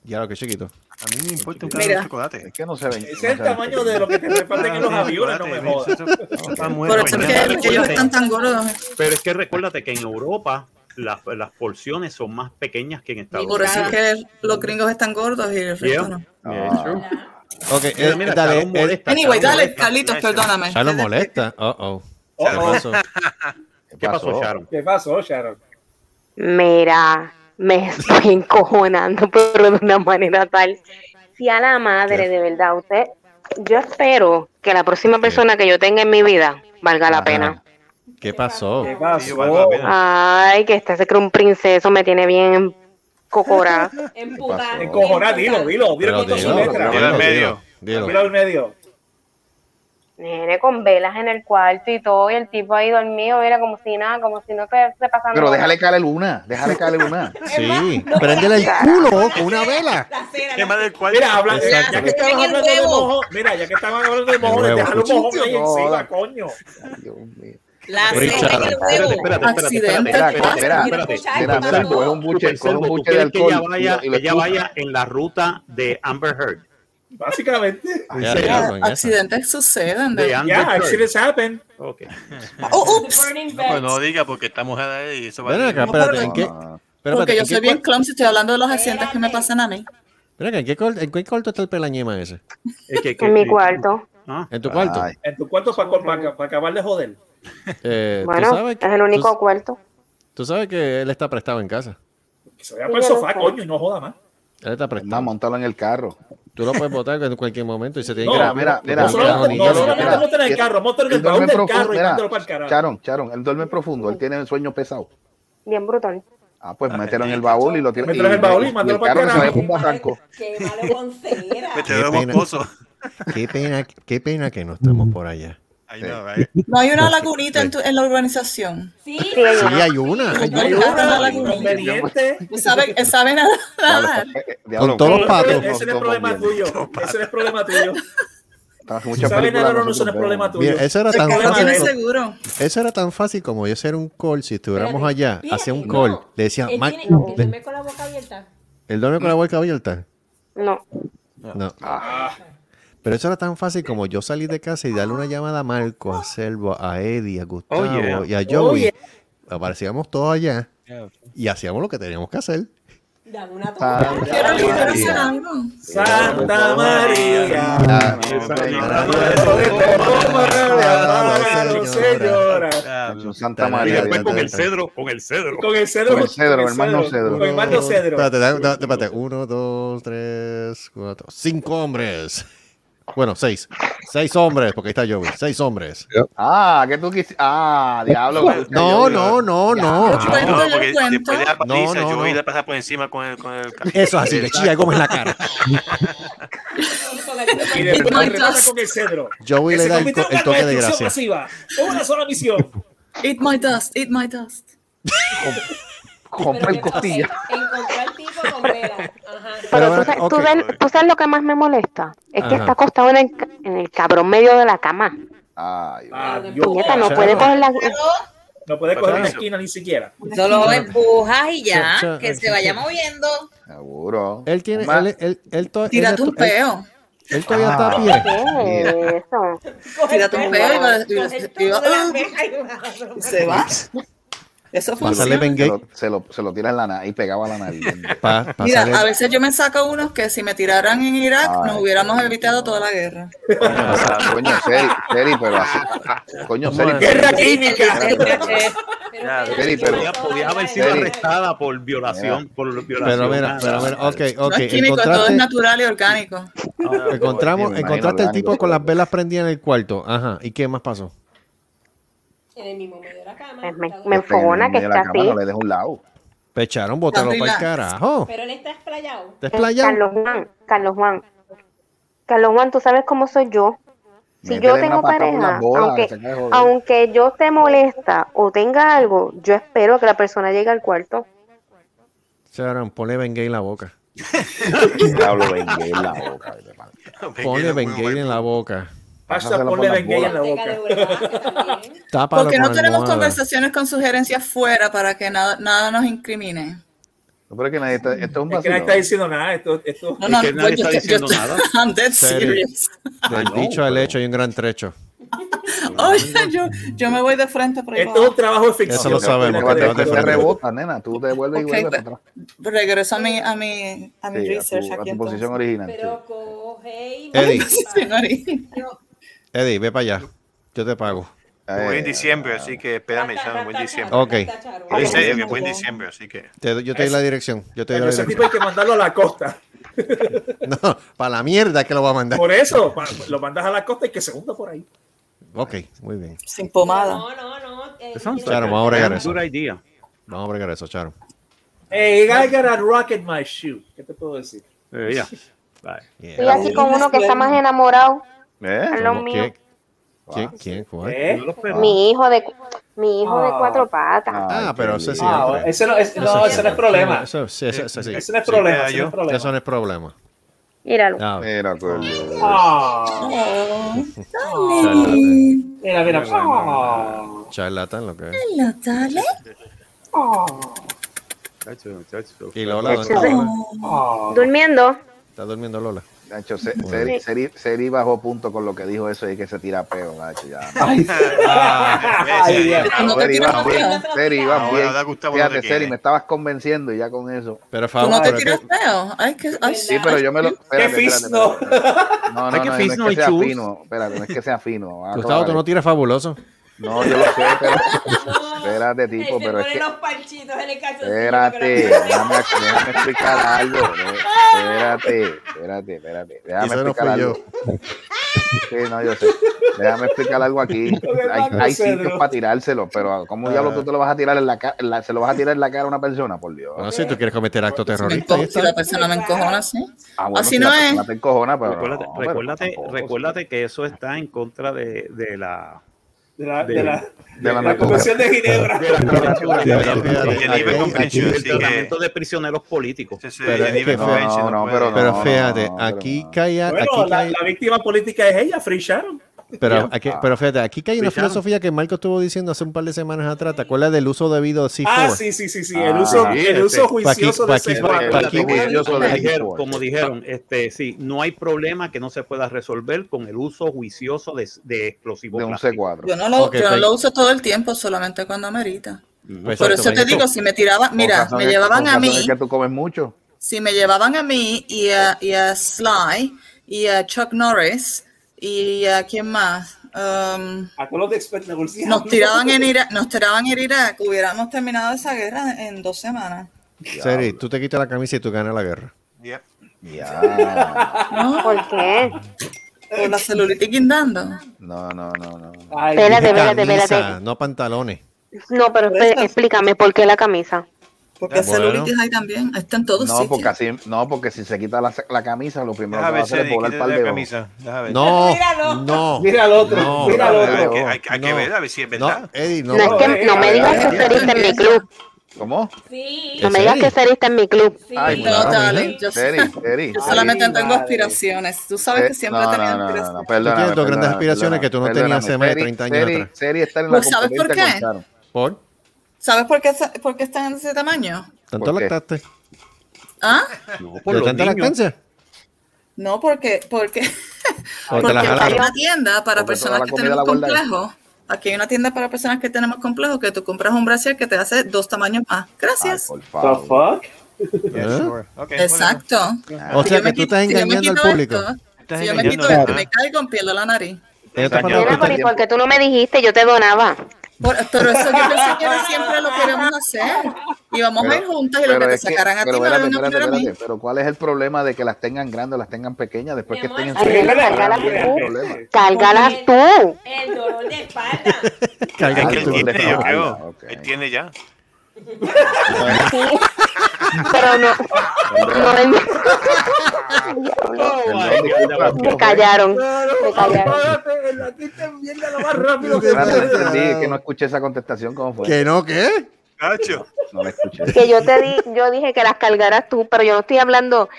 Ya lo que chiquito. A mí me importa un Mira. pedazo de este chocolate. Es que no se ven. Ese es el tamaño de lo que te reparten en los Ah, aviones, no me jodas. Por eso es que ellos están tan gordos. Pero es que recuérdate que en Europa las, las porciones son más pequeñas que en Estados Por Unidos. eso es que los gringos están gordos y el resto Yeah. no. Yeah, it's true. Ah. Ok, Mira, eh, mira, dale. Sharon molesta, Anyway, Sharon dale, molesta. Carlitos, perdóname. Ya lo molesta. Oh, oh. ¿Qué pasó? ¿Qué pasó, Sharon? ¿Qué pasó, Sharon? Mira, me estoy encojonando, pero de una manera tal. Si a la madre, de verdad, usted, yo espero que la próxima persona que yo tenga en mi vida valga la pena. ¿Qué pasó? ¿Qué pasó? Ay, que este un princeso me tiene bien cocora. Emputar. Encojonar, dilo, dilo. Mira cuánto su letra. dilo, medio. dilo. Mira al medio. Nene, con velas en el cuarto y todo, y el tipo ahí dormido, mira, como si nada, como si no te, te pasara Pero nada. déjale caer luna, déjale caer luna. Sí, préndele el culo con una vela. Mira, habla, Exacto. ya que estamos En el hablando de huevo. mojones, mira, ya que estamos hablando de mojones, huevo, déjalo cuchillo. mojones ahí No, encima, da- coño. La Richard, cera en el Espérate, huevo. espérate, espérate, espérate, Accidente. Espera, espérate, espera, espérate. espera, espera, Superservo, coge un buche, coge Superservo, un ¿tú buche de quieres que alcohol. ella vaya, y lo- y lo ella chupa. vaya en la ruta de Amber Heard? Básicamente. Ya, Ya, ya, ya. accidentes suceden. De de- Amber Yeah, Heard. accidents happen. Ok. Oh, ups. Burning No, pero Bell. no diga porque está mujer ahí y eso va Ven a acá, espérate. ¿En qué? Pero espérate, Porque yo ¿en qué soy bien cuar- clumsy, estoy hablando de los accidentes que me pasan a mí. Ven acá, ¿en qué cor- en qué cuarto está el pelañema ese? Es que- que- En mi que- cuarto. Ah, ¿En tu cuarto? Ay, En tu cuarto para, para, para acabar de joder. Eh, ¿tú, Bueno, sabes es que, el único tú- cuarto. tú sabes que él está prestado en casa. Que se vaya para el sofá, coño, y no joda más. Él está prestado. Anda, montalo en el carro. Tú lo puedes botar en cualquier momento y se tiene No, que... Mira, mira, mira. No Porque solo no, ni- no solo mira, que te monten en el carro, monten en el Él duerme baúl del profundo, carro y mira, mándalo para el carajo. Charon, Charon, él duerme profundo, él tiene el sueño pesado. Bien brutón. Ah, pues mételo en el baúl y lo tira. eh, Mételo en el baúl y mándalo el para carro que se carajo. vaya para un barranco. Qué malo con cera. Pues Te Qué veo pena. esposo. Qué pena, qué pena que no Mm. estamos por allá. Ahí no, ahí. No hay una lagunita en, tu- en la urbanización. Sí, Sí, hay Sí, una. hay una. hay Hay una. una Ayuda, lagunita. conveniente. ¿Saben eh, saben nadar? Con todos los patos. Ese no es problema tuyo. Ese no es problema tuyo. ¿Sabes ¿Sabes nada? No, no, eso no es problema tuyo. Mira, eso era El tan carro Problema tiene de- fácil. seguro. como- Eso era tan fácil como yo hacer un call si estuviéramos Espérate, allá, espérate, hacía un no. call, le decía, Él Mac, tiene- no, él le- duerme con la boca abierta. el duerme con la vuelta abierta. No. No. Pero eso era tan fácil como yo salir de casa y darle una llamada a Marco, a Selvo, a Eddie, a Gustavo Oh, yeah. y a Joey. Aparecíamos todos allá y hacíamos lo que teníamos que hacer. Dame una Ah, toma. Quiero quiero hacer algo. Santa María. ah. Santa Y Y María. después con el cedro, con el cedro. Con el cedro. Con el cedro, el magno cedro. Con el magno cedro. Espérate, da- da- espérate. Uno, dos, tres, cuatro. Cinco hombres. Bueno, seis. Seis hombres, porque ahí está Joey. Seis hombres. Ah, que tú quisiste. Ah, diablo. me gusta No, Joey, no, ¿verdad? no, no. No, porque después de la No, paliza, no, yo no. voy a la pasar por encima con el. Con el Eso es así, le chilla y Gómez en la cara. Y después remata con el cedro. Joey Que le se da el, convirtió co- en el una toque de destrucción gracia. masiva. Es una sola misión. Eat my dust, eat my dust. Compré el costilla. Encontró al tipo con vela. Pero tú, sa- tú ven- tú sabes lo que más me molesta. Es que Ajá. está acostado en el, ca- en el cabrón medio de la cama. Ah, Puñeta, no puede coger la. No puede coger una Claro. esquina ni siquiera. Solo empujas y ya, Cha- cha- que se vaya moviendo. Seguro. Él tiene. Ma- Él, él, él, él to- él- Tírate un él- peo. Él todavía Ah, está a ¿Qué pie. es eso? Tírate un peo y va- y- y va- y se va. Eso Pásale funciona. Ben Se Gate. lo, se, lo, se lo tira en la nariz y pegaba la nariz. Pa- Mira, pásale- a veces yo me saco unos que si me tiraran en Irak Ay, nos hubiéramos evitado toda la guerra. coño, Seri, Seri, pero así. Coño, ¿Cómo Seri. es? Guerra clínica. Ya, Seri, pero. Podía, podía haber sido Seri. arrestada por violación, por violación. Pero mira, a- pero mira, ok, No ok. es químico, todo es encontraste- natural y orgánico. Encontramos, Me imagino encontraste el tipo orgánico. con las velas prendidas en el cuarto. Ajá. ¿Y qué más pasó? En el mismo medio de la cama. Pues me, está me enfogona que Mira, está la cama así. no le dejo un lado. Pecharon, botaron para el Relax. carajo. Pero él está explayado. ¿Te Eh, explayas? Carlos Juan, Carlos Juan. Carlos Juan, tú sabes cómo soy yo. Si Métele yo una tengo patada por pareja, las bolas, aunque, que se acabe de joder. aunque yo te molesta o tenga algo, yo espero que la persona llegue al cuarto. Charon, ponle Ben Gay en la boca. Diablo, venga, en la boca. vete pa'l- Ponle Ben Gay en la boca. Hashtag Pásaselo por ponle las Bengay en la Manteca de boca. huevada, también. Tápalo Porque no con tenemos almohada. conversaciones con sugerencias fuera para que nada, nada nos incrimine. No, pero es que nadie está. Esto es un Es que nadie está vacío. diciendo nada. Esto, esto, No, Es no, que nadie está yo estoy- yo diciendo estoy- nada. I'm dead Serio. serious. Del Ah, no, dicho al pero- hecho hay un gran trecho. Oye, yo, yo me voy de frente por ahí esto es un abajo. trabajo de ficción. Eso lo sabemos, que Esto es te Te, vas de te frente. rebota, nena. Tú te vuelves Ok, y vuelves pero- para atrás. Regreso a mi, a mi, a mi Sí, a research tu, a aquí tu posición entonces. original. Pero coge y. Eddie. Posición original. Eddie, ve para allá. Yo te pago. Eh, Voy en sí. diciembre, así que espérame, Sharon, voy en diciembre. Ok. Yo Dice, sé que voy en diciembre, así que. Te- yo te doy la dirección. Yo te doy la Ese tipo dirección. hay que mandarlo a la costa. No, para la mierda que lo va a mandar. Por eso, pa- lo mandas a la costa y que se hunda por ahí. Ok, muy bien. Sin pomada. No, no, no. eh, Eso es Claro, vamos a bregar eso. una idea. Vamos a bregar eso, Charo. Hey, I got a rock in my shoe. ¿Qué te puedo decir? Eh, ya. Vale. Y Yeah. así con uno que está más enamorado, ¿Eh? lo ¿Cómo? mío. ¿Quién? ¿Quién? ¿Quién? ¿Cuál? ¿Eh? Yo lo espero. mi hijo de, cu- mi hijo de Ah. cuatro patas. Ah, Ay, pero qué ese sí. lindo. Ah, hombre. ese no, ese, no, ese no es problema. Eso, sí, eso, eso sí. Ese no es problema. Sí, Ese no es Sí, problema. Eso no es problema. Míralo. Ah, Mira, coño. Ah, Oh, charlatán. mira, mira. Ah. Charlatán lo que es. hello, darling. Ah. Chacho, chacho. Y Lola, ¿dónde está Ese- Lola? Durmiendo. Está durmiendo Lola. Nacho, se- Seri, Seri, Seri bajó punto con lo que dijo eso y que se tira peo, Nacho. Ya. Ay, Dios. No te Seri, tiras ibas un bien. peo. Seri, ibas Ahora, bien. da Gustavo, no te Fíjate, Seri, quedes. me estabas convenciendo y ya con eso. Pero por Tú no favor, te pero tiras que- peo. Ay, que, ay, Sí, pero yo me lo. Qué espérate, fizz, espérate, no. espérate. No, no, Ay, no, qué no fizz, es no, que sea chus. fino. Espérate, no es que sea fino. Ah, Gustavo, tú no tiras fabuloso. No, yo lo sé, pero. Espérate, Él tipo, se pero es pone que. los palchitos en el calzoncillo. Espérate, pero la- déjame, déjame explicar algo. Espérate, espérate, espérate. Déjame Eso no explicar fui algo. yo. Sí, no, yo sé. Déjame explicar algo aquí. Lo Hay, demás, hay Pedro. sitios para tirárselo, pero ¿cómo diablo tú te lo vas a tirar en la cara? ¿Se lo vas a tirar en la cara a una persona? Por Dios. No sé si tú quieres cometer acto Si, me terrorista. ahí enco- si está. la persona me encojona así. Ah, bueno, Así si no la es. persona te encojona, pero Recuérdate, no, pero recuérdate, tampoco, recuérdate que eso está en contra de, de la De la, de la, De la la Convención de Ginebra. Geneva Aquí- Convention, aquí- el sí que- tratamiento de prisioneros políticos. Ese Pero es Geneva que- Convention, eh, No, no, puede. pero Pero no, fíjate, no, pero aquí no. cae, Bueno, aquí la, cae, la víctima política es ella, Free Sharon. pero, aquí- pero fíjate, aquí cae una Fijaron. filosofía que Marco estuvo diciendo hace un par de semanas atrás. ¿Te acuerdas del uso debido de C4? Ah, sí, sí, sí, sí. El Ah, uso, sí, este, el sí. uso Pa' aquí- juicioso pa' de aquí- ese pa' Recuérdate aquí- que- Yo solo como dije dijeron- por- Como dijeron, este, sí, no hay problema que no se pueda resolver con el uso juicioso de, de explosivos De un plásticos. Yo C4. no lo, Ok, yo no pues- lo uso todo el tiempo, solamente cuando amerita. Pues Por exacto, eso te Marco. digo, si me tiraban, Con mira, razón me es- llevaban con a razón mí, es que tú comes mucho. si me llevaban a mí y a, y a Sly y a Chuck Norris y a quién más, Um, A todos los expertos de bolsillo. nos tiraban en Irak, nos tiraban en Irak, hubiéramos terminado esa guerra en dos semanas. Seri, tú te quitas la camisa y tú ganas la guerra. Yep. Ya. ¿Por qué? Por la celulitis guindando. No, no, no, no. Espérate, Dije espérate, camisa, espérate. No pantalones. No, pero espe- explícame por qué la camisa. Porque Bueno. celulitis hay también. Está en todos No, sitios. porque así, no, porque si se quita la, la camisa, lo primero Deja que va ver, a hacer es Cedi, volar el par quítate de la ojos. camisa. Deja ver. No, no. Mira al otro, no, mira al Hay otro. que, hay que- hay que ver a ver si es verdad. Eddie, no. No, es que no eh, me digas que seriste en mi club. ¿Cómo? eh, No me digas que seriste en mi club. Ay, No, darling, yo, Seri, Seri. Eh, yo solamente tengo aspiraciones. Tú sabes que siempre he tenido no, aspiraciones. no, perdóname, Tú tienes dos grandes perdóname, aspiraciones que tú no perdóname, tenías hace más de Seri, 30 años Seri, atrás. Seri está en la Pues, ¿sabes por competencia qué? con Sharon. ¿Por? ¿Sabes por qué, se- por qué están de ese tamaño? ¿Tanto ¿Por qué? lactaste? ¿Ah? por ¿De los tanta niños. lactancia? No, porque, porque, ¿O te porque la hay jalaron? una tienda Porque para toda personas la que comida tenemos la guardan. complejos. Aquí hay una tienda para personas que tenemos complejos que tú compras un brasier que te hace dos tamaños más. Gracias. Por The favor. fuck? ¿Eh? Exacto. O sea yo que me Ah, tú quito- estás si yo me engañando al quito público. esto, Estás si yo me engañando quito a- esto, me caigo en pierdo la nariz. Ella Engañando. está poniendo- Mira, pero ¿y por qué tú no me dijiste? Yo te donaba. Por- pero eso yo pensé que era siempre lo que íbamos a hacer. Y vamos a ir juntas y lo que Pero te es que- sacarán a ti pero me lo espérate, van a espérate, poner a mí. espérate, pero ¿cuál es el problema de que las tengan grandes o las tengan pequeñas después que Mi estén en amor, su sí, vida? cárgala ¿Cuál es el tú. problema? Cárgalas tú. El dolor de espalda. Es que Cargando él tu- tiene, yo Ah, creo. ok. Él tiene ya. Sí. Pero no. no es- Perdón, disculpa, me disculpa, callaron. Me callaron. Espérate, la quita en mierda lo más rápido que espérate, no entendí, es que no escuché esa contestación, ¿cómo fue? ¿Que no qué? Cacho. No la escuché. Que yo te di, yo dije que las cargaras tú, pero yo no estoy hablando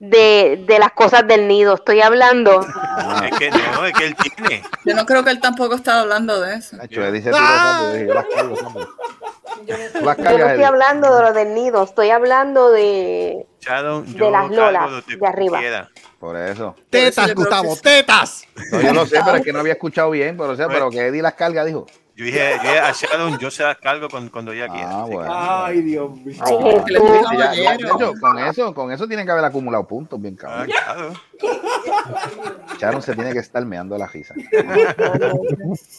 de, de las cosas del nido. Estoy hablando. Es que no, es que él tiene. Yo no creo que él tampoco estaba hablando de eso. Nacho, Eddie se tiró rápido, dije, yo las cargo, hombre. Tú las Yo no cargas, estoy Eddie. hablando de lo del nido. Estoy hablando de. Shadow, yo De las cargo lolas, donde de arriba. quiera. Por eso. Tetas, Gustavo, tetas. No, yo no sé, pero es que no había escuchado bien, pero, o sea, pero que Eddie las carga, dijo. Yo dije, yo dije a Shadow, yo se las cargo cuando, cuando ella quiera. Ah, Así que- bueno. Ay, Dios mío. Ay, Ah, Jesús. ya- ya- ya- de hecho, con eso, con eso tienen que haber acumulado puntos, bien Ah, cabrón. claro. Charon se tiene que estar meando la risa.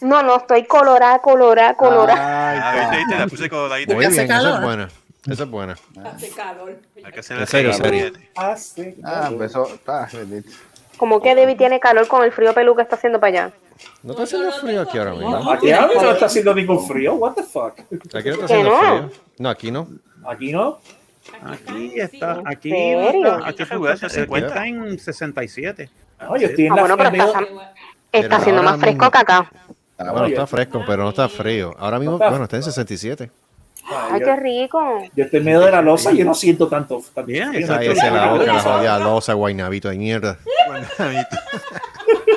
No, no, estoy colorada, colorada, colorada. Ah, Ay, viste, viste, la puse coloradita. Muy hace bien, eso es calor. buena. Eso es buena. Hace calor. Hay que hacerla En serio, así, serio. fíjate. Ah, sí. Ah, pues eso está. bendito. Como que David tiene calor con el frío pelú que está haciendo para allá. ¿No está haciendo frío aquí ahora mismo? Aquí ahora no está haciendo ningún frío. What the fuck? Aquí no está Que haciendo no. frío. No, aquí no. Aquí no. Ah, Aquí está, aquí, ¿En está, serio? aquí está, Regular, está, 50. en 67. No, yo estoy en Ah, la bueno, pero medio- está, Pero está haciendo ahora más fresco mismo- que acá. Ah, Bueno, bueno. está fresco, pero no está frío. Ahora mismo, está- bueno, está en 67. Ay, qué rico. Yo estoy en medio de la losa y yo no siento tanto. tanto Bien, frío. exacto. Cállese la boca, la jodida losa, guainabito de mierda.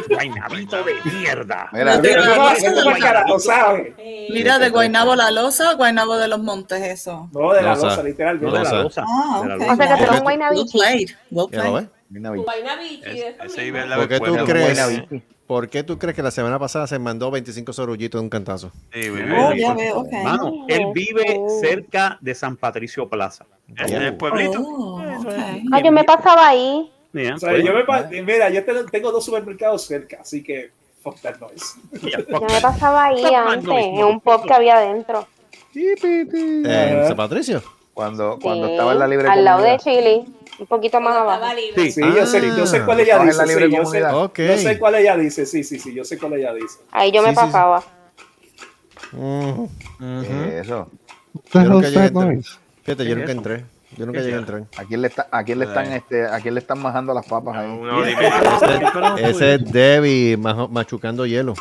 Guaynabito de mierda. Mira, Yo tengo Pero la no, losa eso de es los para el carajo, ¿sabes? Mira, de Guainabo la losa o Guainabo de los montes, eso. No, de la Losa. losa, No literalmente. de la Losa. losa. Ah, de la ok. O losa. sea que Porque será un tú- Well guaynabichi. played, well ¿Ya lo ves? played. mira, vi- Vaina bichi, Es- eso ese mismo. iba a la ¿Por qué tú buena. crees? ¿Por qué tú crees que la semana pasada se mandó 25 sorullitos de un cantazo? Sí, güey, No, Oh, güey. ya veo, ok. Mano, él vive cerca de San Patricio Plaza. Es el pueblito. Oh, ok. Ay, yo me pasaba ahí. Mira, O sea, pues, yo me pa- eh, mira, yo te- tengo dos supermercados cerca, así que fuck that noise. ya, Yo me pasaba ahí antes, en un pop que había adentro. Eh, ¿En San Patricio? Cuando, Sí, Eh, cuando estaba en la libre Al lado de comunidad. Chile, un poquito más abajo. Estaba libre. Sí, Sí, yo, sé, yo sé cuál ella Ah, en dice. la libre sí, yo, sé, comunidad. Ok. yo sé cuál ella dice. Sí, sí, sí, yo sé cuál ella dice. Ahí yo Sí, me sí, sí. pasaba. Mm. Eh, Eso. Yo the nunca hell's llegué a that entrar. noise? Fíjate, yo ¿Qué es nunca eso? entré. Yo nunca ¿Qué llegué a es entrar. ¿A quién le, está, a quién le están, este, a quién le están majando las papas ahí? Una hora y media. Ah, Ese es Debbie majo- machucando hielo.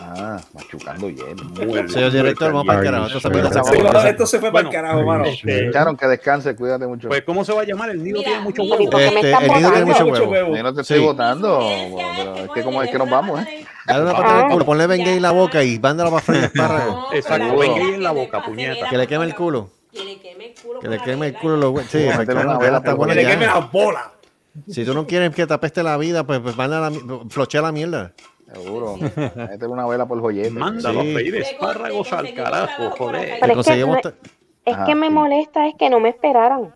Ah, machucando hielo. Señor director, vamos para el carajo. Esto se Are you mete esa Sí, boca. no, esto se fue Bueno, para el carajo, mano. sure? Este, Charon, que descanse, cuídate mucho. Pues, ¿cómo se va a llamar? El nido Mira, tiene mucho mira. huevo. Porque me Este, están el nido tiene botando. mucho Mucho huevo. huevo. yo no te estoy sí. votando. Bueno, pero es que como es que nos vamos, ¿eh? Dale una patada en el Ah. culo, ponle Bengay en la boca y vándala para frente, espárrago. Exacto, Seguro. venga ahí en la boca, puñeta. Que le queme el culo. Que le queme el culo. Que le con la queme el vela. culo los hue- Sí, Métele efectivamente, una vela está por buena Que le ya. queme las bolas. Si tú no quieres que te apeste la vida, pues, pues manda la, mi- flochea la mierda. Seguro. Métele una vela por el joyete. Mándalo a Sí. pedir Te con- espárragos te al conseguimos carajo, trabajo por acá. joder. Te Pero es que, conseguimos no- ta- es Ajá, que me sí. molesta es que no me esperaron.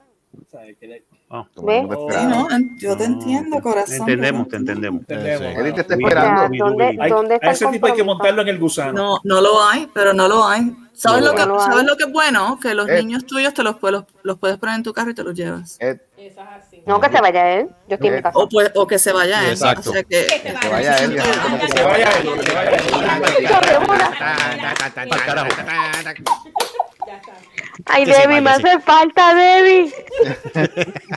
¿Sabes? Que le- Ah. ¿Ves? Sí, no, en- yo te entiendo, corazón. Entendemos, te entendemos. Entendemos. este Él te está esperando. Mira, ¿dónde- Hay- dónde está a el ese tipo hay que montarlo en el gusano. No, no lo hay, pero no lo hay. ¿Sabes, No lo, lo que, hay. No lo ¿sabes hay. lo que es bueno? Que los Eh. niños tuyos te los, pu- los, los puedes poner en tu carro y te los llevas. No, que se vaya él. Yo estoy en mi casa. O, pues- o que se vaya él. Exacto. O sea que, Que vaya él, que se vaya él, que se vaya Ay, Que se Debbie, me vaya, sí. hace falta, Debbie.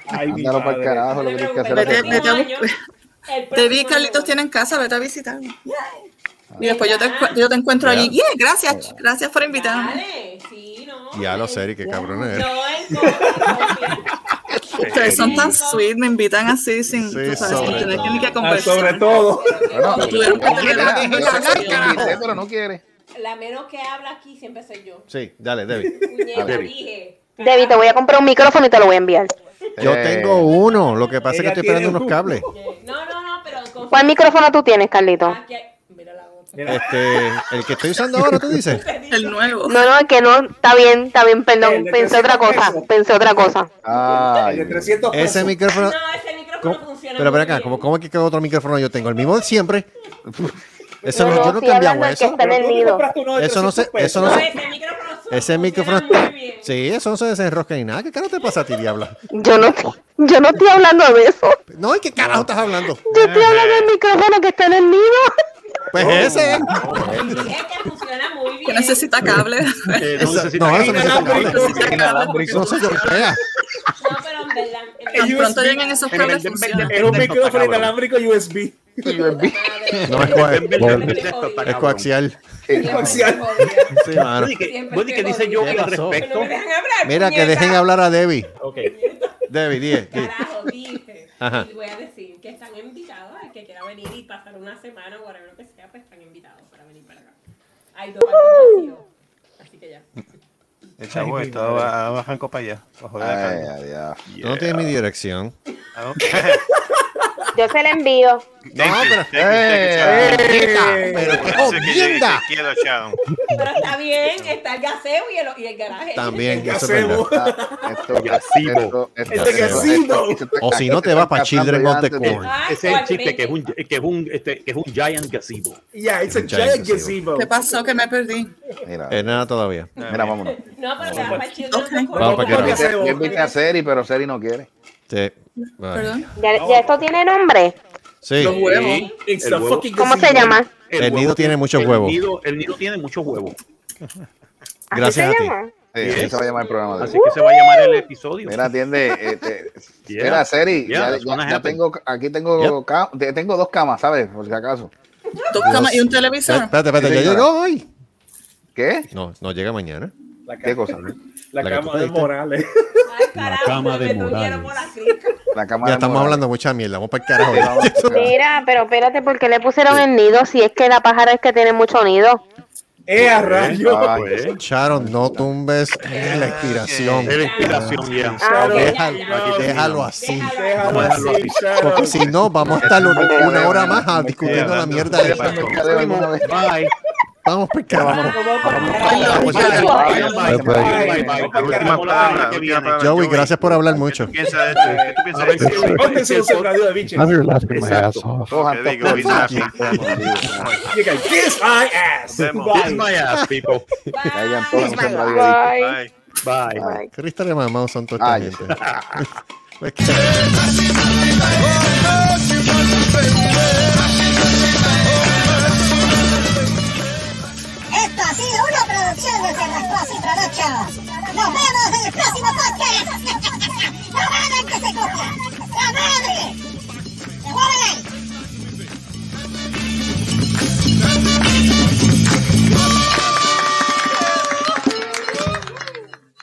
Ándalo para el carajo, lo que tienes que hacer. Vete- es- vete a buscar- Te vi, Carlitos tiene en casa, vete a visitarme. Yeah. Y después yo te, encu- yo te encuentro Yeah. allí. Yeah, gracias, gracias por invitarme. Ya lo sé, Eric, qué cabrón eres. Ustedes son tan sweet, me invitan así sin, Sí, tú sabes, sin sobre tener que ni que todo. conversar. sobre todo. Cuando tuvieron que tener la Yo te conversación. invité, pero no quiere. La menos que habla aquí siempre soy yo. Sí, dale, Debbie. Puñeta, Debbie. dije. Debbie, te voy a comprar un micrófono y te lo voy a enviar. Yo Eh, tengo uno, lo que pasa es que Ella estoy tiene esperando unos uno. cables. ¿Cuál micrófono tú tienes, Carlito? Este, el que estoy usando ahora, tú dices. El nuevo. No, no, es que no, está bien, está bien, perdón, pensé otra cosa, pensé otra cosa. Ay, Ese micrófono. ¿Cómo? Pero ven acá, ¿cómo, cómo es que qué otro micrófono yo tengo? El mismo de siempre. Eso No, no, no, yo no he estoy cambiado hablando del que eso. está en el Pero tú nido. compraste uno de Eso no sé, 300 eso no pesos. sé. Ese micrófono. Sí, eso no se desenrosca ni nada. ¿Qué carajo te pasa a ti, diabla? Yo no, yo no estoy hablando de eso. No, ¿y qué carajo estás hablando? Yo estoy hablando del micrófono que está en el nido. Pues Oh. Eh, ese. Que necesita cable. Eh, Eso- no, eso no se No se golpea. Tan pronto lleguen esos cables funcionan. Era un micrófono inalámbrico USB. USB. No es está coaxial. Es coaxial. cabrón. Es coaxial. Sí, mano. Woody, ¿qué- Woody, ¿qué dice yo ¿Qué al pasó? respecto? Mira, que dejen hablar a Debbie. Debbie, di, di. Carajo, dije. Ajá. Y voy a decir que están invitados. El que quiera venir y pasar una semana o whatever que sea, pues están invitados para venir para acá. Hay dos parques vacíos. Así que ya. El chavo está ba- bajan copa allá. bajo de la Ay, calle. ay, ay. Tú no tienes mi dirección. Ah, ¿no? Yo se la envío. pero- Thank you, thank you, ¡Eh! Sharon. ¡Eh! Pero Eso qué que yo dije, jodienda. Te quiero, Sharon. Pero está bien, está el gaseo y el, y el garaje. También, ¿Qué eso es verdad. hacemos? Este Esto, Gazebo. esto- esto- Este esto- gazebo. esto- O si no, te vas para Children of the Corn. Ese es el chiste que es un, que es un, este, que es un giant gazebo. Yeah, it's a giant gazebo. ¿Qué pasó? Que me perdí. Mira, Eh, nada todavía. Ah, mira, vámonos. No, pero te vas para el children's Vamos para que Yo no. invité- yo invité a Seri, pero Seri no quiere. Sí. Perdón. ¿Ya, ya esto tiene nombre? Sí. Los huevos. It's El the huevo. fucking ¿Cómo se gazebo. llama? El nido tiene muchos el huevos. Nido, el nido tiene muchos huevos. ¿Así Gracias se a ti. llama? Sí, así se va a llamar el programa de hoy. Así que se va a llamar el episodio. Mira, atiende. Este, Yeah. Espera, Seri. Yeah, ya- that's ya- gonna ya happen. tengo, aquí tengo, ca- te- tengo dos camas, ¿sabes? Por si acaso. Dos camas y un televisor. Espérate, espérate, ya Sí, señora. llegó hoy. ¿Qué? No, no llega mañana. La cama, ¿Qué cosa? la La que cama tú de pediste. Morales. La cama de La cama Ya de estamos Morales. hablando mucha mierda. Vamos para el carajo. Sí, vamos. Mira, pero espérate, ¿por qué le pusieron el nido si es que la pájara es que tiene mucho nido? ¡Eh, a rayo! Ay, Pues, Sharon, no tumbes eh, la inspiración. es la inspiración, ya. Ah, ok. Déjalo, déjalo así. Déjalo así, Sharon. Porque si no, vamos a estar una una hora más ah, discutiendo la mierda de Déjame que de alguna vez. Bye. Vamos para el carajo. Bye, bye, bye. La última palabra, la última palabra, Joey, gracias por hablar mucho. ¿Qué piensas de esto? ¿Qué tú piensas de esto? Córtense los sembradíos de bichos. I'm here laughing my ass Exacto. off. Cojan Te todos digo, conmigo. You can kiss my ass. Vemos. Kiss my ass, people. Caigan todos los sembradíos de bichos. Bye. Bye. Bye. Bye. ¿Qué rista de mamado son toda Ay. esta gente? Pues que- Esto ha sido una producción de Cerrasco y Productions. Nos vemos